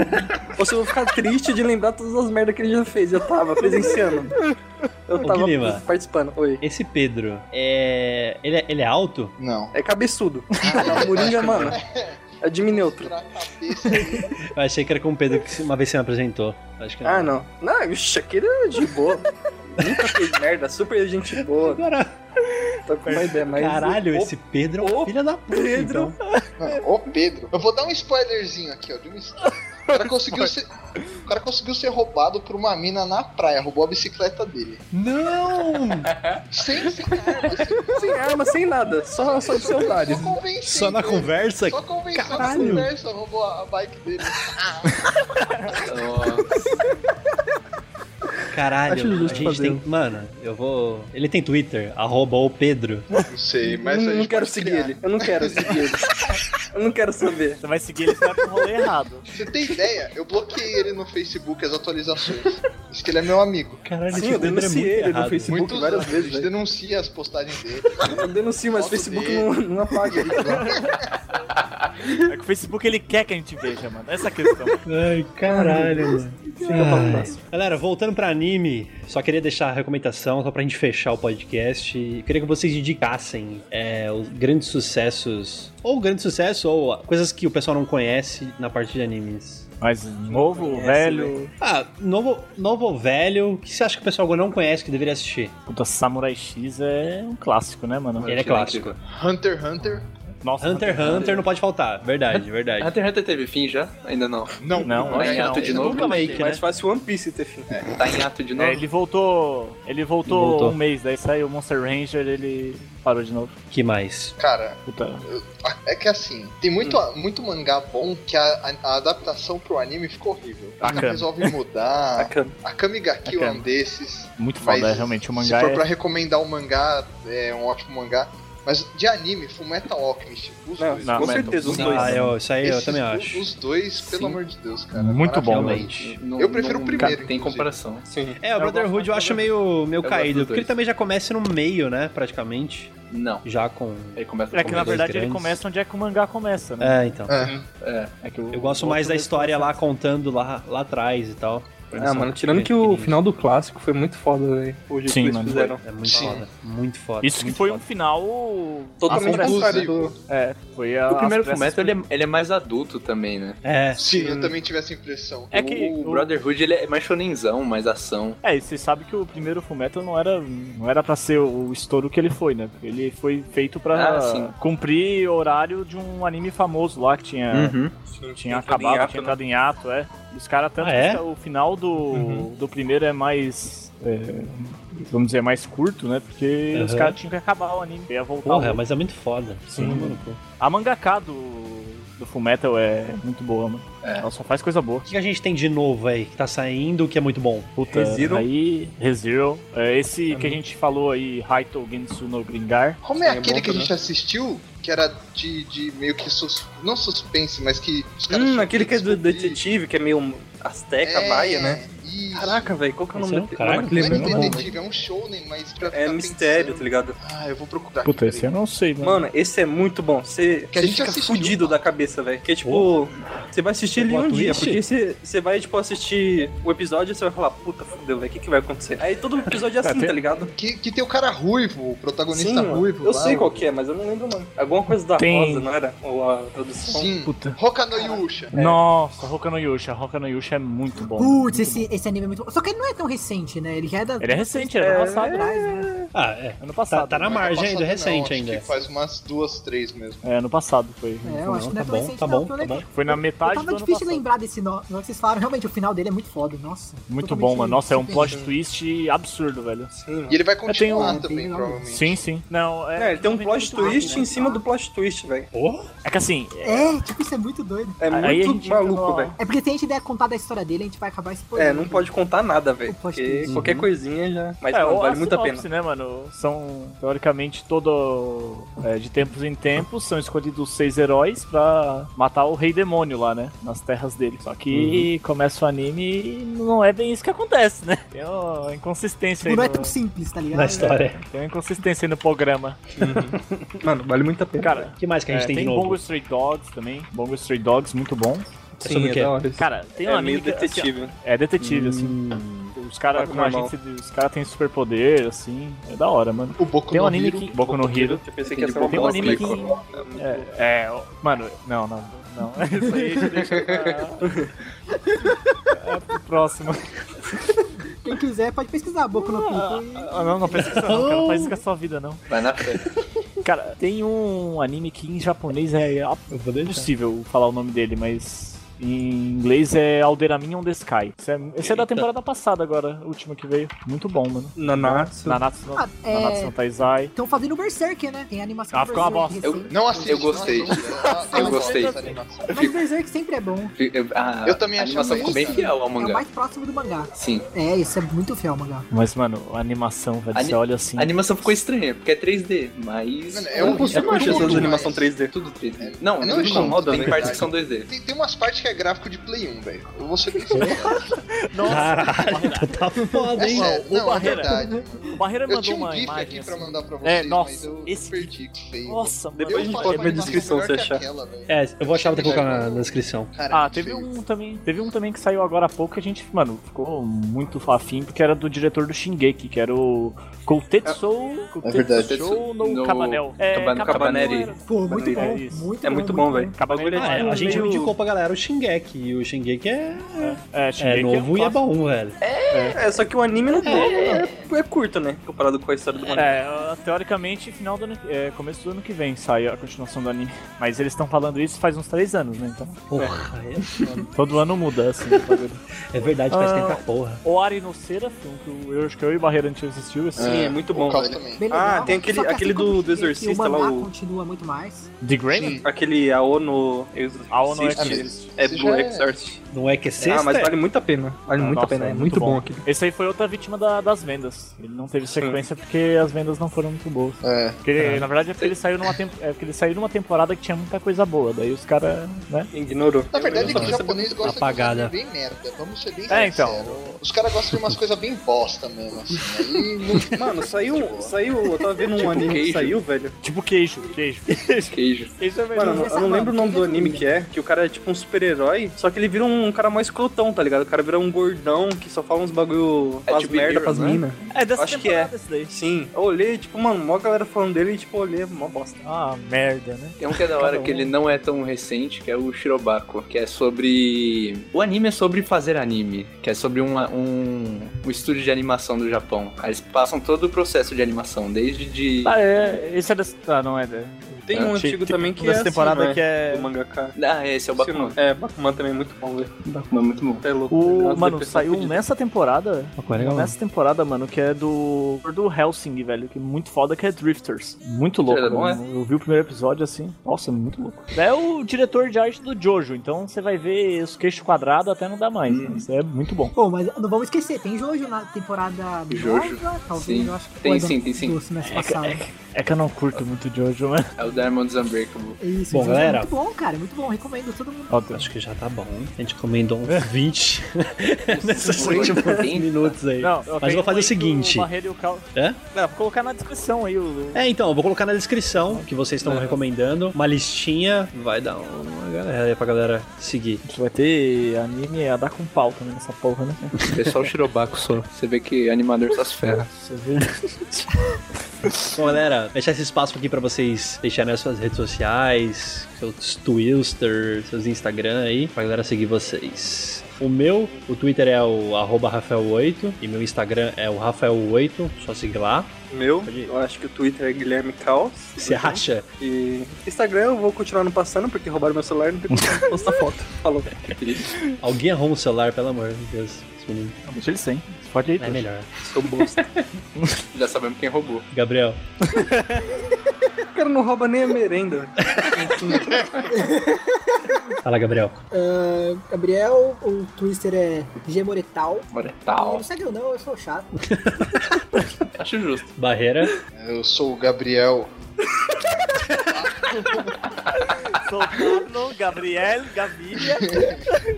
Speaker 8: ou se eu vou ficar triste de lembrar todas as merdas que ele já fez. Eu tava presenciando. Eu
Speaker 1: Ô,
Speaker 8: tava
Speaker 1: Guilherme.
Speaker 8: participando. Oi.
Speaker 1: Esse Pedro, é. Ele é, ele é alto?
Speaker 6: Não.
Speaker 8: É cabeçudo.
Speaker 1: Ah,
Speaker 8: A Moringa, mano. É dimineutro.
Speaker 1: Eu achei que era com o Pedro que uma vez você me apresentou. Acho que
Speaker 8: Ah, não. Não, vixe, aquele é de boa. Nunca fez merda, super gente boa. Tô com uma ideia, mas.
Speaker 1: Caralho,
Speaker 8: o-
Speaker 1: esse Pedro é um filho da puta.
Speaker 8: Pedro.
Speaker 1: Então.
Speaker 6: Não, Ô Pedro, eu vou dar um spoilerzinho aqui, ó. De uma história. O cara conseguiu ser. O cara conseguiu ser roubado por uma mina na praia, roubou a bicicleta dele.
Speaker 1: Não!
Speaker 6: Sem, sem
Speaker 8: Sem arma, sem nada. Só, só de saudade.
Speaker 1: Só na conversa?
Speaker 6: Só convenção na
Speaker 1: Caralho.
Speaker 6: conversa, roubou a a bike dele.
Speaker 1: Caralho,
Speaker 6: Acho
Speaker 1: a
Speaker 6: justo
Speaker 1: gente
Speaker 6: fazer.
Speaker 1: tem. Mano, eu vou. Ele tem Twitter, arroba o Pedro.
Speaker 6: Não sei, mas
Speaker 8: não quero seguir ele. Eu não quero seguir ele. Eu não quero saber.
Speaker 2: Você vai seguir ele, você vai pro rolê errado.
Speaker 6: Você tem ideia? Eu bloqueei ele no Facebook as atualizações. Diz que ele é meu amigo.
Speaker 1: Caralho, é
Speaker 8: Sim, eu denunciei ele no Facebook
Speaker 6: Muitos
Speaker 8: várias
Speaker 6: anos,
Speaker 8: vezes,
Speaker 6: A gente
Speaker 2: né?
Speaker 8: velho.
Speaker 6: denuncia as postagens dele.
Speaker 8: Eu denuncio, mas o
Speaker 6: Foto
Speaker 8: Facebook
Speaker 6: dele.
Speaker 8: não, não apaga ele.
Speaker 2: É que o Facebook ele quer que a gente veja, mano. Essa é a questão.
Speaker 1: Ai, caralho, mano. Ai.
Speaker 2: próxima.
Speaker 1: Galera, voltando pra anime, só queria deixar a recomendação, só pra gente fechar o podcast. E Queria que vocês indicassem é, os grandes sucessos, ou grande sucesso, ou coisas que o pessoal não conhece na parte de animes.
Speaker 2: Mas novo,
Speaker 1: Conhece,
Speaker 2: velho.
Speaker 1: né? Ah, novo, novo ou velho, o que você acha que o pessoal não conhece que deveria assistir?
Speaker 2: Puta, Samurai X é um clássico, né, mano?
Speaker 1: Ele é clássico.
Speaker 6: Hunter x Hunter.
Speaker 2: Nossa,
Speaker 1: Hunter x Hunter não pode faltar, verdade, verdade.
Speaker 9: Hunter x Hunter teve um fim já? Ainda não.
Speaker 6: Não, é
Speaker 2: Não,
Speaker 9: Tá
Speaker 2: acho
Speaker 9: em
Speaker 2: que
Speaker 9: ato
Speaker 2: não.
Speaker 9: de novo.
Speaker 1: Nunca vai que, né?
Speaker 8: é Mais fácil One Piece ter fim.
Speaker 9: Tá em ato de novo.
Speaker 2: É, ele voltou. Ele voltou,
Speaker 1: Ele voltou.
Speaker 2: um mês, daí saiu o Monster Ranger, ele parou de novo.
Speaker 1: Que mais?
Speaker 6: Cara,
Speaker 2: Puta.
Speaker 6: é que assim, tem muito, muito mangá bom que a, a- a adaptação pro anime ficou horrível. Eles
Speaker 2: Bacana.
Speaker 6: resolvem mudar.
Speaker 8: Bacana.
Speaker 6: A Kami ga Kill é um
Speaker 2: Bacana.
Speaker 6: desses.
Speaker 2: Muito
Speaker 6: Mas
Speaker 2: foda, é, realmente. O
Speaker 6: Se
Speaker 2: mangá
Speaker 6: for pra
Speaker 2: é.
Speaker 6: recomendar um mangá, é um ótimo mangá. Mas de anime, Fullmetal Alchemist, os
Speaker 8: Não,
Speaker 6: dois.
Speaker 8: não, com certeza, os
Speaker 1: Ah,
Speaker 8: dois.
Speaker 1: eu- isso aí eu
Speaker 6: Esses
Speaker 1: também
Speaker 6: do-
Speaker 1: acho.
Speaker 6: Os dois, pelo amor de Deus, cara.
Speaker 2: Muito bom, É
Speaker 6: maravilhoso. Eu prefiro o primeiro.
Speaker 9: Tem
Speaker 6: inclusive.
Speaker 9: comparação.
Speaker 8: Sim.
Speaker 1: É, o Brotherhood eu acho meio, meio
Speaker 9: gosto
Speaker 1: caído,
Speaker 9: dos
Speaker 1: porque ele
Speaker 9: dois.
Speaker 1: também já começa no meio, né, praticamente.
Speaker 9: Não.
Speaker 1: Já com...
Speaker 9: Ele começa
Speaker 2: É
Speaker 9: com
Speaker 2: que na
Speaker 9: dois
Speaker 2: verdade ele
Speaker 9: grandes.
Speaker 2: começa onde é que o mangá começa, né?
Speaker 1: É, então.
Speaker 6: É.
Speaker 9: É.
Speaker 2: É que o-
Speaker 1: Eu gosto
Speaker 2: o
Speaker 1: mais
Speaker 2: outro
Speaker 1: da
Speaker 2: mesmo
Speaker 1: história
Speaker 2: começa-
Speaker 1: lá contando lá, lá atrás e tal.
Speaker 8: Ah, mano, tirando que o final do clássico foi muito foda, velho. O jeito
Speaker 2: Sim,
Speaker 8: que eles
Speaker 2: mano,
Speaker 8: fizeram.
Speaker 2: foi. É muito Sim. foda,
Speaker 15: muito foda.
Speaker 2: Isso que foi um final.
Speaker 8: Totalmente
Speaker 2: às pressas
Speaker 8: contrário
Speaker 2: do- É, foi a.
Speaker 9: O primeiro
Speaker 2: às pressas
Speaker 9: Full Metal, ele, é, ele é mais adulto também, né?
Speaker 2: um
Speaker 15: É.
Speaker 6: Sim, eu também tive essa impressão.
Speaker 2: É que
Speaker 9: O
Speaker 2: o-
Speaker 9: Brotherhood, ele é mais shonenzão, mais ação.
Speaker 2: É, e você sabe que o primeiro Fullmetal não era não era para ser o estouro que ele foi, né? Porque Ele foi feito
Speaker 9: Ah, sim.
Speaker 2: pra cumprir o horário de um anime famoso lá que tinha
Speaker 9: Uhum.
Speaker 2: tinha
Speaker 9: entrado em
Speaker 2: acabado,
Speaker 9: hiato,
Speaker 8: né?
Speaker 2: tinha entrado em ato, é. E Os caras tanto
Speaker 15: Ah, é? Uhum.
Speaker 2: que o final do, do primeiro é mais é, vamos dizer mais curto, né? Porque os
Speaker 15: Uhum.
Speaker 2: caras tinham que acabar o anime, ia voltar.
Speaker 15: Porra,
Speaker 2: o-
Speaker 15: mas é muito foda.
Speaker 2: Sim.
Speaker 15: Mano, pô.
Speaker 2: A mangaká do do Fullmetal é muito boa, mano.
Speaker 15: É.
Speaker 2: Ela só faz coisa boa.
Speaker 15: O que a gente tem de novo aí que tá saindo que é muito bom?
Speaker 2: Puta, aí ReZero. É, esse que a gente falou aí, Raito Gensu no Gringar.
Speaker 6: Como é
Speaker 2: Sim,
Speaker 6: aquele
Speaker 2: bom
Speaker 6: que a
Speaker 2: também.
Speaker 6: gente assistiu, que era de, de meio que sus... não suspense, mas que os caras
Speaker 8: Hum,
Speaker 6: tinham
Speaker 8: aquele que é do detetive, que é meio asteca,
Speaker 6: É,
Speaker 8: maia, né? Caraca, velho, qual que é o
Speaker 15: Esse
Speaker 8: nome
Speaker 15: é um
Speaker 8: daquele-
Speaker 15: caralho,
Speaker 8: daquele
Speaker 15: lembra?
Speaker 8: anime?
Speaker 6: que- detetive, é um shonen, mas pra
Speaker 8: É
Speaker 6: ficar
Speaker 8: mistério, tá ligado?
Speaker 6: Ah, eu vou procurar.
Speaker 2: Puta, esse eu não sei, né? mano.
Speaker 8: Mano, esse é muito bom. Você
Speaker 6: Que a
Speaker 8: você
Speaker 6: gente
Speaker 8: fica
Speaker 6: assistiu,
Speaker 8: fudido da cabeça, velho. Que é tipo, você vai assistir ele em um
Speaker 15: Plot
Speaker 8: dia,
Speaker 15: twist?
Speaker 8: porque você, você vai, tipo, assistir o episódio e você vai falar, puta, fudeu, velho, o que, que vai acontecer? Aí todo episódio é
Speaker 2: É,
Speaker 8: assim,
Speaker 2: tem-
Speaker 8: tá ligado?
Speaker 6: Que, que tem o cara ruivo, o um protagonista
Speaker 8: mano,
Speaker 6: ruivo.
Speaker 8: eu
Speaker 6: lá,
Speaker 8: sei
Speaker 6: o-
Speaker 8: qual que é, mas eu não lembro o nome. Alguma coisa da
Speaker 2: Tem-
Speaker 8: rosa, não era? Ou a tradução?
Speaker 6: Sim,
Speaker 2: Puta.
Speaker 6: Hoka no Yusha.
Speaker 2: Nossa, Hoka no Yusha. Hoka no Yusha é muito bom.
Speaker 5: Putz, esse, esse anime é muito bom. Só que ele não é tão recente, né? Ele já é da.
Speaker 2: Ele é recente, era ano passado. Tá
Speaker 5: atrás, né?
Speaker 15: Ah, é.
Speaker 2: Ano
Speaker 15: Tá,
Speaker 2: passado. né?
Speaker 15: tá na
Speaker 6: Não é
Speaker 15: margem ainda, é
Speaker 6: passado, não,
Speaker 15: recente
Speaker 6: acho
Speaker 15: ainda.
Speaker 6: que faz umas duas, três mesmo.
Speaker 2: É, ano passado foi.
Speaker 5: É, eu acho que não
Speaker 15: Tá
Speaker 5: é tão
Speaker 15: bom,
Speaker 5: recente,
Speaker 15: tá
Speaker 5: não,
Speaker 15: bom,
Speaker 5: pelo
Speaker 15: tá bom.
Speaker 2: Foi na
Speaker 5: Eu
Speaker 2: metade do
Speaker 5: tava
Speaker 2: ano
Speaker 5: difícil
Speaker 2: passado.
Speaker 5: lembrar desse nó nó que vocês falaram. Realmente, o final dele é muito foda, nossa.
Speaker 2: Muito
Speaker 5: Totalmente
Speaker 2: bom, mano. Nossa, é um
Speaker 5: super-
Speaker 2: plot twist absurdo, velho.
Speaker 8: Sim,
Speaker 6: E
Speaker 8: mano.
Speaker 6: ele vai
Speaker 2: Eu
Speaker 8: um
Speaker 2: tenho-
Speaker 6: continuar também, provavelmente.
Speaker 2: Sim, sim. Não, é.
Speaker 8: É, ele tem um plot
Speaker 2: muito rápido,
Speaker 8: twist
Speaker 2: né?
Speaker 8: em cima do plot twist, velho.
Speaker 15: Porra!
Speaker 2: É que assim, é-
Speaker 5: É, tipo, isso é muito doido.
Speaker 8: É
Speaker 2: Aí a
Speaker 8: muito
Speaker 2: gente entra
Speaker 8: maluco,
Speaker 2: numa-
Speaker 8: velho.
Speaker 5: É porque se a gente der contar da história dele, a gente vai acabar
Speaker 8: É,
Speaker 5: spoilando.
Speaker 8: não pode contar nada, velho.
Speaker 5: O plot
Speaker 8: Porque
Speaker 5: twist.
Speaker 8: qualquer coisinha já. Mas,
Speaker 2: é,
Speaker 8: mano,
Speaker 2: ou
Speaker 8: vale muito a pena.
Speaker 2: sinopse, né, mano? São, teoricamente, todo. é, de tempos em tempos, são escolhidos seis heróis pra matar o rei demônio lá, né? Nas terras dele. Só que começa o anime e não é bem isso que acontece, né? Tem uma inconsistência aí.
Speaker 5: Tipo, não é
Speaker 2: no-
Speaker 5: tão simples, tá ligado?
Speaker 15: Na história.
Speaker 2: Tem uma inconsistência aí no programa.
Speaker 8: Mano, vale muito a pena.
Speaker 2: Cara,
Speaker 15: O que mais que a gente
Speaker 2: é,
Speaker 15: tem,
Speaker 2: tem
Speaker 15: de novo?
Speaker 2: Bongo Stray Dogs também. Bongo Stray Dogs, muito bom.
Speaker 15: é sobre o quê?
Speaker 2: Cara, tem um
Speaker 8: é
Speaker 2: anime
Speaker 8: meio
Speaker 2: que, assim,
Speaker 8: detetive.
Speaker 2: ó, é detetive, assim. Os caras
Speaker 8: Papo
Speaker 2: com
Speaker 8: normal.
Speaker 2: agência de, Os caras têm superpoder, assim. É da hora, mano.
Speaker 6: O Boku
Speaker 2: Tem um
Speaker 6: no
Speaker 2: anime
Speaker 6: Hero.
Speaker 2: que. Boku no Hero.
Speaker 8: Eu pensei que ia ser uma
Speaker 2: Tem um
Speaker 8: bosta,
Speaker 2: anime que.
Speaker 8: velho.
Speaker 2: É, é, ó, mano, não, não, não. Isso aí a gente deixa pra. É, pro próximo.
Speaker 5: Quem quiser pode pesquisar Boku no Pico.
Speaker 2: Ah, não, não pesquisa não, cara. Não faz isso com a sua vida, não.
Speaker 9: Vai na fé.
Speaker 2: Cara, tem um anime que em japonês é
Speaker 15: Eu vou deixar.
Speaker 2: impossível falar o nome dele, mas em inglês é Alderamin on the Sky. Esse é, esse é da
Speaker 15: Eita.
Speaker 2: temporada passada agora, a última que veio. Muito bom, mano.
Speaker 8: Nanatsu.
Speaker 2: Nanatsu no,
Speaker 5: Ah, é.
Speaker 2: Nanatsu no Taizai.
Speaker 5: Estão fazendo Berserk, né? Tem animação
Speaker 2: Ah,
Speaker 5: do
Speaker 2: ficou uma
Speaker 5: Berserk
Speaker 2: bosta.
Speaker 5: recente.
Speaker 6: Não assisti.
Speaker 9: Eu gostei.
Speaker 6: não assisti. Ah,
Speaker 9: Eu
Speaker 6: gosto
Speaker 9: gostei.
Speaker 6: dessa animação.
Speaker 5: Mas Berserk sempre é bom.
Speaker 9: Eu, a,
Speaker 6: Eu também
Speaker 9: a
Speaker 6: achei
Speaker 9: animação
Speaker 6: isso,
Speaker 9: ficou bem
Speaker 6: cara.
Speaker 9: fiel ao
Speaker 5: É o
Speaker 9: mangá.
Speaker 5: mais próximo do mangá.
Speaker 9: Sim.
Speaker 5: É, isso é muito fiel ao mangá.
Speaker 2: Mas, mano, a animação, velho,
Speaker 9: Ani-
Speaker 2: você olha assim.
Speaker 9: A animação ficou estranha, porque é 3D, mas.
Speaker 6: Mano,
Speaker 9: eu
Speaker 6: é um
Speaker 9: eu
Speaker 6: conceito
Speaker 9: curti
Speaker 6: muito
Speaker 9: essas
Speaker 6: bom,
Speaker 9: animações
Speaker 6: mas-
Speaker 9: 3D. Tudo 3D. Não, não
Speaker 6: É, não
Speaker 9: me
Speaker 6: incomoda,
Speaker 9: incomoda,
Speaker 6: na
Speaker 9: tem partes
Speaker 6: verdade.
Speaker 9: que são 2D.
Speaker 6: Tem, tem umas partes que é gráfico de Play 1, velho. Eu vou ser bem sincero.
Speaker 15: Caralho, tá foda,
Speaker 6: É
Speaker 15: hein?
Speaker 6: sério,
Speaker 2: o
Speaker 6: não, é
Speaker 2: Barreira.
Speaker 6: verdade.
Speaker 2: O Barreira
Speaker 6: Eu
Speaker 2: mandou
Speaker 6: tinha um
Speaker 2: uma
Speaker 6: GIF
Speaker 2: imagem.
Speaker 6: aqui pra
Speaker 2: assim.
Speaker 6: mandar pra
Speaker 2: É,
Speaker 6: vocês,
Speaker 2: nossa,
Speaker 6: mas eu
Speaker 2: esse-
Speaker 6: perdi, que feio.
Speaker 2: Nossa, é mano.
Speaker 8: Depois a gente
Speaker 2: eu-
Speaker 8: pode
Speaker 2: eu-
Speaker 8: ver a descrição, se achar.
Speaker 15: É, eu vou achar, vou ter que colocar na, na descrição.
Speaker 2: Ah, teve um também. Teve um também que saiu agora há pouco que a gente, mano, ficou muito afim, porque era do diretor do Shingeki, que era o Koutetsu.
Speaker 6: É verdade.
Speaker 2: Koutetsu no
Speaker 9: No
Speaker 2: Cabanel. É,
Speaker 9: Caban- Cabaneri.
Speaker 2: era-
Speaker 5: Pô, muito
Speaker 2: É
Speaker 5: bom.
Speaker 2: isso.
Speaker 5: Muito
Speaker 8: É
Speaker 5: bom,
Speaker 8: muito bom, velho.
Speaker 2: Cabaneri
Speaker 15: Ah,
Speaker 2: é
Speaker 15: a gente
Speaker 2: meio-
Speaker 15: indicou pra galera o Shingeki. E o Shingeki é,
Speaker 2: É,
Speaker 15: é
Speaker 2: Shingeki
Speaker 15: novo
Speaker 2: um
Speaker 15: e é bom, velho.
Speaker 8: É, só que o anime não é, é, é curto, né? Comparado com a história do anime.
Speaker 2: É, teoricamente, final do ano, é, começo do ano que vem sai a continuação do anime. Mas eles estão falando isso faz uns três anos, né? Então,
Speaker 15: Porra, é,
Speaker 2: todo ano muda, assim, o bagulho.
Speaker 15: é verdade, faz
Speaker 2: Ah.
Speaker 15: tempo a porra.
Speaker 2: O Ari no Seraph, um que eu- eu acho que eu e o Barreira a gente assistiu, assim.
Speaker 8: Sim, é muito bom,
Speaker 6: O Caos
Speaker 8: velho.
Speaker 6: também.
Speaker 5: Bem
Speaker 8: Ah,
Speaker 5: legal.
Speaker 8: tem aquele-
Speaker 5: Só que
Speaker 8: aquele
Speaker 5: assim como
Speaker 8: do-
Speaker 5: o
Speaker 8: do
Speaker 5: Shingeki,
Speaker 8: exorcista
Speaker 5: o
Speaker 8: lá,
Speaker 5: mangá
Speaker 8: o-
Speaker 5: continua muito mais.
Speaker 2: The Grey?
Speaker 6: Sim.
Speaker 8: Aquele AO no Exorcist.
Speaker 2: AO no
Speaker 6: Exorcist.
Speaker 8: É
Speaker 6: Esse
Speaker 8: Blue
Speaker 6: já é-
Speaker 8: Exorcist.
Speaker 15: Não é que é sexta?
Speaker 8: Ah, mas vale muito a pena. Vale muito a
Speaker 2: Nossa,
Speaker 8: pena, é,
Speaker 2: é
Speaker 8: muito
Speaker 2: muito
Speaker 8: bom
Speaker 2: bom.
Speaker 8: aquilo.
Speaker 2: Esse aí foi outra vítima da- das vendas. Heroes. Ele não teve sequência porque as vendas não foram muito boas.
Speaker 6: É.
Speaker 2: Porque, na verdade, é porque ele saiu numa temp- é porque ele saiu numa temporada que tinha muita coisa boa, daí os caras, né?
Speaker 8: Ignorou.
Speaker 6: Na verdade é que o japonês gosta de coisa bem merda, vamos ser bem
Speaker 2: É,
Speaker 6: sinceros.
Speaker 2: então.
Speaker 6: Os caras gostam de umas coisas bem bosta mesmo, assim. Aí não...
Speaker 8: Mano, saiu, saiu, eu tava vendo um
Speaker 6: Tipo
Speaker 8: anime
Speaker 6: queijo.
Speaker 8: que saiu, velho.
Speaker 2: Tipo queijo, queijo.
Speaker 9: Queijo.
Speaker 2: Isso é
Speaker 8: Mano, eu não lembro o nome do anime que é, que o cara é tipo um super-herói, só que ele vira um cara mais escrotão, tá ligado? O cara vira um gordão que só fala uns bagulho,
Speaker 9: É
Speaker 8: faz
Speaker 9: tipo
Speaker 8: merda
Speaker 9: Hero,
Speaker 8: pras
Speaker 9: né?
Speaker 8: minas.
Speaker 2: É dessa
Speaker 8: Acho que é.
Speaker 2: temporada esse daí.
Speaker 8: Sim. Eu olhei, tipo, mano, mó galera falando dele e tipo, eu olhei, mó bosta.
Speaker 2: Ah, merda, né?
Speaker 9: Tem um que é da hora
Speaker 8: Cada um.
Speaker 9: que ele não é tão recente, que é o Shirobako, que é sobre. O anime é sobre fazer anime, que é sobre um, um, um estúdio de animação do Japão. Aí eles passam todo o processo de animação, desde de.
Speaker 2: Ah, é, esse é dessa... Ah, não é... da-
Speaker 8: Tem
Speaker 9: É,
Speaker 8: um
Speaker 9: ti-
Speaker 8: antigo
Speaker 9: ti-
Speaker 8: também que é
Speaker 2: dessa
Speaker 8: assim,
Speaker 2: temporada
Speaker 8: né?
Speaker 2: que é-
Speaker 8: Do mangaka.
Speaker 9: Ah, esse é o
Speaker 8: Esse
Speaker 9: Bakuman.
Speaker 8: não- É, Bakuman também é muito bom, velho.
Speaker 9: Bakuman é muito bom.
Speaker 8: É louco.
Speaker 2: O,
Speaker 8: Nossa,
Speaker 2: mano,
Speaker 8: depressão
Speaker 2: saiu um
Speaker 8: fodida.
Speaker 2: nessa temporada.
Speaker 1: é legal,
Speaker 2: um nessa temporada, mano, que é do. Do Helsing, velho. Que é muito foda, que é Drifters. Muito louco.
Speaker 9: É bom,
Speaker 2: mano. Eu vi o primeiro episódio assim. Nossa, muito louco. É o diretor de arte do Jojo, então você vai ver os queixos quadrados até não dar mais.
Speaker 9: Uhum.
Speaker 2: né? Isso é muito bom.
Speaker 5: Pô, mas não vamos esquecer, tem Jojo na temporada
Speaker 9: Jojo.
Speaker 5: nova, talvez,
Speaker 9: Sim.
Speaker 5: eu acho que
Speaker 9: Tem
Speaker 5: foi
Speaker 9: sim,
Speaker 5: do-
Speaker 9: tem sim.
Speaker 5: do semestre
Speaker 2: É que-
Speaker 5: passado.
Speaker 2: É que eu não curto muito Jojo, mano.
Speaker 9: É o Diamond's Unbreakable.
Speaker 5: Isso,
Speaker 1: Bom,
Speaker 5: Jojo
Speaker 1: galera.
Speaker 5: é muito bom, cara, muito bom, recomendo todo mundo.
Speaker 1: Acho que já tá bom. A gente comendou uns 20 nesses
Speaker 9: Foi,
Speaker 1: últimos
Speaker 9: tem?
Speaker 1: minutos aí.
Speaker 2: Não,
Speaker 1: Mas eu vou fazer o seguinte.
Speaker 2: Barreiro e o Cal...
Speaker 1: É?
Speaker 2: Não, vou colocar na descrição aí o.
Speaker 1: É, então, eu vou colocar na descrição que vocês estão recomendando. Uma listinha. Vai dar uma galera aí pra galera seguir.
Speaker 2: Vai ter anime a dar com pau também nessa porra, né?
Speaker 9: É só o Shirobako só. Você vê que animador só se ferra.
Speaker 2: Você vê.
Speaker 1: Bom, galera, deixar esse espaço aqui pra vocês deixarem as suas redes sociais, seus Twitter, seus Instagram aí, pra galera seguir vocês. O meu, o Twitter é o arroba Rafael8 e meu Instagram é o Rafael8, só seguir lá.
Speaker 8: Meu, eu acho que o Twitter é Guilherme Caos.
Speaker 1: Você acha?
Speaker 8: E Instagram eu vou continuar não passando, porque roubaram meu celular e não tem como postar foto. Falou.
Speaker 1: Alguém arruma o celular, pelo amor de Deus. esse menino.
Speaker 2: Deixa ele sem. Pode ir.
Speaker 1: É melhor.
Speaker 8: Sou bosta.
Speaker 9: Já sabemos quem roubou.
Speaker 1: Gabriel.
Speaker 8: O cara não rouba nem a merenda.
Speaker 1: Fala, Gabriel.
Speaker 5: Ah, Gabriel, o Twister é Gmoretal. Não,
Speaker 9: Mortal.
Speaker 5: não segue eu não, eu sou chato.
Speaker 9: Acho justo.
Speaker 1: Barreira.
Speaker 6: Eu sou o Gabriel.
Speaker 2: Sou Pablo, Gabriel, Gaviria.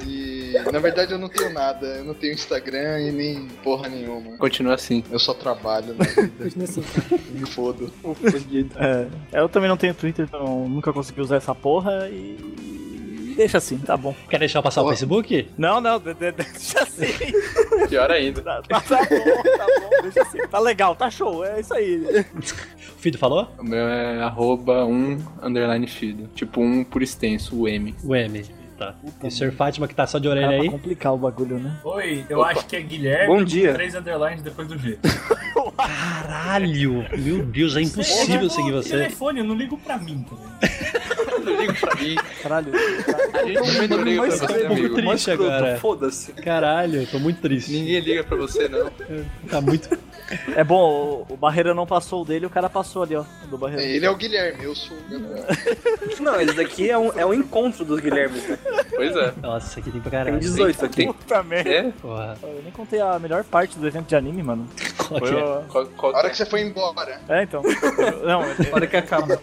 Speaker 6: E na verdade eu não tenho nada. Eu não tenho Instagram e nem porra nenhuma.
Speaker 9: Continua assim.
Speaker 6: Eu só trabalho na vida.
Speaker 5: Continua assim.
Speaker 6: Me fodo.
Speaker 2: É, eu também não tenho Twitter, então nunca consegui usar essa porra e. Deixa assim, tá bom.
Speaker 1: Quer deixar eu passar o Facebook?
Speaker 2: Não, não, de- de- deixa assim.
Speaker 9: Pior ainda.
Speaker 2: Tá, tá- tá bom, tá bom, deixa assim. Tá legal, tá show, é isso aí.
Speaker 1: O Fido falou?
Speaker 9: O meu é arroba um underline fido. Tipo um por extenso, o M.
Speaker 1: O M. Tá. E o Sr. Fátima que tá só de orelha
Speaker 2: Cara, pra
Speaker 1: aí.
Speaker 2: complicar o bagulho, né?
Speaker 16: Oi, eu
Speaker 9: Opa.
Speaker 16: acho que é Guilherme.
Speaker 8: Bom dia.
Speaker 16: Três underlines depois do G.
Speaker 1: Caralho! Meu Deus, é impossível seguir você.
Speaker 16: Telefone, eu não ligo pra mim também.
Speaker 2: Caralho.
Speaker 9: A gente também não liga pra você, amigo.
Speaker 1: é Triste
Speaker 8: é Mas escroto,
Speaker 1: agora.
Speaker 8: Foda-se.
Speaker 1: Caralho, eu tô muito triste.
Speaker 9: Ninguém liga pra você, não.
Speaker 1: Tá muito.
Speaker 2: É bom, o, o Barreira não passou o dele, o cara passou ali, ó. Do Barreira.
Speaker 6: Ele é o Guilherme, eu sou o Gabriel.
Speaker 8: Não, esse daqui é um, é um encontro dos Guilhermes. né?
Speaker 9: Pois é.
Speaker 1: Nossa, isso aqui tem pra
Speaker 8: Tem
Speaker 1: caralho.
Speaker 8: 18 aqui.
Speaker 2: Puta merda.
Speaker 9: É?
Speaker 1: Porra.
Speaker 2: Eu nem contei a melhor parte do evento de anime, mano.
Speaker 1: Qual que
Speaker 2: Foi
Speaker 1: é?
Speaker 2: o...
Speaker 9: Qual, qual
Speaker 6: A hora que você foi embora.
Speaker 2: É, então. Não, é-
Speaker 8: Hora que acaba.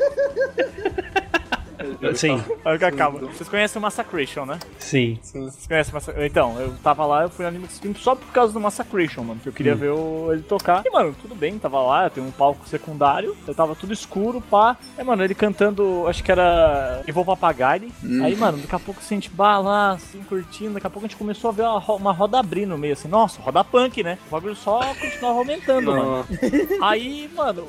Speaker 1: Sim,
Speaker 2: é o que acaba. Vocês conhecem o Massacration, né?
Speaker 1: sim.
Speaker 2: Vocês conhecem o Massacration? Então, eu tava lá, eu fui no Anime Extreme só por causa do Massacration, mano. Que eu queria ver o- ele tocar. E, mano, tudo bem, tava lá, tem um palco secundário. Eu tava tudo escuro, pá. É, mano, ele cantando, acho que era Eu Vou Papagaio. Aí, mano, daqui a pouco a gente bah lá, assim, curtindo. Daqui a pouco a gente começou a ver uma, ro- uma roda abrir no meio, assim. Nossa, roda punk, né? O bagulho só continuava aumentando, mano.
Speaker 8: Não,
Speaker 2: Aí, mano,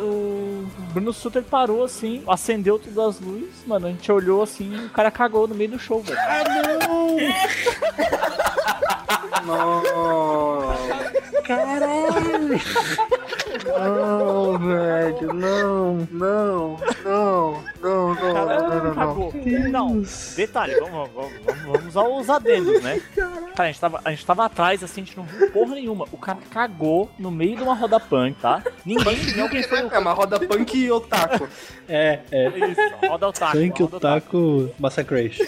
Speaker 2: o o Bruno Sutter parou assim, acendeu todas as luzes, mano. A gente olhou assim e o cara cagou no meio do show, velho.
Speaker 8: não.
Speaker 6: Não, velho, não, não, não, não,
Speaker 2: O cara cagou. Não, detalhe, vamos, vamos, vamos- vamos aos adendos, né? Cara, a gente, tava, a gente tava atrás, assim, a gente não viu porra nenhuma. O cara cagou no meio de uma roda punk, tá? Ninguém viu quem foi o
Speaker 8: É uma roda punk e otaku.
Speaker 1: É, é.
Speaker 2: Isso, roda o taco.
Speaker 1: Tank
Speaker 2: roda o taco.
Speaker 1: Otaku Massacration.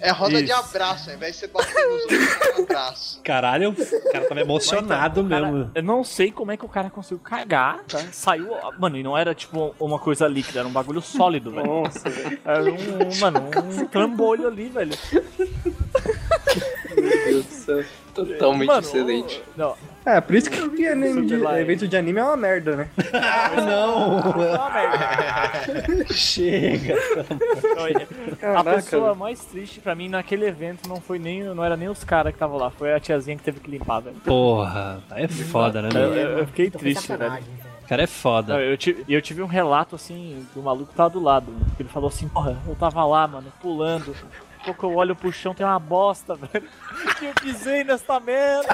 Speaker 6: É roda de
Speaker 1: Isso.
Speaker 6: abraço, ao invés de um você bater nos outros com é abraço.
Speaker 1: Caralho, o cara tava emocionado mesmo.
Speaker 2: Então, Eu não sei como é que o cara conseguiu cagar, tá? Saiu. Mano, e não era tipo uma coisa líquida, era um bagulho sólido, velho.
Speaker 8: Nossa, velho.
Speaker 2: Era um, mano, um trambolho ali, velho.
Speaker 9: Meu Deus do céu. Totalmente
Speaker 2: Mano,
Speaker 9: excelente.
Speaker 2: Não,
Speaker 9: É, por isso que eu vi
Speaker 8: anime de- evento de anime é uma merda, né?
Speaker 1: Ah, não! Chega!
Speaker 2: é a
Speaker 8: Caraca,
Speaker 2: pessoa
Speaker 8: velho.
Speaker 2: mais triste pra mim naquele evento não foi nem, não era nem os caras que estavam lá, foi a tiazinha que teve que limpar, velho.
Speaker 1: Porra, é foda, né,
Speaker 2: Eu,
Speaker 1: meu?
Speaker 2: eu- eu fiquei
Speaker 5: Então foi
Speaker 2: triste, velho.
Speaker 5: sacanagem, velho.
Speaker 1: O cara é
Speaker 2: Não,
Speaker 1: foda.
Speaker 2: eu, tive, eu tive um relato assim do maluco que tava do lado. Ele falou assim, porra, eu tava lá, mano, pulando. Daqui a pouco eu olho pro chão, tem uma bosta, velho. Que eu pisei nesta merda.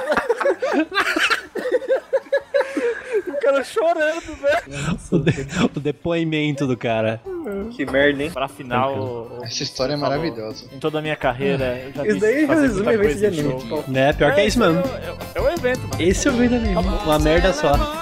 Speaker 2: E o cara chorando, velho.
Speaker 1: O, de- o depoimento do cara.
Speaker 8: Que merda, hein?
Speaker 2: Pra final.
Speaker 6: Essa história é
Speaker 2: Por favor.
Speaker 6: maravilhosa.
Speaker 2: Em toda a minha carreira, eu já
Speaker 8: Isso
Speaker 2: vi
Speaker 8: daí
Speaker 2: fazer
Speaker 8: resume
Speaker 2: muita
Speaker 8: evento
Speaker 2: coisa
Speaker 8: de
Speaker 2: em
Speaker 8: anime.
Speaker 2: show.
Speaker 1: Né? Pior que é isso mesmo.
Speaker 2: É, é, é um evento, mano.
Speaker 1: Esse é o verdadeiro. Uma merda só.